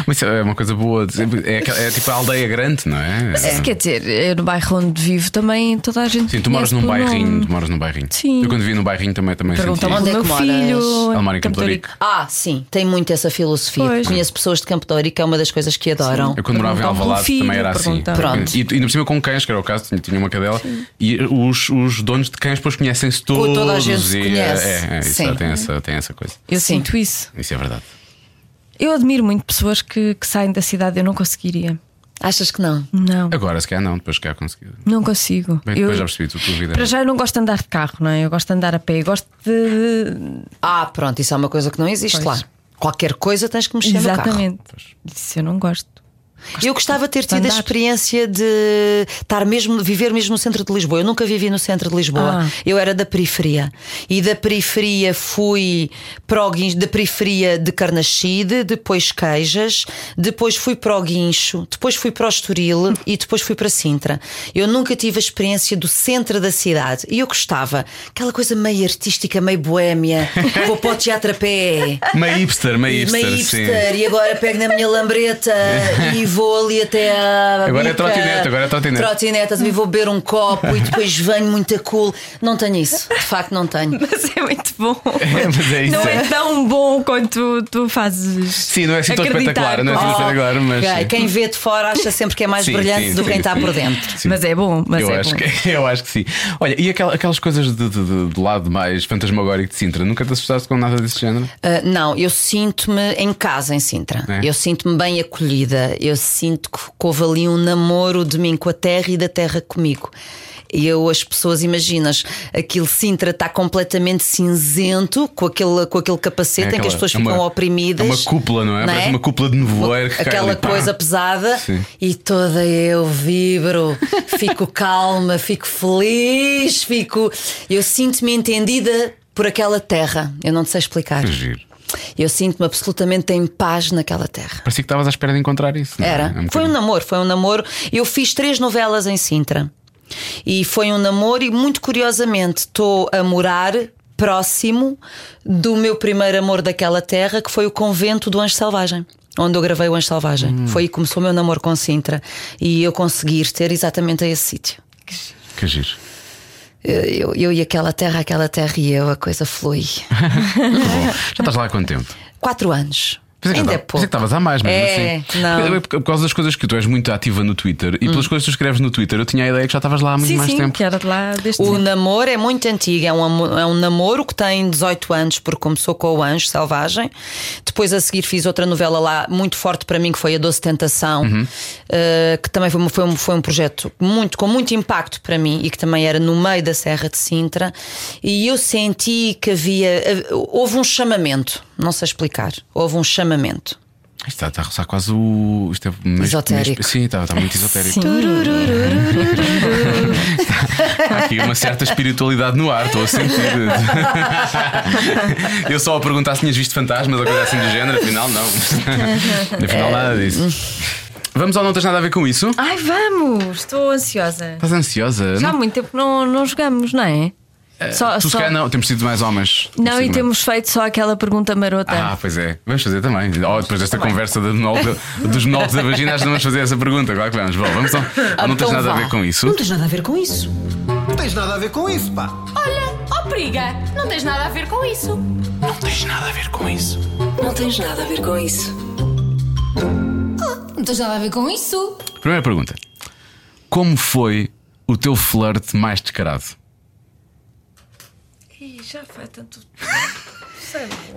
[SPEAKER 3] Mas isso é uma coisa boa. É, aquela- é tipo a aldeia grande, não é?
[SPEAKER 5] Mas, quer dizer, eu no bairro onde vivo também toda a gente.
[SPEAKER 3] Sim, tu moras
[SPEAKER 5] conhece
[SPEAKER 3] num
[SPEAKER 5] pelo
[SPEAKER 3] bairrinho.
[SPEAKER 5] nome.
[SPEAKER 3] Tu moras num bairrinho.
[SPEAKER 5] Sim.
[SPEAKER 3] Eu quando vi no bairrinho também, também senti.
[SPEAKER 5] Perguntam
[SPEAKER 4] Onde
[SPEAKER 5] onde
[SPEAKER 4] é
[SPEAKER 5] é
[SPEAKER 4] que
[SPEAKER 5] meu
[SPEAKER 4] moras?
[SPEAKER 5] filho. em
[SPEAKER 3] Almar em Campo de Rico.
[SPEAKER 4] Ah, sim, tem muito essa filosofia.
[SPEAKER 5] Pois.
[SPEAKER 4] Conheço pessoas de Campo de Ouro, que é uma das coisas que adoram.
[SPEAKER 3] Eu quando morava em
[SPEAKER 5] Perguntavam pelo
[SPEAKER 3] Alvalade
[SPEAKER 5] filho,
[SPEAKER 3] também era assim.
[SPEAKER 5] perguntavam.
[SPEAKER 4] Pronto.
[SPEAKER 3] E e ainda por cima com cães, que era o caso, tinha, tinha uma cadela. E os, os donos de cães, depois conhecem-se todos.
[SPEAKER 4] toda a gente se
[SPEAKER 3] e,
[SPEAKER 4] conhece.
[SPEAKER 3] É, é, isso,
[SPEAKER 4] Sim.
[SPEAKER 3] tem, essa, tem essa coisa.
[SPEAKER 5] Eu
[SPEAKER 4] Sim.
[SPEAKER 5] sinto isso.
[SPEAKER 3] Isso é verdade.
[SPEAKER 5] Eu admiro muito pessoas que, que saem da cidade. Eu não conseguiria.
[SPEAKER 4] Achas que não?
[SPEAKER 5] Não,
[SPEAKER 3] Agora, se calhar não, depois se calhar consegui.
[SPEAKER 5] não consigo.
[SPEAKER 3] Bem,
[SPEAKER 5] eu,
[SPEAKER 3] depois já percebi tu, tu vida. é
[SPEAKER 5] para já eu não gosto de andar de carro, não é? Eu gosto de andar a pé. Eu gosto de. de-
[SPEAKER 4] Ah, pronto, isso é uma coisa que não existe
[SPEAKER 5] Pois.
[SPEAKER 4] lá. Qualquer coisa tens que mexer no carro.
[SPEAKER 5] Exatamente. Isso eu não gosto.
[SPEAKER 4] Eu gostava de ter tido a
[SPEAKER 5] Andar.
[SPEAKER 4] experiência de estar mesmo, viver mesmo no centro de Lisboa. Eu nunca vivi no centro de Lisboa.
[SPEAKER 5] Ah.
[SPEAKER 4] Eu era da periferia. E da periferia fui para o Guincho, da periferia de Carnaxide, depois Queijas, depois fui para o Guincho, depois fui para o Estoril e depois fui para Sintra. Eu nunca tive a experiência do centro da cidade. E eu gostava. Aquela coisa meio artística, meio boémia. Vou para o teatro a pé.
[SPEAKER 3] Meio hipster, meio hipster,
[SPEAKER 4] Meio
[SPEAKER 3] sim.
[SPEAKER 4] hipster, e agora pego na minha lambreta e vou ali até à.
[SPEAKER 3] Agora é
[SPEAKER 4] bica,
[SPEAKER 3] trotinete, agora é trotinete.
[SPEAKER 4] Trotinete, também vou beber um copo e depois venho muito cool. Não tenho isso, de facto não tenho.
[SPEAKER 5] Mas é muito bom.
[SPEAKER 3] Mas é isso,
[SPEAKER 5] não
[SPEAKER 3] é.
[SPEAKER 5] é tão bom quanto tu, tu fazes.
[SPEAKER 3] Sim, não é assim tão
[SPEAKER 5] acreditar Oh.
[SPEAKER 3] espetacular, não é assim
[SPEAKER 5] com-
[SPEAKER 3] tão espetacular, mas.
[SPEAKER 4] Ok, Quem vê de fora acha sempre que é mais
[SPEAKER 3] Sim,
[SPEAKER 4] brilhante
[SPEAKER 3] sim,
[SPEAKER 4] do que
[SPEAKER 3] sim,
[SPEAKER 4] quem está
[SPEAKER 3] sim.
[SPEAKER 4] por dentro.
[SPEAKER 3] Sim.
[SPEAKER 5] Mas é bom, mas
[SPEAKER 3] eu,
[SPEAKER 5] é
[SPEAKER 3] acho
[SPEAKER 5] bom.
[SPEAKER 3] Que, eu acho que sim. Olha, e aquel- aquelas coisas de, de- de- do lado mais fantasmagórico de Sintra, nunca te assustaste com nada desse género?
[SPEAKER 4] Ah, não, eu sinto-me em casa em Sintra.
[SPEAKER 3] É?
[SPEAKER 4] Eu sinto-me bem acolhida. Eu sinto que que houve ali um namoro de mim com a terra e da terra comigo. E eu, as pessoas, imaginas, aquele Sintra está completamente cinzento com aquele, com aquele capacete em que
[SPEAKER 3] aquela-
[SPEAKER 4] as pessoas
[SPEAKER 3] é
[SPEAKER 4] ficam
[SPEAKER 3] uma-
[SPEAKER 4] oprimidas.
[SPEAKER 3] é uma cúpula, não é? Parece uma cúpula de nevoeiro que cai
[SPEAKER 4] Aquela
[SPEAKER 3] ali, pá.
[SPEAKER 4] coisa pesada
[SPEAKER 3] Sim.
[SPEAKER 4] e toda eu vibro, fico calma, fico feliz, fico. Eu sinto-me entendida por aquela terra. Eu não te sei explicar.
[SPEAKER 3] Que giro.
[SPEAKER 4] Eu sinto-me absolutamente em paz naquela terra.
[SPEAKER 3] Parecia que estavas à espera de encontrar isso. não é?
[SPEAKER 4] Era.
[SPEAKER 3] É um
[SPEAKER 4] foi um
[SPEAKER 3] bocadinho-
[SPEAKER 4] namoro, foi um namoro. Eu fiz três novelas em Sintra. E foi um namoro, e muito curiosamente estou a morar próximo do meu primeiro amor daquela terra, que foi o convento do Anjo Selvagem. Onde eu gravei o Anjo Selvagem.
[SPEAKER 3] Hum.
[SPEAKER 4] Foi aí que começou o meu namoro com Sintra. E eu consegui ir ter exatamente a esse sítio.
[SPEAKER 3] Que giro.
[SPEAKER 4] Eu, eu- eu e aquela terra, aquela terra e eu, a coisa flui.
[SPEAKER 3] Muito bom. Já estás lá há quanto tempo?
[SPEAKER 4] Quatro anos.
[SPEAKER 3] Pensei que
[SPEAKER 4] Ainda é
[SPEAKER 3] tava- pensei
[SPEAKER 4] pouco.
[SPEAKER 3] que estavas há mais, mesmo
[SPEAKER 4] É,
[SPEAKER 3] assim.
[SPEAKER 4] não.
[SPEAKER 3] É Por, por causa das coisas que tu és muito ativa no Twitter e pelas coisas que tu escreves no Twitter, eu tinha a ideia que já estavas lá há muito
[SPEAKER 5] Hum. Sim,
[SPEAKER 3] mais
[SPEAKER 5] sim,
[SPEAKER 3] tempo.
[SPEAKER 5] que era de lá desde
[SPEAKER 4] O
[SPEAKER 5] sempre.
[SPEAKER 4] namoro é muito antigo, é um, amo- é um namoro que tem 18 anos, porque começou com o Anjo Selvagem. Depois a seguir fiz outra novela lá muito forte para mim, que foi A Doce Tentação, eh, que também foi, um- foi, um, foi um projeto muito, com muito impacto para mim e que também era no meio da Serra de Sintra. E eu senti que havia. eh, Houve um chamamento, não sei explicar, houve um chamamento.
[SPEAKER 3] Isto está, está a roçar quase o. Isto é mesmo-
[SPEAKER 4] Esotérico.
[SPEAKER 3] mesmo- sim, está, está muito esotérico.
[SPEAKER 5] Sim.
[SPEAKER 3] Há aqui uma certa espiritualidade no ar, estou a sentir. Eu só a perguntar se tinhas visto fantasmas ou coisa assim do género, afinal não. Afinal
[SPEAKER 5] É.
[SPEAKER 3] nada disso. Vamos ao não tens nada a ver com isso?
[SPEAKER 5] Ai, vamos! Estou ansiosa.
[SPEAKER 3] Estás ansiosa?
[SPEAKER 5] Ah. Já há
[SPEAKER 3] Não, Eh,
[SPEAKER 5] muito tempo não, não jogamos, não é? só,
[SPEAKER 3] tu se
[SPEAKER 5] só-
[SPEAKER 3] calhar não, temos sido mais homens.
[SPEAKER 5] Não, e
[SPEAKER 3] sido
[SPEAKER 5] temos feito só aquela pergunta marota.
[SPEAKER 3] mais- Ah, pois é. Vamos fazer também. Oh, depois desta conversa do monólogo- dos novos da vagina, acho que não vamos fazer essa pergunta. Claro que vamos. Bom, vamos ao, ao não tens
[SPEAKER 4] então
[SPEAKER 3] nada a
[SPEAKER 4] vá.
[SPEAKER 3] ver com isso.
[SPEAKER 1] Não tens nada a ver com isso.
[SPEAKER 6] Não tens nada a ver com isso, pá.
[SPEAKER 7] Olha, ó periga, não tens nada a ver com isso.
[SPEAKER 1] Não tens nada a ver com isso.
[SPEAKER 7] Oh, Não tens nada a ver com isso.
[SPEAKER 3] Primeira pergunta: Como foi o teu flerte mais descarado?
[SPEAKER 5] já faz tanto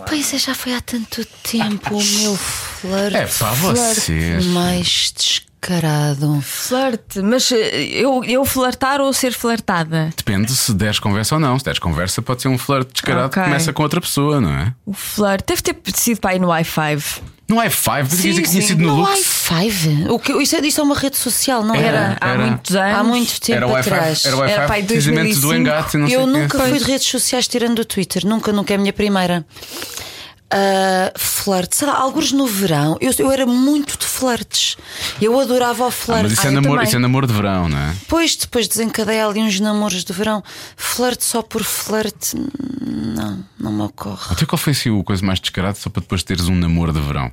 [SPEAKER 4] Pois é, já foi há tanto tempo o meu flirt.
[SPEAKER 3] É pá, vocês.
[SPEAKER 4] Mais descarado.
[SPEAKER 5] flerte. Mas eh, eu, eu flertar ou ser flertada?
[SPEAKER 3] Depende se deres conversa ou não. Se deres conversa, pode ser um flerte descarado
[SPEAKER 5] Ok.
[SPEAKER 3] que começa com outra pessoa, não é?
[SPEAKER 5] O flerte deve ter sido para aí no i5.
[SPEAKER 3] No i5, pensei que ia dizer que tinha
[SPEAKER 5] sim.
[SPEAKER 3] sido no
[SPEAKER 4] No
[SPEAKER 3] Lux.
[SPEAKER 4] i5? O que, isso, é, isso é uma rede social, não
[SPEAKER 5] Era,
[SPEAKER 4] era?
[SPEAKER 5] há
[SPEAKER 3] Era.
[SPEAKER 5] muitos anos.
[SPEAKER 4] Há muito tempo
[SPEAKER 3] Era o
[SPEAKER 4] atrás.
[SPEAKER 3] i5, era o
[SPEAKER 5] Era pá,
[SPEAKER 3] i5
[SPEAKER 5] em
[SPEAKER 3] precisamente do
[SPEAKER 5] 2005.
[SPEAKER 3] engate. e Não sei
[SPEAKER 4] Eu
[SPEAKER 3] o quê.
[SPEAKER 4] nunca fui de redes sociais tirando o Twitter, nunca, nunca é a minha primeira. ah, flerte, sei lá, alguns no verão. Eu, eu era muito de flertes. Eu adorava o flerte.
[SPEAKER 3] mas isso,
[SPEAKER 4] Ah,
[SPEAKER 3] é
[SPEAKER 4] eu
[SPEAKER 3] namoro,
[SPEAKER 4] também.
[SPEAKER 3] isso é namoro de verão, não é?
[SPEAKER 4] Depois, depois desencadeia ali uns namoros de verão. Flerte só por flerte, não, não me ocorre.
[SPEAKER 3] Até qual foi assim o coisa mais descarada só para depois teres um namoro de verão?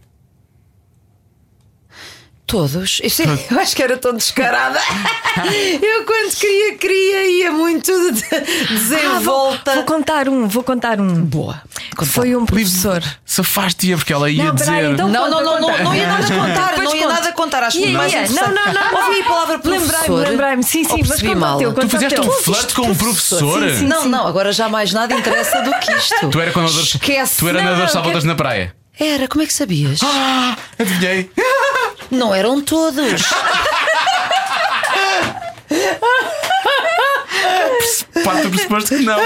[SPEAKER 4] Todos. Isso é- eu acho que era tão descarada. eu, quando queria, queria, ia muito de-
[SPEAKER 5] Ah, vou,
[SPEAKER 4] desenvolta.
[SPEAKER 5] vou contar um, vou contar um. Boa. Foi um professor.
[SPEAKER 3] Safaste-a porque ela ia
[SPEAKER 5] Não,
[SPEAKER 3] dizer.
[SPEAKER 5] peraí, então-
[SPEAKER 4] Não, não, não, não,
[SPEAKER 5] Conta,
[SPEAKER 4] não ia nada
[SPEAKER 5] conta.
[SPEAKER 4] contar,
[SPEAKER 5] Depois
[SPEAKER 4] não ia
[SPEAKER 5] conto.
[SPEAKER 4] nada contar, acho
[SPEAKER 5] Ia,
[SPEAKER 4] que mais
[SPEAKER 5] ia.
[SPEAKER 4] interessante.
[SPEAKER 5] Não, não, não,
[SPEAKER 4] Ouvi a
[SPEAKER 5] não.
[SPEAKER 4] palavra professor.
[SPEAKER 5] Lembrei-me, lembrei-me. Sim,
[SPEAKER 4] ou
[SPEAKER 5] sim, mas
[SPEAKER 4] percebi
[SPEAKER 5] conta
[SPEAKER 4] mal.
[SPEAKER 5] o teu,
[SPEAKER 3] tu
[SPEAKER 5] conta o
[SPEAKER 3] fizeste
[SPEAKER 5] teu.
[SPEAKER 3] um flerte com um professor?
[SPEAKER 5] então, Sim, sim.
[SPEAKER 4] Não, não, agora já mais nada interessa do que isto.
[SPEAKER 3] Tu era quando andas-
[SPEAKER 4] Esquece.
[SPEAKER 3] Tu era
[SPEAKER 4] Não,
[SPEAKER 3] nadador
[SPEAKER 4] não,
[SPEAKER 3] salvadas na praia.
[SPEAKER 4] Era, como é que sabias?
[SPEAKER 3] Ah, adivinhei.
[SPEAKER 4] Não eram todos.
[SPEAKER 3] Pá, tu pressuposto que não.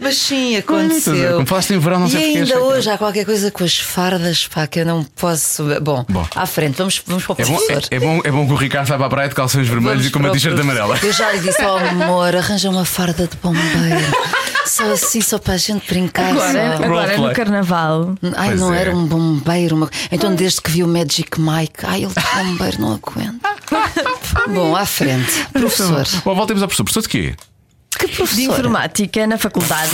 [SPEAKER 4] Mas sim,
[SPEAKER 3] Estás a ver?
[SPEAKER 4] aconteceu.
[SPEAKER 3] Como falaste em verão, não
[SPEAKER 4] e
[SPEAKER 3] sei porque
[SPEAKER 4] ainda
[SPEAKER 3] achei que-
[SPEAKER 4] hoje há qualquer coisa com as fardas, pá, que eu não posso. Bom,
[SPEAKER 3] Bom.
[SPEAKER 4] à frente, vamos, vamos para o
[SPEAKER 3] É bom,
[SPEAKER 4] professor.
[SPEAKER 3] é, é bom, é bom que o Ricardo saiba à praia de calções vermelhos
[SPEAKER 4] Vamos
[SPEAKER 3] e com uma
[SPEAKER 4] para o
[SPEAKER 3] t-shirt
[SPEAKER 4] professor.
[SPEAKER 3] amarela.
[SPEAKER 4] Eu já lhe disse, oh amor, arranja uma farda de bombeiro. só assim, só para a gente brincar.
[SPEAKER 5] Agora,
[SPEAKER 4] só.
[SPEAKER 5] agora
[SPEAKER 3] Roleplay.
[SPEAKER 5] no carnaval.
[SPEAKER 4] Ai,
[SPEAKER 3] Pois
[SPEAKER 4] não
[SPEAKER 3] é.
[SPEAKER 4] era um bombeiro. Uma... Então, desde que vi o Magic Mike, ai, ele de bombeiro, não aguento. Bom, à frente,
[SPEAKER 3] Então,
[SPEAKER 4] professor.
[SPEAKER 3] Bom, voltemos ao professor. Professor de quê?
[SPEAKER 4] Que
[SPEAKER 5] De
[SPEAKER 4] professor?
[SPEAKER 5] informática na faculdade.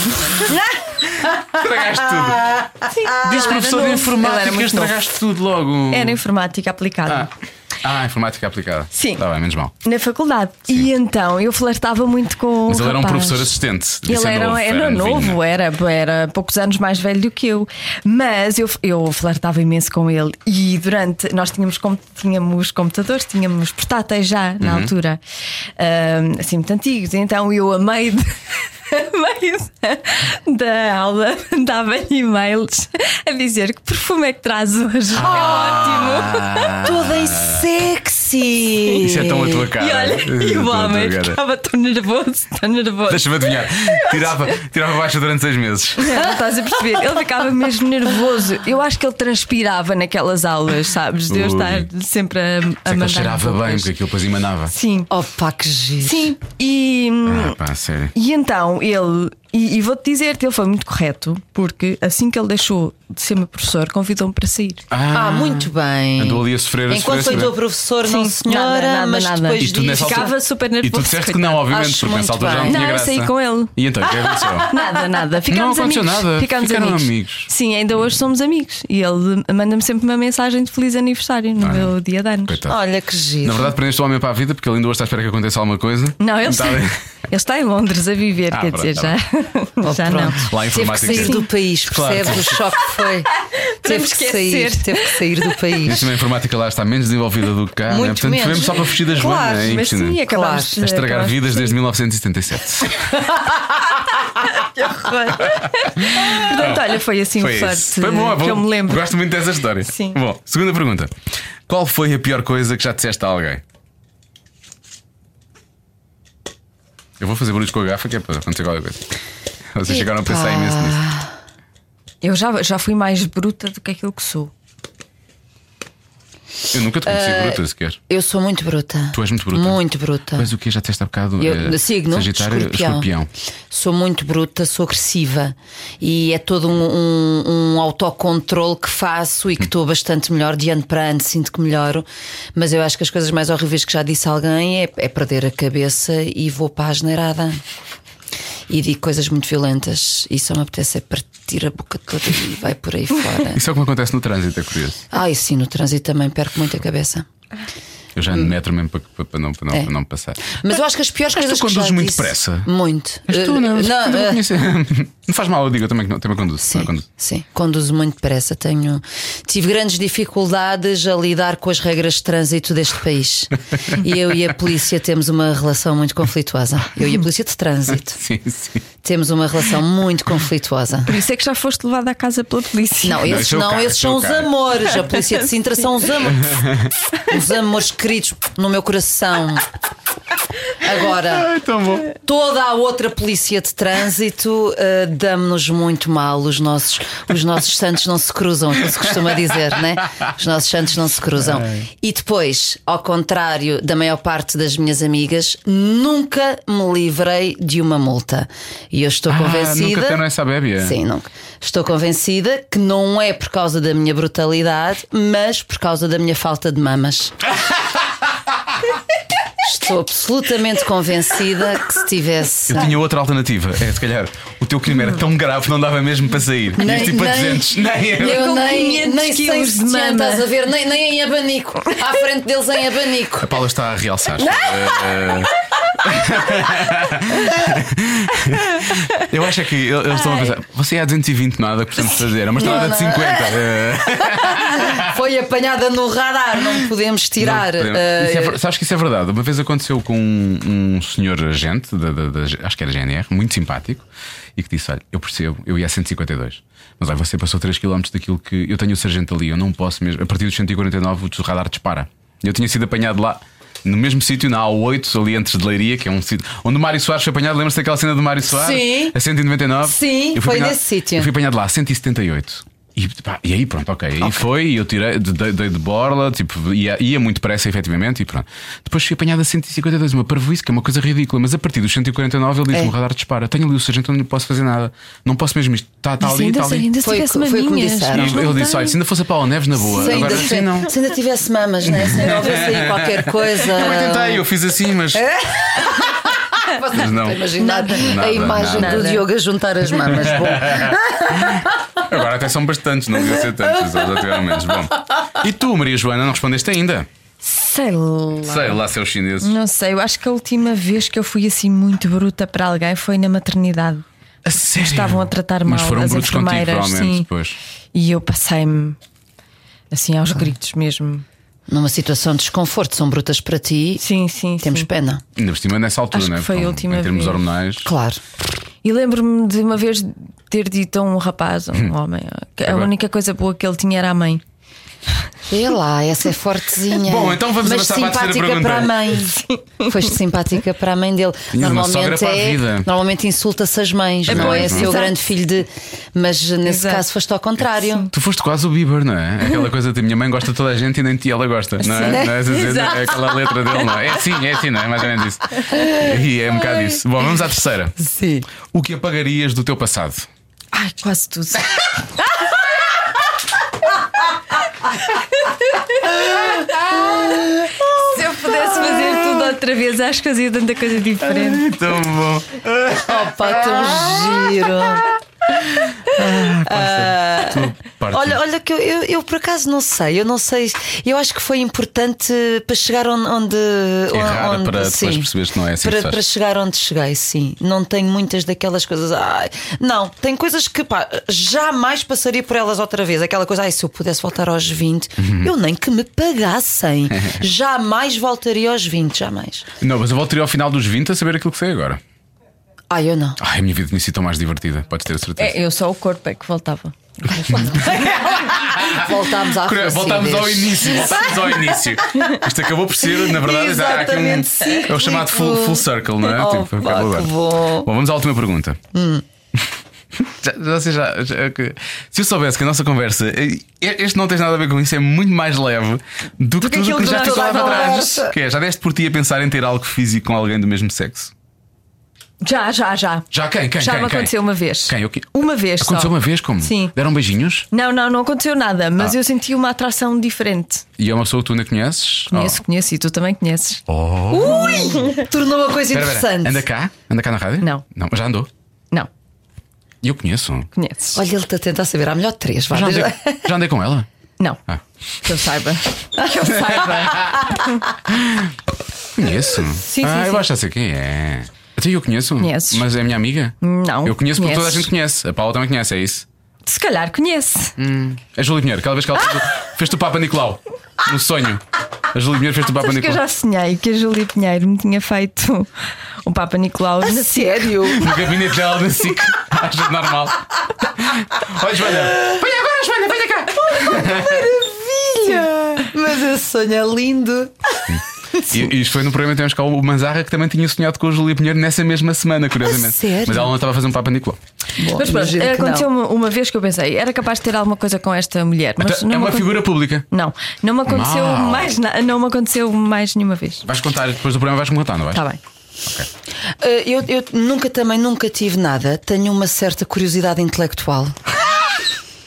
[SPEAKER 3] Estragaste tudo. Diz professor de
[SPEAKER 5] novo. Ele era
[SPEAKER 3] informática,
[SPEAKER 5] muito
[SPEAKER 3] estragaste tudo logo.
[SPEAKER 5] Era informática aplicada.
[SPEAKER 3] Ah, ah, informática aplicada.
[SPEAKER 5] Sim.
[SPEAKER 3] Está bem, menos mal.
[SPEAKER 5] Na faculdade. E então eu flertava muito com.
[SPEAKER 3] Ah. Mas
[SPEAKER 5] o
[SPEAKER 3] ele era um
[SPEAKER 5] rapaz.
[SPEAKER 3] professor assistente. Devia
[SPEAKER 5] Ele
[SPEAKER 3] ser
[SPEAKER 5] era, um-
[SPEAKER 3] novo,
[SPEAKER 5] era
[SPEAKER 3] novinho,
[SPEAKER 5] novo,
[SPEAKER 3] né?
[SPEAKER 5] era, era poucos anos mais velho do que eu. Mas eu, eu flertava imenso com ele. E durante. Nós tínhamos, com- tínhamos computadores, tínhamos portáteis já na
[SPEAKER 3] Uhum.
[SPEAKER 5] altura, ahm, assim muito antigos. Então eu, a meio, de- a meio da aula, dava-lhe e-mails a dizer que perfume é que traz hoje.
[SPEAKER 3] Ah.
[SPEAKER 5] é ótimo.
[SPEAKER 4] Toda em sexy.
[SPEAKER 3] Isso é tão a tua cara.
[SPEAKER 5] E olha, e
[SPEAKER 3] Isso é
[SPEAKER 5] o
[SPEAKER 3] tão a tua
[SPEAKER 5] homem
[SPEAKER 3] cara.
[SPEAKER 5] ficava tão nervoso, tão nervoso.
[SPEAKER 3] Deixa-me adivinhar. Tirava, tirava baixa durante seis meses.
[SPEAKER 5] Não, não estás a perceber? Ele ficava mesmo nervoso. Eu acho que ele transpirava naquelas aulas, sabes? De eu
[SPEAKER 3] Ui.
[SPEAKER 5] estar sempre a, a
[SPEAKER 3] Sei que
[SPEAKER 5] mandar.
[SPEAKER 3] ele cheirava bem,
[SPEAKER 5] roupas.
[SPEAKER 3] porque aquilo depois emanava.
[SPEAKER 5] Sim.
[SPEAKER 4] Opa, que giro.
[SPEAKER 5] Sim. E.
[SPEAKER 3] Ah, pá, sério.
[SPEAKER 5] E então ele, e, e vou-te dizer-te, ele foi muito correto, porque assim que ele deixou de ser meu professor, convidou-me para sair.
[SPEAKER 4] Ah, muito bem.
[SPEAKER 3] Andou ali a sofrer a
[SPEAKER 4] Enquanto
[SPEAKER 3] sofrer,
[SPEAKER 4] foi
[SPEAKER 3] a
[SPEAKER 4] teu
[SPEAKER 3] sofrer.
[SPEAKER 4] professor, não
[SPEAKER 5] Sim,
[SPEAKER 4] senhora,
[SPEAKER 5] nada, nada,
[SPEAKER 4] mas
[SPEAKER 5] nada.
[SPEAKER 4] depois
[SPEAKER 3] E tu nessa
[SPEAKER 4] disso-
[SPEAKER 5] ficava
[SPEAKER 3] altura-
[SPEAKER 5] super nervoso,
[SPEAKER 3] E tu disseste que não,
[SPEAKER 5] coitado.
[SPEAKER 3] obviamente,
[SPEAKER 4] Acho
[SPEAKER 3] porque nessa
[SPEAKER 4] muito
[SPEAKER 3] altura já não
[SPEAKER 4] bem.
[SPEAKER 3] tinha
[SPEAKER 5] Não, eu
[SPEAKER 3] graça.
[SPEAKER 5] saí com ele.
[SPEAKER 3] E então, o que aconteceu?
[SPEAKER 5] Nada, nada. Ficámos
[SPEAKER 3] Não aconteceu
[SPEAKER 5] amigos.
[SPEAKER 3] nada.
[SPEAKER 5] Ficámos
[SPEAKER 3] Ficaram
[SPEAKER 5] amigos.
[SPEAKER 3] amigos.
[SPEAKER 5] Sim, ainda hoje somos amigos. E ele manda-me sempre uma mensagem de feliz aniversário no
[SPEAKER 3] Ah.
[SPEAKER 5] meu dia de anos.
[SPEAKER 3] Coitado.
[SPEAKER 4] Olha que
[SPEAKER 3] Na
[SPEAKER 4] giro.
[SPEAKER 3] verdade, prendeste o homem para a vida porque ele ainda hoje está à espera que aconteça alguma coisa.
[SPEAKER 5] Não, ele está,
[SPEAKER 3] Está tá bem.
[SPEAKER 5] ele está em Londres a viver,
[SPEAKER 3] Ah,
[SPEAKER 5] quer
[SPEAKER 3] pronto,
[SPEAKER 5] dizer,
[SPEAKER 3] tá
[SPEAKER 5] já, já
[SPEAKER 4] pronto.
[SPEAKER 5] não.
[SPEAKER 3] Lá em
[SPEAKER 4] Teve que
[SPEAKER 3] informática. é
[SPEAKER 4] sair do país,
[SPEAKER 3] Claro.
[SPEAKER 4] percebes o choque que foi? Teve que
[SPEAKER 5] esquecer.
[SPEAKER 4] sair, teve que sair do país.
[SPEAKER 3] Isso na informática lá está menos desenvolvida do que cá.
[SPEAKER 4] Muito
[SPEAKER 3] né? Portanto,
[SPEAKER 4] menos.
[SPEAKER 3] mesmo só para fugir da Joana.
[SPEAKER 4] Claro,
[SPEAKER 3] é
[SPEAKER 5] Mas
[SPEAKER 3] impressionante.
[SPEAKER 5] sim, é, acabámos
[SPEAKER 4] Claro.
[SPEAKER 3] A estragar
[SPEAKER 5] acabámos-
[SPEAKER 3] vidas desde 1977.
[SPEAKER 5] Portanto, olha, foi assim
[SPEAKER 3] Foi
[SPEAKER 5] um
[SPEAKER 3] isso.
[SPEAKER 5] sorte.
[SPEAKER 3] Foi bom, é bom.
[SPEAKER 5] que eu me lembro.
[SPEAKER 3] Gosto muito dessa história.
[SPEAKER 5] Sim.
[SPEAKER 3] Bom, segunda pergunta. Qual foi a pior coisa que já disseste a alguém? Eu vou fazer barulhos com a gafa que é para acontecer qualquer coisa. Vocês chegaram a pensar imenso nisso.
[SPEAKER 5] Eu já, já fui mais bruta do que aquilo que sou.
[SPEAKER 3] Eu nunca te conheci bruta sequer.
[SPEAKER 4] Eu sou muito bruta.
[SPEAKER 3] Tu és muito bruta.
[SPEAKER 4] Muito bruta.
[SPEAKER 3] Mas o que já disseste há bocado?
[SPEAKER 4] Eu,
[SPEAKER 3] eh,
[SPEAKER 4] signo,
[SPEAKER 3] Sagitário,
[SPEAKER 4] escorpião.
[SPEAKER 3] escorpião.
[SPEAKER 4] Sou muito bruta, sou agressiva e é todo um, um, um autocontrole que faço e que estou bastante melhor de ano para ano, sinto que melhoro. Mas eu acho que as coisas mais horríveis que já disse a alguém é, é perder a cabeça e vou para a asneirada. E digo coisas muito violentas e só me apetece é partir a boca toda e vai por aí fora.
[SPEAKER 3] Isso é o que acontece no trânsito, é curioso.
[SPEAKER 4] Ai, sim, no trânsito também perco muito a cabeça.
[SPEAKER 3] Eu já ando metro mesmo para, para- para não, para, não,
[SPEAKER 4] É.
[SPEAKER 3] para não passar.
[SPEAKER 4] Mas eu acho que as piores
[SPEAKER 3] Mas tu
[SPEAKER 4] coisas que já
[SPEAKER 3] conduzes muito
[SPEAKER 4] disse-
[SPEAKER 3] depressa?
[SPEAKER 4] Muito.
[SPEAKER 3] Mas tu
[SPEAKER 4] Eh,
[SPEAKER 3] não, um não,
[SPEAKER 4] eh,
[SPEAKER 3] não faz mal, eu digo, eu também, também conduzo.
[SPEAKER 4] Sim,
[SPEAKER 3] também conduzo.
[SPEAKER 4] sim, conduzo muito depressa. Tenho, tive grandes dificuldades a lidar com as regras de trânsito deste país. E eu e a polícia temos uma relação muito conflituosa. Eu e a polícia de trânsito
[SPEAKER 3] Sim, sim.
[SPEAKER 4] temos uma relação muito conflituosa.
[SPEAKER 5] Por isso é que já foste levada à casa pela polícia.
[SPEAKER 4] Não,
[SPEAKER 3] Não,
[SPEAKER 4] esses
[SPEAKER 3] isso é o
[SPEAKER 4] não,
[SPEAKER 3] cara,
[SPEAKER 4] esses
[SPEAKER 3] isso é
[SPEAKER 4] são
[SPEAKER 3] o
[SPEAKER 4] os
[SPEAKER 3] cara.
[SPEAKER 4] amores. A polícia de Sintra são os amores. Os amores queridos no meu coração. Agora,
[SPEAKER 3] Ai, É tão bom.
[SPEAKER 4] toda a outra polícia de trânsito eh, damos-nos muito mal. Os nossos, os nossos santos não se cruzam, é como se costuma dizer, né? Os nossos santos não se cruzam.
[SPEAKER 8] É.
[SPEAKER 4] E depois, ao contrário da maior parte das minhas amigas, nunca me livrei de uma multa. E eu estou
[SPEAKER 8] Ah,
[SPEAKER 4] convencida.
[SPEAKER 8] nunca até essa bébia.
[SPEAKER 4] Sim, nunca. Estou convencida que não é por causa da minha brutalidade, mas por causa da minha falta de mamas. Estou absolutamente convencida que se tivesse.
[SPEAKER 3] Eu tinha outra alternativa. É, se calhar, o teu crime era tão grave que não dava mesmo para sair.
[SPEAKER 4] Nem-
[SPEAKER 3] Tinhas tipo a
[SPEAKER 4] nem-
[SPEAKER 3] 200. Nem eu.
[SPEAKER 4] Eu
[SPEAKER 5] Com
[SPEAKER 4] nem,
[SPEAKER 5] 500
[SPEAKER 4] nem sei
[SPEAKER 5] quilos
[SPEAKER 4] se
[SPEAKER 5] de mama.
[SPEAKER 4] tinha, estás a ver, nem, nem em abanico. À frente deles em abanico.
[SPEAKER 8] A Paula está a realçar.
[SPEAKER 3] Eu acho é que eu- eles estão a pensar: você é a 220 nada, precisamos fazer. É uma estrada de
[SPEAKER 4] não.
[SPEAKER 3] 50. eh,
[SPEAKER 4] Foi apanhada no radar, não podemos tirar.
[SPEAKER 3] Não,
[SPEAKER 4] eh,
[SPEAKER 3] isso é ver- sabes que isso é verdade. Uma vez aconteceu com um, um senhor agente, da, da- da- acho que era GNR, muito simpático, e que disse: Olha, eu percebo, eu ia a 152, mas olha, você passou 3 km daquilo que. Eu tenho o sargento ali, eu não posso mesmo. A partir dos 149, o radar dispara. Eu tinha sido apanhado lá. No mesmo sítio, na A8, ali antes de Leiria, que é um sítio onde o Mário Soares foi apanhado, lembra-se daquela cena do Mário Soares?
[SPEAKER 4] Sim.
[SPEAKER 3] A 199?
[SPEAKER 4] Sim,
[SPEAKER 3] Eu fui
[SPEAKER 4] foi
[SPEAKER 3] apanhado-
[SPEAKER 4] nesse sítio.
[SPEAKER 3] eu fui apanhado lá, 178. E, pá, e aí pronto, ok. Aí foi e eu tirei, de- dei, dei de borla, tipo, ia, ia muito pressa, efetivamente, e pronto. Depois fui apanhado a 152, uma parvoíce, que é uma coisa ridícula, mas a partir dos 149 ele diz-me:
[SPEAKER 4] É.
[SPEAKER 3] o radar dispara, tenho ali o sargento, não posso fazer nada, não posso mesmo isto, está tá ali,
[SPEAKER 5] ainda,
[SPEAKER 3] está
[SPEAKER 5] se-
[SPEAKER 3] ali.
[SPEAKER 5] ainda se
[SPEAKER 4] Foi
[SPEAKER 5] tivesse
[SPEAKER 4] co- foi como
[SPEAKER 5] maminhas.
[SPEAKER 4] disseram.
[SPEAKER 3] E ele disse: olha, se ainda fosse a Paula Neves, na boa.
[SPEAKER 4] se, ainda,
[SPEAKER 3] Agora
[SPEAKER 4] se-
[SPEAKER 3] assim não.
[SPEAKER 4] se ainda tivesse mamas, né? se ainda houvesse aí qualquer coisa.
[SPEAKER 3] Eu tentei, eu fiz assim, mas. Mas não.
[SPEAKER 4] Imaginar
[SPEAKER 3] Nada,
[SPEAKER 4] a imagem
[SPEAKER 3] nada.
[SPEAKER 4] do Diogo a juntar as mamas. Bom,
[SPEAKER 3] Agora até são bastantes, não devia ser tantos, já tiveram menos. Bom. E tu, Maria Joana, não respondeste ainda?
[SPEAKER 5] Sei lá.
[SPEAKER 3] Sei lá, seus chineses.
[SPEAKER 5] Não sei, eu acho que a última vez que eu fui assim muito bruta para alguém foi na maternidade.
[SPEAKER 3] A sério?
[SPEAKER 5] Estavam a tratar
[SPEAKER 3] Mas
[SPEAKER 5] mal
[SPEAKER 3] foram
[SPEAKER 5] as
[SPEAKER 3] brutos contigo,
[SPEAKER 5] enfermeiras.
[SPEAKER 3] provavelmente,
[SPEAKER 5] sim.
[SPEAKER 3] depois.
[SPEAKER 5] E eu passei-me assim aos gritos mesmo.
[SPEAKER 4] Numa situação de desconforto, são brutas para ti,
[SPEAKER 5] Sim, sim.
[SPEAKER 4] temos
[SPEAKER 5] sim.
[SPEAKER 4] pena.
[SPEAKER 3] Ainda por cima nessa altura,
[SPEAKER 5] Acho que
[SPEAKER 3] né?
[SPEAKER 5] foi a
[SPEAKER 3] Então,
[SPEAKER 5] última
[SPEAKER 3] Em termos
[SPEAKER 5] vez.
[SPEAKER 3] hormonais.
[SPEAKER 4] Claro.
[SPEAKER 5] E lembro-me de uma vez ter dito a um rapaz, a um homem, que a
[SPEAKER 3] Hum. Agora-
[SPEAKER 5] única coisa boa que ele tinha era a mãe.
[SPEAKER 4] Vê lá, essa é fortezinha.
[SPEAKER 3] Bom, então vamos
[SPEAKER 4] Mas
[SPEAKER 3] avançar para a terceira pergunta.
[SPEAKER 4] simpática para a mãe. Foste simpática para a mãe dele.
[SPEAKER 3] Tinha uma sogra
[SPEAKER 4] Normalmente,
[SPEAKER 3] para a
[SPEAKER 4] é,
[SPEAKER 3] vida.
[SPEAKER 4] normalmente insulta-se as mães,
[SPEAKER 5] É,
[SPEAKER 4] não é?
[SPEAKER 5] pois,
[SPEAKER 4] Seu
[SPEAKER 5] exato.
[SPEAKER 4] grande filho de. Mas nesse
[SPEAKER 5] Exato.
[SPEAKER 4] caso foste ao contrário.
[SPEAKER 3] Tu foste quase o Bieber, não é? Aquela coisa de minha mãe gosta de toda a gente e nem de ti ela gosta, não é?
[SPEAKER 5] Sim.
[SPEAKER 3] Não é? Essa cena,
[SPEAKER 5] Exato.
[SPEAKER 3] é aquela letra dele, não é? É assim, é assim, não é? Mais ou menos isso. E é um bocado isso. Bom, vamos à terceira. Sim. O que apagarias do teu passado?
[SPEAKER 5] Ai, quase tudo. Se eu pudesse fazer tudo outra vez, acho que fazia tanta coisa diferente.
[SPEAKER 3] Tão bom.
[SPEAKER 4] Opa, tão giro.
[SPEAKER 3] Parte.
[SPEAKER 4] Olha, olha que eu, eu, eu por acaso não sei, eu não sei, eu acho que foi importante para chegar onde. onde
[SPEAKER 3] Errar
[SPEAKER 4] onde-
[SPEAKER 3] para depois
[SPEAKER 4] sim.
[SPEAKER 3] perceberes que não é assim que
[SPEAKER 4] Para,
[SPEAKER 3] se faz.
[SPEAKER 4] para chegar onde cheguei, sim. Não tenho muitas daquelas coisas. Ai, não, tem coisas que pá, jamais passaria por elas outra vez. Aquela coisa, ai, se eu pudesse voltar aos 20,
[SPEAKER 3] Uhum.
[SPEAKER 4] eu nem que me pagassem. jamais voltaria aos 20, jamais.
[SPEAKER 3] Não, mas eu voltaria ao final dos 20 a saber aquilo que sei agora.
[SPEAKER 4] Ai, eu não.
[SPEAKER 3] Ai, a minha vida tinha sido tão mais divertida, podes ter a certeza.
[SPEAKER 5] É, eu só o corpo é que voltava.
[SPEAKER 4] Voltámos à
[SPEAKER 3] Cura- Ah, Voltámos ao
[SPEAKER 4] lucidez.
[SPEAKER 3] início, voltámos ao início. Isto acabou por ser, na verdade, há aqui um.
[SPEAKER 4] Exatamente, sim,
[SPEAKER 3] É o chamado
[SPEAKER 5] tipo-
[SPEAKER 3] full,
[SPEAKER 4] ridículo.
[SPEAKER 3] full circle, não é?
[SPEAKER 4] Oh, pá,
[SPEAKER 3] acabou
[SPEAKER 4] que
[SPEAKER 3] agora.
[SPEAKER 4] bom.
[SPEAKER 3] vamos à última pergunta.
[SPEAKER 5] Hum.
[SPEAKER 3] Já- já sei, já- já- que- se eu soubesse que a nossa conversa, eh, este não tens nada a ver com isso, é muito mais leve do que tudo
[SPEAKER 5] aquilo
[SPEAKER 3] o que
[SPEAKER 5] que
[SPEAKER 3] já
[SPEAKER 5] nós
[SPEAKER 3] ficou lá para
[SPEAKER 5] toda a
[SPEAKER 3] trás. Que é, já deste por ti a pensar em ter algo físico com alguém do mesmo sexo?
[SPEAKER 5] Já, já, já.
[SPEAKER 3] Já quem? Quem?
[SPEAKER 5] Já
[SPEAKER 3] quem,
[SPEAKER 5] me
[SPEAKER 3] quem?
[SPEAKER 5] aconteceu uma vez.
[SPEAKER 3] Quem? O quê?
[SPEAKER 5] Uma vez só.
[SPEAKER 3] Aconteceu uma vez como?
[SPEAKER 5] Sim.
[SPEAKER 3] Deram beijinhos?
[SPEAKER 5] Não, não, não aconteceu nada, mas
[SPEAKER 3] Ah.
[SPEAKER 5] eu senti uma atração diferente.
[SPEAKER 3] E é uma pessoa que tu ainda conheces? Oh.
[SPEAKER 5] Conheço, Uh! conheço e tu também conheces.
[SPEAKER 4] Tornou a coisa
[SPEAKER 3] Espera, espera.
[SPEAKER 4] interessante.
[SPEAKER 3] Anda cá? Anda cá na rádio?
[SPEAKER 5] Não.
[SPEAKER 3] Não, já andou?
[SPEAKER 5] Não,
[SPEAKER 3] E eu conheço.
[SPEAKER 5] conheces.
[SPEAKER 4] Olha, ele está a tentar saber, há melhor três, vá.
[SPEAKER 3] Já andei,
[SPEAKER 4] desde-
[SPEAKER 3] já andei com ela.
[SPEAKER 5] Não,
[SPEAKER 3] Ah.
[SPEAKER 5] que eu saiba. Que eu saiba.
[SPEAKER 3] Conheço.
[SPEAKER 5] sim,
[SPEAKER 3] ah, eu
[SPEAKER 5] sim.
[SPEAKER 3] acho que já sei quem é. Até eu conheço.
[SPEAKER 5] Conheces.
[SPEAKER 3] Mas é minha amiga?
[SPEAKER 5] Não,
[SPEAKER 3] Eu conheço porque toda a
[SPEAKER 5] conheces.
[SPEAKER 3] gente conhece. A Paula também conhece, é isso?
[SPEAKER 5] Se calhar conhece.
[SPEAKER 3] A Júlia Pinheiro, aquela vez que ela fez,
[SPEAKER 5] Ah!
[SPEAKER 3] o- fez-te o Papa Nicolau. No sonho. A Júlia Pinheiro fez-te o Papa
[SPEAKER 5] Sabes que eu
[SPEAKER 3] Nicolau.
[SPEAKER 5] já sonhei que a Júlia Pinheiro me tinha feito um Papa Nicolau na
[SPEAKER 4] Sério?
[SPEAKER 3] No gabinete dela da SIC. Acho é normal. Olha, Joana. Olha agora, Joana, venha cá.
[SPEAKER 4] Mas esse sonho é lindo.
[SPEAKER 3] E, e isto foi no programa que temos cá o Manzarra que também tinha sonhado com a Júlia Pinheiro nessa mesma semana, curiosamente.
[SPEAKER 4] A sério?
[SPEAKER 3] Mas ela não estava a fazer um Papa Nicolau.
[SPEAKER 5] mas pronto,
[SPEAKER 4] imagino que não.
[SPEAKER 5] aconteceu uma, uma vez que eu pensei, era capaz de ter alguma coisa com esta mulher. Mas
[SPEAKER 3] Então,
[SPEAKER 5] não
[SPEAKER 3] é
[SPEAKER 5] me
[SPEAKER 3] uma
[SPEAKER 5] aconte-
[SPEAKER 3] figura pública.
[SPEAKER 5] Não, não me aconteceu
[SPEAKER 3] Mau.
[SPEAKER 5] mais na- não me aconteceu mais nenhuma vez.
[SPEAKER 3] Vais contar, depois do programa vais-me contar, não vais?
[SPEAKER 5] Está bem.
[SPEAKER 4] Eh, Eu, eu nunca também nunca tive nada. Tenho uma certa curiosidade intelectual.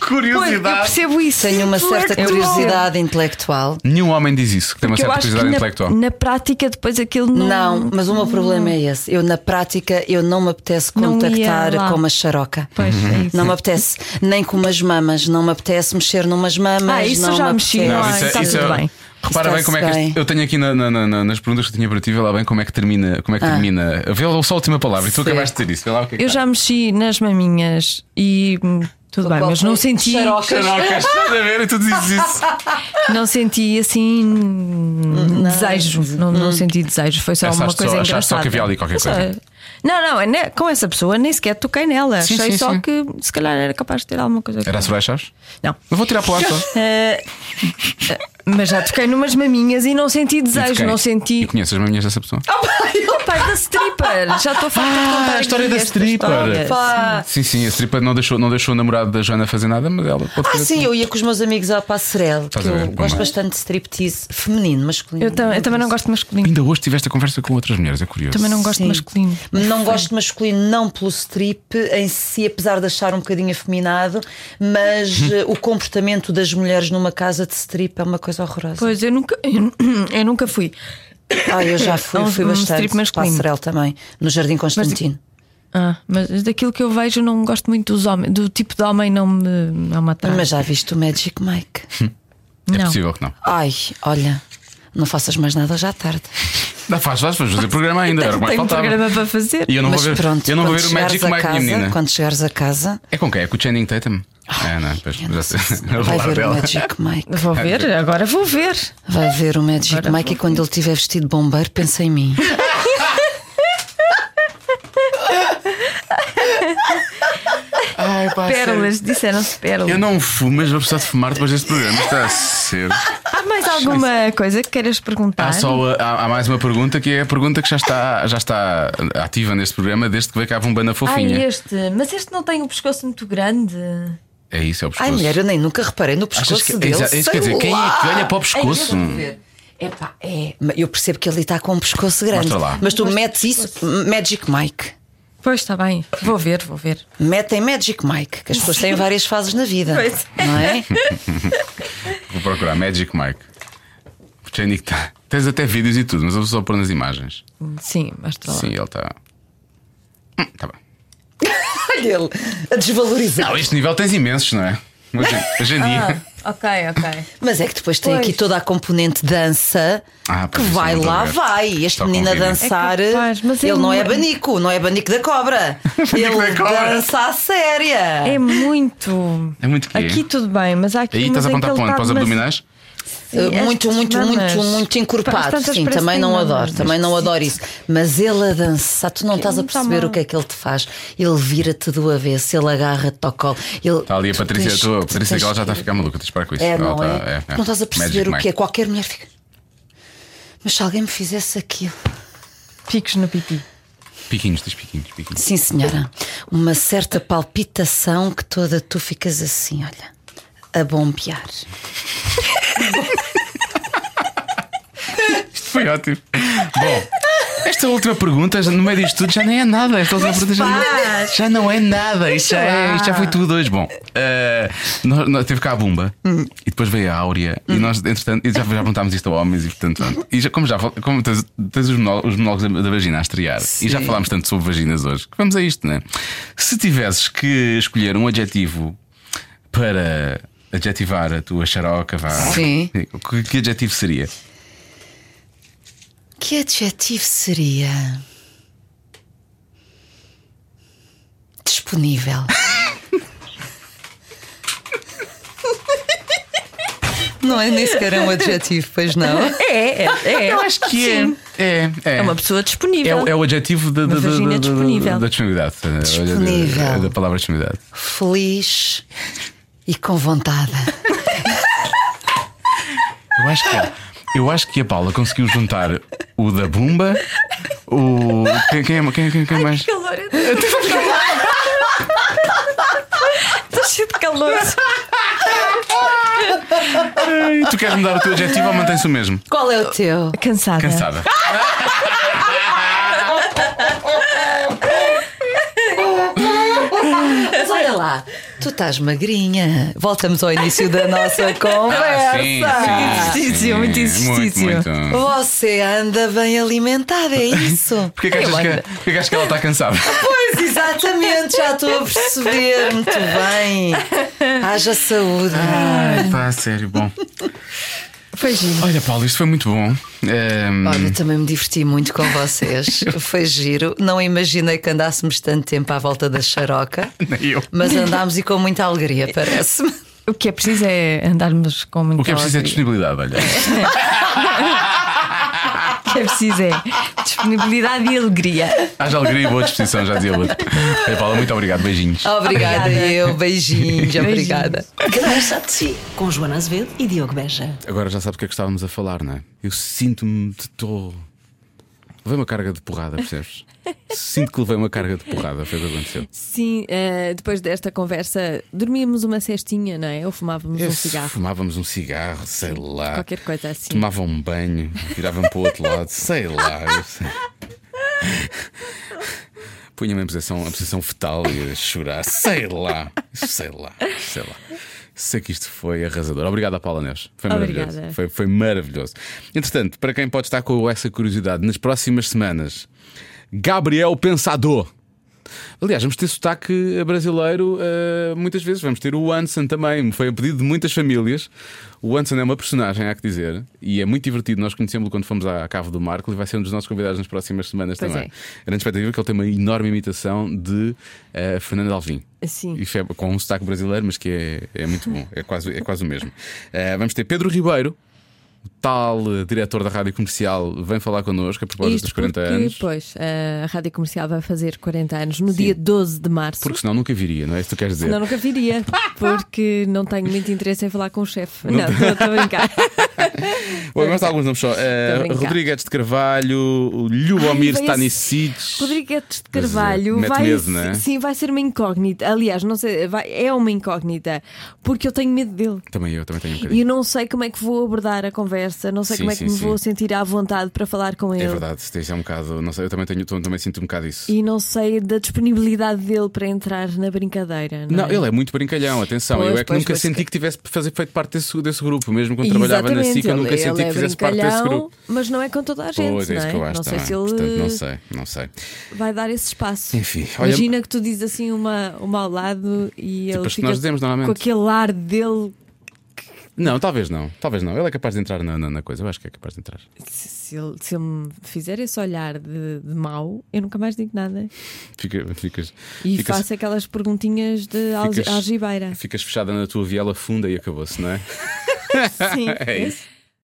[SPEAKER 5] Pois, eu percebo isso.
[SPEAKER 4] Tenho uma certa
[SPEAKER 5] Eu-
[SPEAKER 4] curiosidade intelectual.
[SPEAKER 3] Nenhum homem diz isso, que tem uma
[SPEAKER 5] Porque eu
[SPEAKER 3] certa
[SPEAKER 5] acho que
[SPEAKER 3] curiosidade
[SPEAKER 5] na,
[SPEAKER 3] intelectual.
[SPEAKER 5] na prática depois aquilo não.
[SPEAKER 4] Não, mas o meu problema é esse. Eu, na prática, eu não me apetece
[SPEAKER 5] Não ia
[SPEAKER 4] contactar
[SPEAKER 5] lá.
[SPEAKER 4] com uma xaroca.
[SPEAKER 5] Pois é
[SPEAKER 3] Uhum.
[SPEAKER 5] isso.
[SPEAKER 4] Não me apetece, nem com umas mamas, não me apetece mexer numas mamas.
[SPEAKER 5] Ah, isso
[SPEAKER 4] não
[SPEAKER 5] já
[SPEAKER 4] me
[SPEAKER 5] mexi,
[SPEAKER 4] apetece.
[SPEAKER 5] não é? está tudo bem.
[SPEAKER 3] Repara
[SPEAKER 4] Está-se
[SPEAKER 3] bem como é que isto-
[SPEAKER 4] bem.
[SPEAKER 3] eu tenho aqui na- na- na- nas perguntas que eu tinha para ti, vê lá bem como é que termina, como é que termina. Vê lá só a última palavra, e tu
[SPEAKER 4] Sim.
[SPEAKER 3] acabaste de dizer isso, vê lá o que é que
[SPEAKER 5] Ah. Eu já mexi nas maminhas e hum, tudo bem,
[SPEAKER 4] qual
[SPEAKER 5] mas não
[SPEAKER 4] foi?
[SPEAKER 5] senti,
[SPEAKER 4] Xaroca.
[SPEAKER 3] Carocas, estás a ver? E tu dizes isso.
[SPEAKER 5] não senti assim hum, desejo, não,
[SPEAKER 3] Hum.
[SPEAKER 5] não senti desejo, foi só uma
[SPEAKER 3] Pensaste
[SPEAKER 5] coisa
[SPEAKER 3] só- achaste
[SPEAKER 5] engraçada.
[SPEAKER 3] só que havia ali qualquer
[SPEAKER 5] Não sei.
[SPEAKER 3] coisa.
[SPEAKER 5] Não, não, é ne- com essa pessoa nem sequer toquei nela.
[SPEAKER 3] Sim,
[SPEAKER 5] Achei
[SPEAKER 3] sim,
[SPEAKER 5] só
[SPEAKER 3] sim.
[SPEAKER 5] que se calhar era capaz de ter alguma coisa. com
[SPEAKER 3] Era a
[SPEAKER 5] ela.
[SPEAKER 3] Soraya Chaves?
[SPEAKER 5] Não.
[SPEAKER 3] Eu vou tirar para lá só.
[SPEAKER 5] Eh, eh, mas já toquei numas maminhas e não senti
[SPEAKER 3] E de
[SPEAKER 5] desejo,
[SPEAKER 3] quem?
[SPEAKER 5] não
[SPEAKER 3] E é
[SPEAKER 5] senti.
[SPEAKER 3] conheces as maminhas dessa pessoa?
[SPEAKER 5] O pai da stripper, já estou farta de contar
[SPEAKER 3] Ah, a
[SPEAKER 5] aqui
[SPEAKER 3] história da
[SPEAKER 5] esta
[SPEAKER 3] stripper.
[SPEAKER 5] história.
[SPEAKER 4] Pá.
[SPEAKER 3] Sim, sim, a stripper não deixou, não deixou o namorado da Joana fazer nada, mas ela pode
[SPEAKER 4] Ah,
[SPEAKER 3] fazer.
[SPEAKER 4] sim, eu ia com os meus amigos à Passerelle,
[SPEAKER 3] Estás
[SPEAKER 4] que
[SPEAKER 3] a ver,
[SPEAKER 4] eu
[SPEAKER 3] como
[SPEAKER 4] gosto
[SPEAKER 3] é?
[SPEAKER 4] bastante de striptease feminino, masculino.
[SPEAKER 5] Eu, tam- eu também não gosto de masculino.
[SPEAKER 3] Ainda hoje tiveste a conversa com outras mulheres, é curioso.
[SPEAKER 5] Também não gosto de
[SPEAKER 4] Sim.
[SPEAKER 5] masculino.
[SPEAKER 4] Não gosto de masculino, não pelo strip em si, apesar de achar um bocadinho afeminado, mas eh, o comportamento das mulheres numa casa de strip é uma coisa horrorosa.
[SPEAKER 5] Pois eu nunca, eu, eu nunca fui.
[SPEAKER 4] Ah, eu já fui,
[SPEAKER 5] Um-
[SPEAKER 4] fui
[SPEAKER 5] um
[SPEAKER 4] bastante.
[SPEAKER 5] strip masculino.
[SPEAKER 4] Passerelle também, no Jardim Constantino.
[SPEAKER 5] Ah, mas daquilo que eu vejo, eu não gosto muito dos homens. Do tipo de homem não me não me atrai.
[SPEAKER 4] Mas, já viste o Magic Mike?
[SPEAKER 3] É
[SPEAKER 5] não.
[SPEAKER 3] possível que não.
[SPEAKER 4] Ai, olha, não faças mais nada já à tarde.
[SPEAKER 3] Dá, faz, faz, faz fazer programa ainda. Era o que mais
[SPEAKER 5] Tenho um
[SPEAKER 3] faltava.
[SPEAKER 5] programa para fazer.
[SPEAKER 3] E eu não
[SPEAKER 4] mas
[SPEAKER 3] vou ver,
[SPEAKER 4] pronto,
[SPEAKER 3] eu não vou
[SPEAKER 4] quando
[SPEAKER 3] ver o
[SPEAKER 4] chegares
[SPEAKER 3] Magic
[SPEAKER 4] a
[SPEAKER 3] Mike, minha
[SPEAKER 4] casa,
[SPEAKER 3] menina.
[SPEAKER 4] Quando chegares a casa,
[SPEAKER 3] É com quem? É com o Channing Tatum? é, não, pois,
[SPEAKER 4] eu não
[SPEAKER 3] já sei.
[SPEAKER 4] sei se
[SPEAKER 3] Era o
[SPEAKER 4] vai
[SPEAKER 3] lado
[SPEAKER 4] ver o
[SPEAKER 3] dela.
[SPEAKER 4] Magic Mike.
[SPEAKER 5] Vou ver, agora vou ver.
[SPEAKER 4] Vai ver o Magic
[SPEAKER 5] Agora
[SPEAKER 4] Mike e quando ele estiver vestido de bombeiro, pensa em mim.
[SPEAKER 5] Ah, Pérolas, disseram-se pérolas.
[SPEAKER 3] Eu não fumo, mas vou precisar de fumar depois deste programa. Está a ser.
[SPEAKER 5] Há mais alguma coisa que queiras perguntar?
[SPEAKER 3] Há, só, uh, há, há mais uma pergunta que é a pergunta que já está, já está ativa neste programa desde que veio cá a Bombana
[SPEAKER 5] Ai,
[SPEAKER 3] Fofinha.
[SPEAKER 5] este, mas este não tem um pescoço muito grande.
[SPEAKER 3] É isso, é o pescoço.
[SPEAKER 4] Ai, mulher, eu nem nunca reparei no
[SPEAKER 3] Achas
[SPEAKER 4] pescoço
[SPEAKER 3] que, é
[SPEAKER 4] dele.
[SPEAKER 3] isso, é isso
[SPEAKER 4] sei
[SPEAKER 3] quer dizer, quem é
[SPEAKER 4] lá.
[SPEAKER 3] que olha para o pescoço?
[SPEAKER 4] Epá, é. mas Eu percebo que ele está com um pescoço grande.
[SPEAKER 3] Mostra lá.
[SPEAKER 4] Mas tu metes isso, Magic Mike.
[SPEAKER 5] Pois está bem, vou ver, vou ver.
[SPEAKER 4] Metem Magic Mike, que as pessoas têm várias fases na vida.
[SPEAKER 5] Pois.
[SPEAKER 4] Não é?
[SPEAKER 3] Vou procurar Magic Mike. Channing Ta- Tens até vídeos e tudo, mas eu vou só pôr nas imagens.
[SPEAKER 5] Sim,
[SPEAKER 4] Tá.
[SPEAKER 5] mostra lá.
[SPEAKER 3] Sim, ele está. Hum, Está bem.
[SPEAKER 4] Olha ele, a desvalorizar.
[SPEAKER 3] Não, este nível tens imensos, não é? Hoje, hoje em dia.
[SPEAKER 5] Ah,
[SPEAKER 4] Ah.
[SPEAKER 5] Ok, ok.
[SPEAKER 4] Mas é que depois tem
[SPEAKER 5] Pois.
[SPEAKER 4] aqui toda a componente dança
[SPEAKER 3] Ah,
[SPEAKER 4] que
[SPEAKER 3] pois, isso
[SPEAKER 4] vai
[SPEAKER 3] não tem a
[SPEAKER 4] lá,
[SPEAKER 3] ver.
[SPEAKER 4] vai. Este
[SPEAKER 3] Só
[SPEAKER 4] menino a
[SPEAKER 3] convívio.
[SPEAKER 4] dançar,
[SPEAKER 5] É capaz, mas
[SPEAKER 4] ele
[SPEAKER 5] é
[SPEAKER 4] não é
[SPEAKER 5] muito-
[SPEAKER 4] banico, não é banico da cobra. ele
[SPEAKER 3] da cobra.
[SPEAKER 4] dança à séria. Eh,
[SPEAKER 5] É muito.
[SPEAKER 3] É muito quê?
[SPEAKER 5] Aqui tudo bem, mas há aqui.
[SPEAKER 3] Aí
[SPEAKER 4] é
[SPEAKER 3] estás
[SPEAKER 5] umas
[SPEAKER 3] a
[SPEAKER 5] em que
[SPEAKER 3] apontar
[SPEAKER 5] ele
[SPEAKER 3] para onde?
[SPEAKER 5] está
[SPEAKER 4] tá
[SPEAKER 3] Para os
[SPEAKER 5] demasi-
[SPEAKER 3] abdominais?
[SPEAKER 5] Sim,
[SPEAKER 4] muito,
[SPEAKER 5] estas
[SPEAKER 4] muito,
[SPEAKER 5] mamas.
[SPEAKER 4] muito, muito
[SPEAKER 5] Às
[SPEAKER 4] encorpado.
[SPEAKER 5] tantas
[SPEAKER 4] Sim,
[SPEAKER 5] parece
[SPEAKER 4] também
[SPEAKER 5] que
[SPEAKER 4] não
[SPEAKER 5] tem
[SPEAKER 4] adoro,
[SPEAKER 5] mamas.
[SPEAKER 4] também não adoro isso. Mas ele a dançar, tu não estás a
[SPEAKER 5] não está
[SPEAKER 4] perceber
[SPEAKER 5] mal.
[SPEAKER 4] o que é que ele te faz. Ele vira-te do avesso, ele agarra-te ao colo. Ele,
[SPEAKER 3] Está Tá ali a
[SPEAKER 4] tu
[SPEAKER 3] Patrícia,
[SPEAKER 4] tens-
[SPEAKER 3] a tua- a
[SPEAKER 4] tu
[SPEAKER 3] Patrícia
[SPEAKER 4] tens
[SPEAKER 3] que ela já está a
[SPEAKER 4] que-
[SPEAKER 3] ficar maluca, tens de parar com isso.
[SPEAKER 4] É,
[SPEAKER 3] Ela
[SPEAKER 4] não é?
[SPEAKER 3] está-
[SPEAKER 4] Tu não estás a perceber
[SPEAKER 3] Magic
[SPEAKER 4] o que é.
[SPEAKER 3] Mike.
[SPEAKER 4] Qualquer mulher fica. Mas se alguém me fizesse aquilo.
[SPEAKER 5] Picos no pipi.
[SPEAKER 3] Piquinhos, tens piquinhos, piquinhos.
[SPEAKER 4] Sim, senhora. Uma certa palpitação que toda tu ficas assim, olha, a bombear.
[SPEAKER 3] Isto foi ótimo. Bom, esta última pergunta, já no meio disto tudo, já nem é nada. Esta última pergunta já, não- já não é nada. Isto já, é, isto já foi tudo hoje. Bom, eh, nós, nós- teve cá a Bumba e depois veio a Áurea e nós, entretanto, e já, já perguntámos isto a homens e, portanto, pronto. e já, como já fal- como tens, tens os monó- os monólogos da, da vagina a estrear e já falámos tanto sobre vaginas hoje, que vamos a isto, né? Se tivesses que escolher um adjetivo para adjetivar a tua xaroca, vá.
[SPEAKER 4] Sim.
[SPEAKER 3] Que, que adjetivo seria?
[SPEAKER 4] Que adjetivo seria? Disponível. Não é nem sequer um adjetivo, pois não?
[SPEAKER 5] É, é, é.
[SPEAKER 3] Eu acho que é. É, é.
[SPEAKER 5] É uma pessoa
[SPEAKER 3] É,
[SPEAKER 5] disponível.
[SPEAKER 3] o- é o adjetivo da, da,
[SPEAKER 5] Uma
[SPEAKER 3] da,
[SPEAKER 5] vagina
[SPEAKER 3] da- da-
[SPEAKER 5] disponível.
[SPEAKER 3] da disponibilidade. É
[SPEAKER 4] Disponível.
[SPEAKER 3] Da, da palavra disponibilidade.
[SPEAKER 4] Feliz e com vontade.
[SPEAKER 3] Eu acho que, é. eu acho que a Paula conseguiu juntar o da Bumba, o. Quem, quem, é- quem, quem, quem mais?
[SPEAKER 5] Calor.
[SPEAKER 9] calor.
[SPEAKER 3] Tu queres mudar o teu adjetivo ou mantém-se o mesmo?
[SPEAKER 4] Qual é o teu?
[SPEAKER 9] Cansada.
[SPEAKER 3] Cansada.
[SPEAKER 4] Mas olha lá, tu estás magrinha. Voltamos ao início da nossa conversa.
[SPEAKER 3] Ah,
[SPEAKER 9] Exercício, muito exercício.
[SPEAKER 3] Muito, muito.
[SPEAKER 4] Você anda bem alimentada, é isso?
[SPEAKER 3] Porquê que, achas que, porquê que achas que ela está cansada?
[SPEAKER 4] Pois, exatamente, já estou a perceber. Muito bem. Haja saúde.
[SPEAKER 3] Ai, pá, sério, bom.
[SPEAKER 9] Foi giro.
[SPEAKER 3] Olha, Paulo, isto foi muito bom. Ehm,
[SPEAKER 4] Olha, também me diverti muito com vocês. Foi giro. Não imaginei que andássemos tanto tempo à volta da xaroca,
[SPEAKER 3] nem eu.
[SPEAKER 4] mas andámos e com muita alegria, parece-me.
[SPEAKER 9] O que é preciso é andarmos com muita
[SPEAKER 3] O que é preciso é
[SPEAKER 9] alegria.
[SPEAKER 3] disponibilidade, olha.
[SPEAKER 9] O que é preciso é disponibilidade e alegria.
[SPEAKER 3] Haja alegria e boa disposição, já dizia o outro. Olha, Paulo, muito obrigado. Beijinhos.
[SPEAKER 4] Obrigada, eu. Beijinhos, obrigada.
[SPEAKER 1] Cada um sabe de si. Com Joana Azevedo e Diogo Beja.
[SPEAKER 3] Agora já sabes o que é que estávamos a falar, não é? Eu sinto-me de tô. Levei uma carga de porrada, percebes? Sinto que levei uma carga de porrada, foi o que aconteceu.
[SPEAKER 5] Sim, eh, depois desta conversa, dormíamos uma cestinha, não é? Ou fumávamos um cigarro,
[SPEAKER 3] Fumávamos um cigarro, sei lá.
[SPEAKER 5] qualquer coisa assim.
[SPEAKER 3] Tomavam um banho, viravam para o outro lado, sei lá. eu sei. Punha-me em posição, em posição fetal e a chorar, sei lá, sei lá, sei lá. Sei que isto foi arrasador. Obrigado à Paula Neves. Foi maravilhoso.
[SPEAKER 5] Obrigada.
[SPEAKER 3] Foi, foi maravilhoso. Entretanto, para quem pode estar com essa curiosidade, nas próximas semanas, Gabriel Pensador. Aliás, vamos ter sotaque brasileiro eh, muitas vezes. Vamos ter o Anson também. Foi a pedido de muitas famílias. O Anson é uma personagem, há que dizer, e é muito divertido. Nós conhecemos-lo quando fomos à Cave do Marco e vai ser um dos nossos convidados nas próximas semanas
[SPEAKER 5] Pois
[SPEAKER 3] também.
[SPEAKER 5] é.
[SPEAKER 3] Grande expectativa que ele tem uma enorme imitação de eh, Fernando Alvim.
[SPEAKER 5] Sim.
[SPEAKER 3] Isso é com um sotaque brasileiro, mas que é, é muito bom. É quase, é quase o mesmo. Eh, vamos ter Pedro Ribeiro. o Tal eh, diretor da rádio comercial vem falar connosco a propósito dos
[SPEAKER 5] Isto
[SPEAKER 3] 40
[SPEAKER 5] porque,
[SPEAKER 3] anos.
[SPEAKER 5] Pois, a Rádio Comercial vai fazer 40 anos no dia 12 de março.
[SPEAKER 3] Porque senão nunca viria, não é isso que tu queres dizer?
[SPEAKER 5] Senão nunca viria, porque não tenho muito interesse em falar com o chefe. Não, estou a brincar.
[SPEAKER 3] Bom, mas há alguns nomes só.
[SPEAKER 5] é. a
[SPEAKER 3] Eh,
[SPEAKER 5] brincar.
[SPEAKER 3] Rodrigues de Carvalho, o Ljubomir
[SPEAKER 5] Ai, vai
[SPEAKER 3] Stanisic.
[SPEAKER 5] Rodrigues de
[SPEAKER 3] Mas, eh,
[SPEAKER 5] Carvalho
[SPEAKER 3] mete
[SPEAKER 5] vai,
[SPEAKER 3] medo, não é?
[SPEAKER 5] sim, vai ser uma incógnita. Aliás, não sei, vai- é uma incógnita, porque eu tenho medo dele.
[SPEAKER 3] Também eu, também tenho um
[SPEAKER 5] E
[SPEAKER 3] bocadinho.
[SPEAKER 5] eu não sei como é que vou abordar a conversa, não sei
[SPEAKER 3] Sim,
[SPEAKER 5] como é
[SPEAKER 3] sim,
[SPEAKER 5] que me
[SPEAKER 3] sim.
[SPEAKER 5] vou sentir à vontade para falar com ele.
[SPEAKER 3] É verdade, isto é um bocado. Não sei, eu também, tenho, também sinto um bocado isso.
[SPEAKER 5] E não sei da disponibilidade dele para entrar na brincadeira. Não,
[SPEAKER 3] Não,
[SPEAKER 5] é?
[SPEAKER 3] ele é muito brincalhão, atenção.
[SPEAKER 5] Pois,
[SPEAKER 3] eu é que
[SPEAKER 5] pois,
[SPEAKER 3] nunca
[SPEAKER 5] pois,
[SPEAKER 3] senti
[SPEAKER 5] que-
[SPEAKER 3] que tivesse fazer feito parte desse, desse grupo, mesmo quando trabalhava na
[SPEAKER 5] Exatamente,
[SPEAKER 3] SIC, é- eu
[SPEAKER 5] ele-
[SPEAKER 3] nunca senti
[SPEAKER 5] ele
[SPEAKER 3] que
[SPEAKER 5] é
[SPEAKER 3] fizesse parte desse
[SPEAKER 5] brincalhão,
[SPEAKER 3] grupo.
[SPEAKER 5] Mas não é com toda a gente,
[SPEAKER 3] Pois é
[SPEAKER 5] não
[SPEAKER 3] isso
[SPEAKER 5] é?
[SPEAKER 3] que eu acho
[SPEAKER 5] não sei
[SPEAKER 3] também.
[SPEAKER 5] se ele
[SPEAKER 3] Portanto, não sei, não sei.
[SPEAKER 5] vai dar esse espaço.
[SPEAKER 3] Enfim, olha-
[SPEAKER 5] Imagina que tu dizes assim uma, uma ao lado e ele
[SPEAKER 3] as que
[SPEAKER 5] fica
[SPEAKER 3] nós dizemos normalmente.
[SPEAKER 5] com aquele ar dele.
[SPEAKER 3] Não, talvez não, talvez não. Ele é capaz de entrar na, na- na coisa, eu acho que é capaz de entrar.
[SPEAKER 5] que Se, se ele, se ele me fizer esse olhar de, de mau, eu nunca mais digo nada.
[SPEAKER 3] Fica, ficas,
[SPEAKER 5] E
[SPEAKER 3] ficas-
[SPEAKER 5] faço aquelas perguntinhas de alge-
[SPEAKER 3] ficas-
[SPEAKER 5] algibeira.
[SPEAKER 3] Ficas fechada na tua viela funda e acabou-se, não é?
[SPEAKER 5] Sim,
[SPEAKER 3] É isso.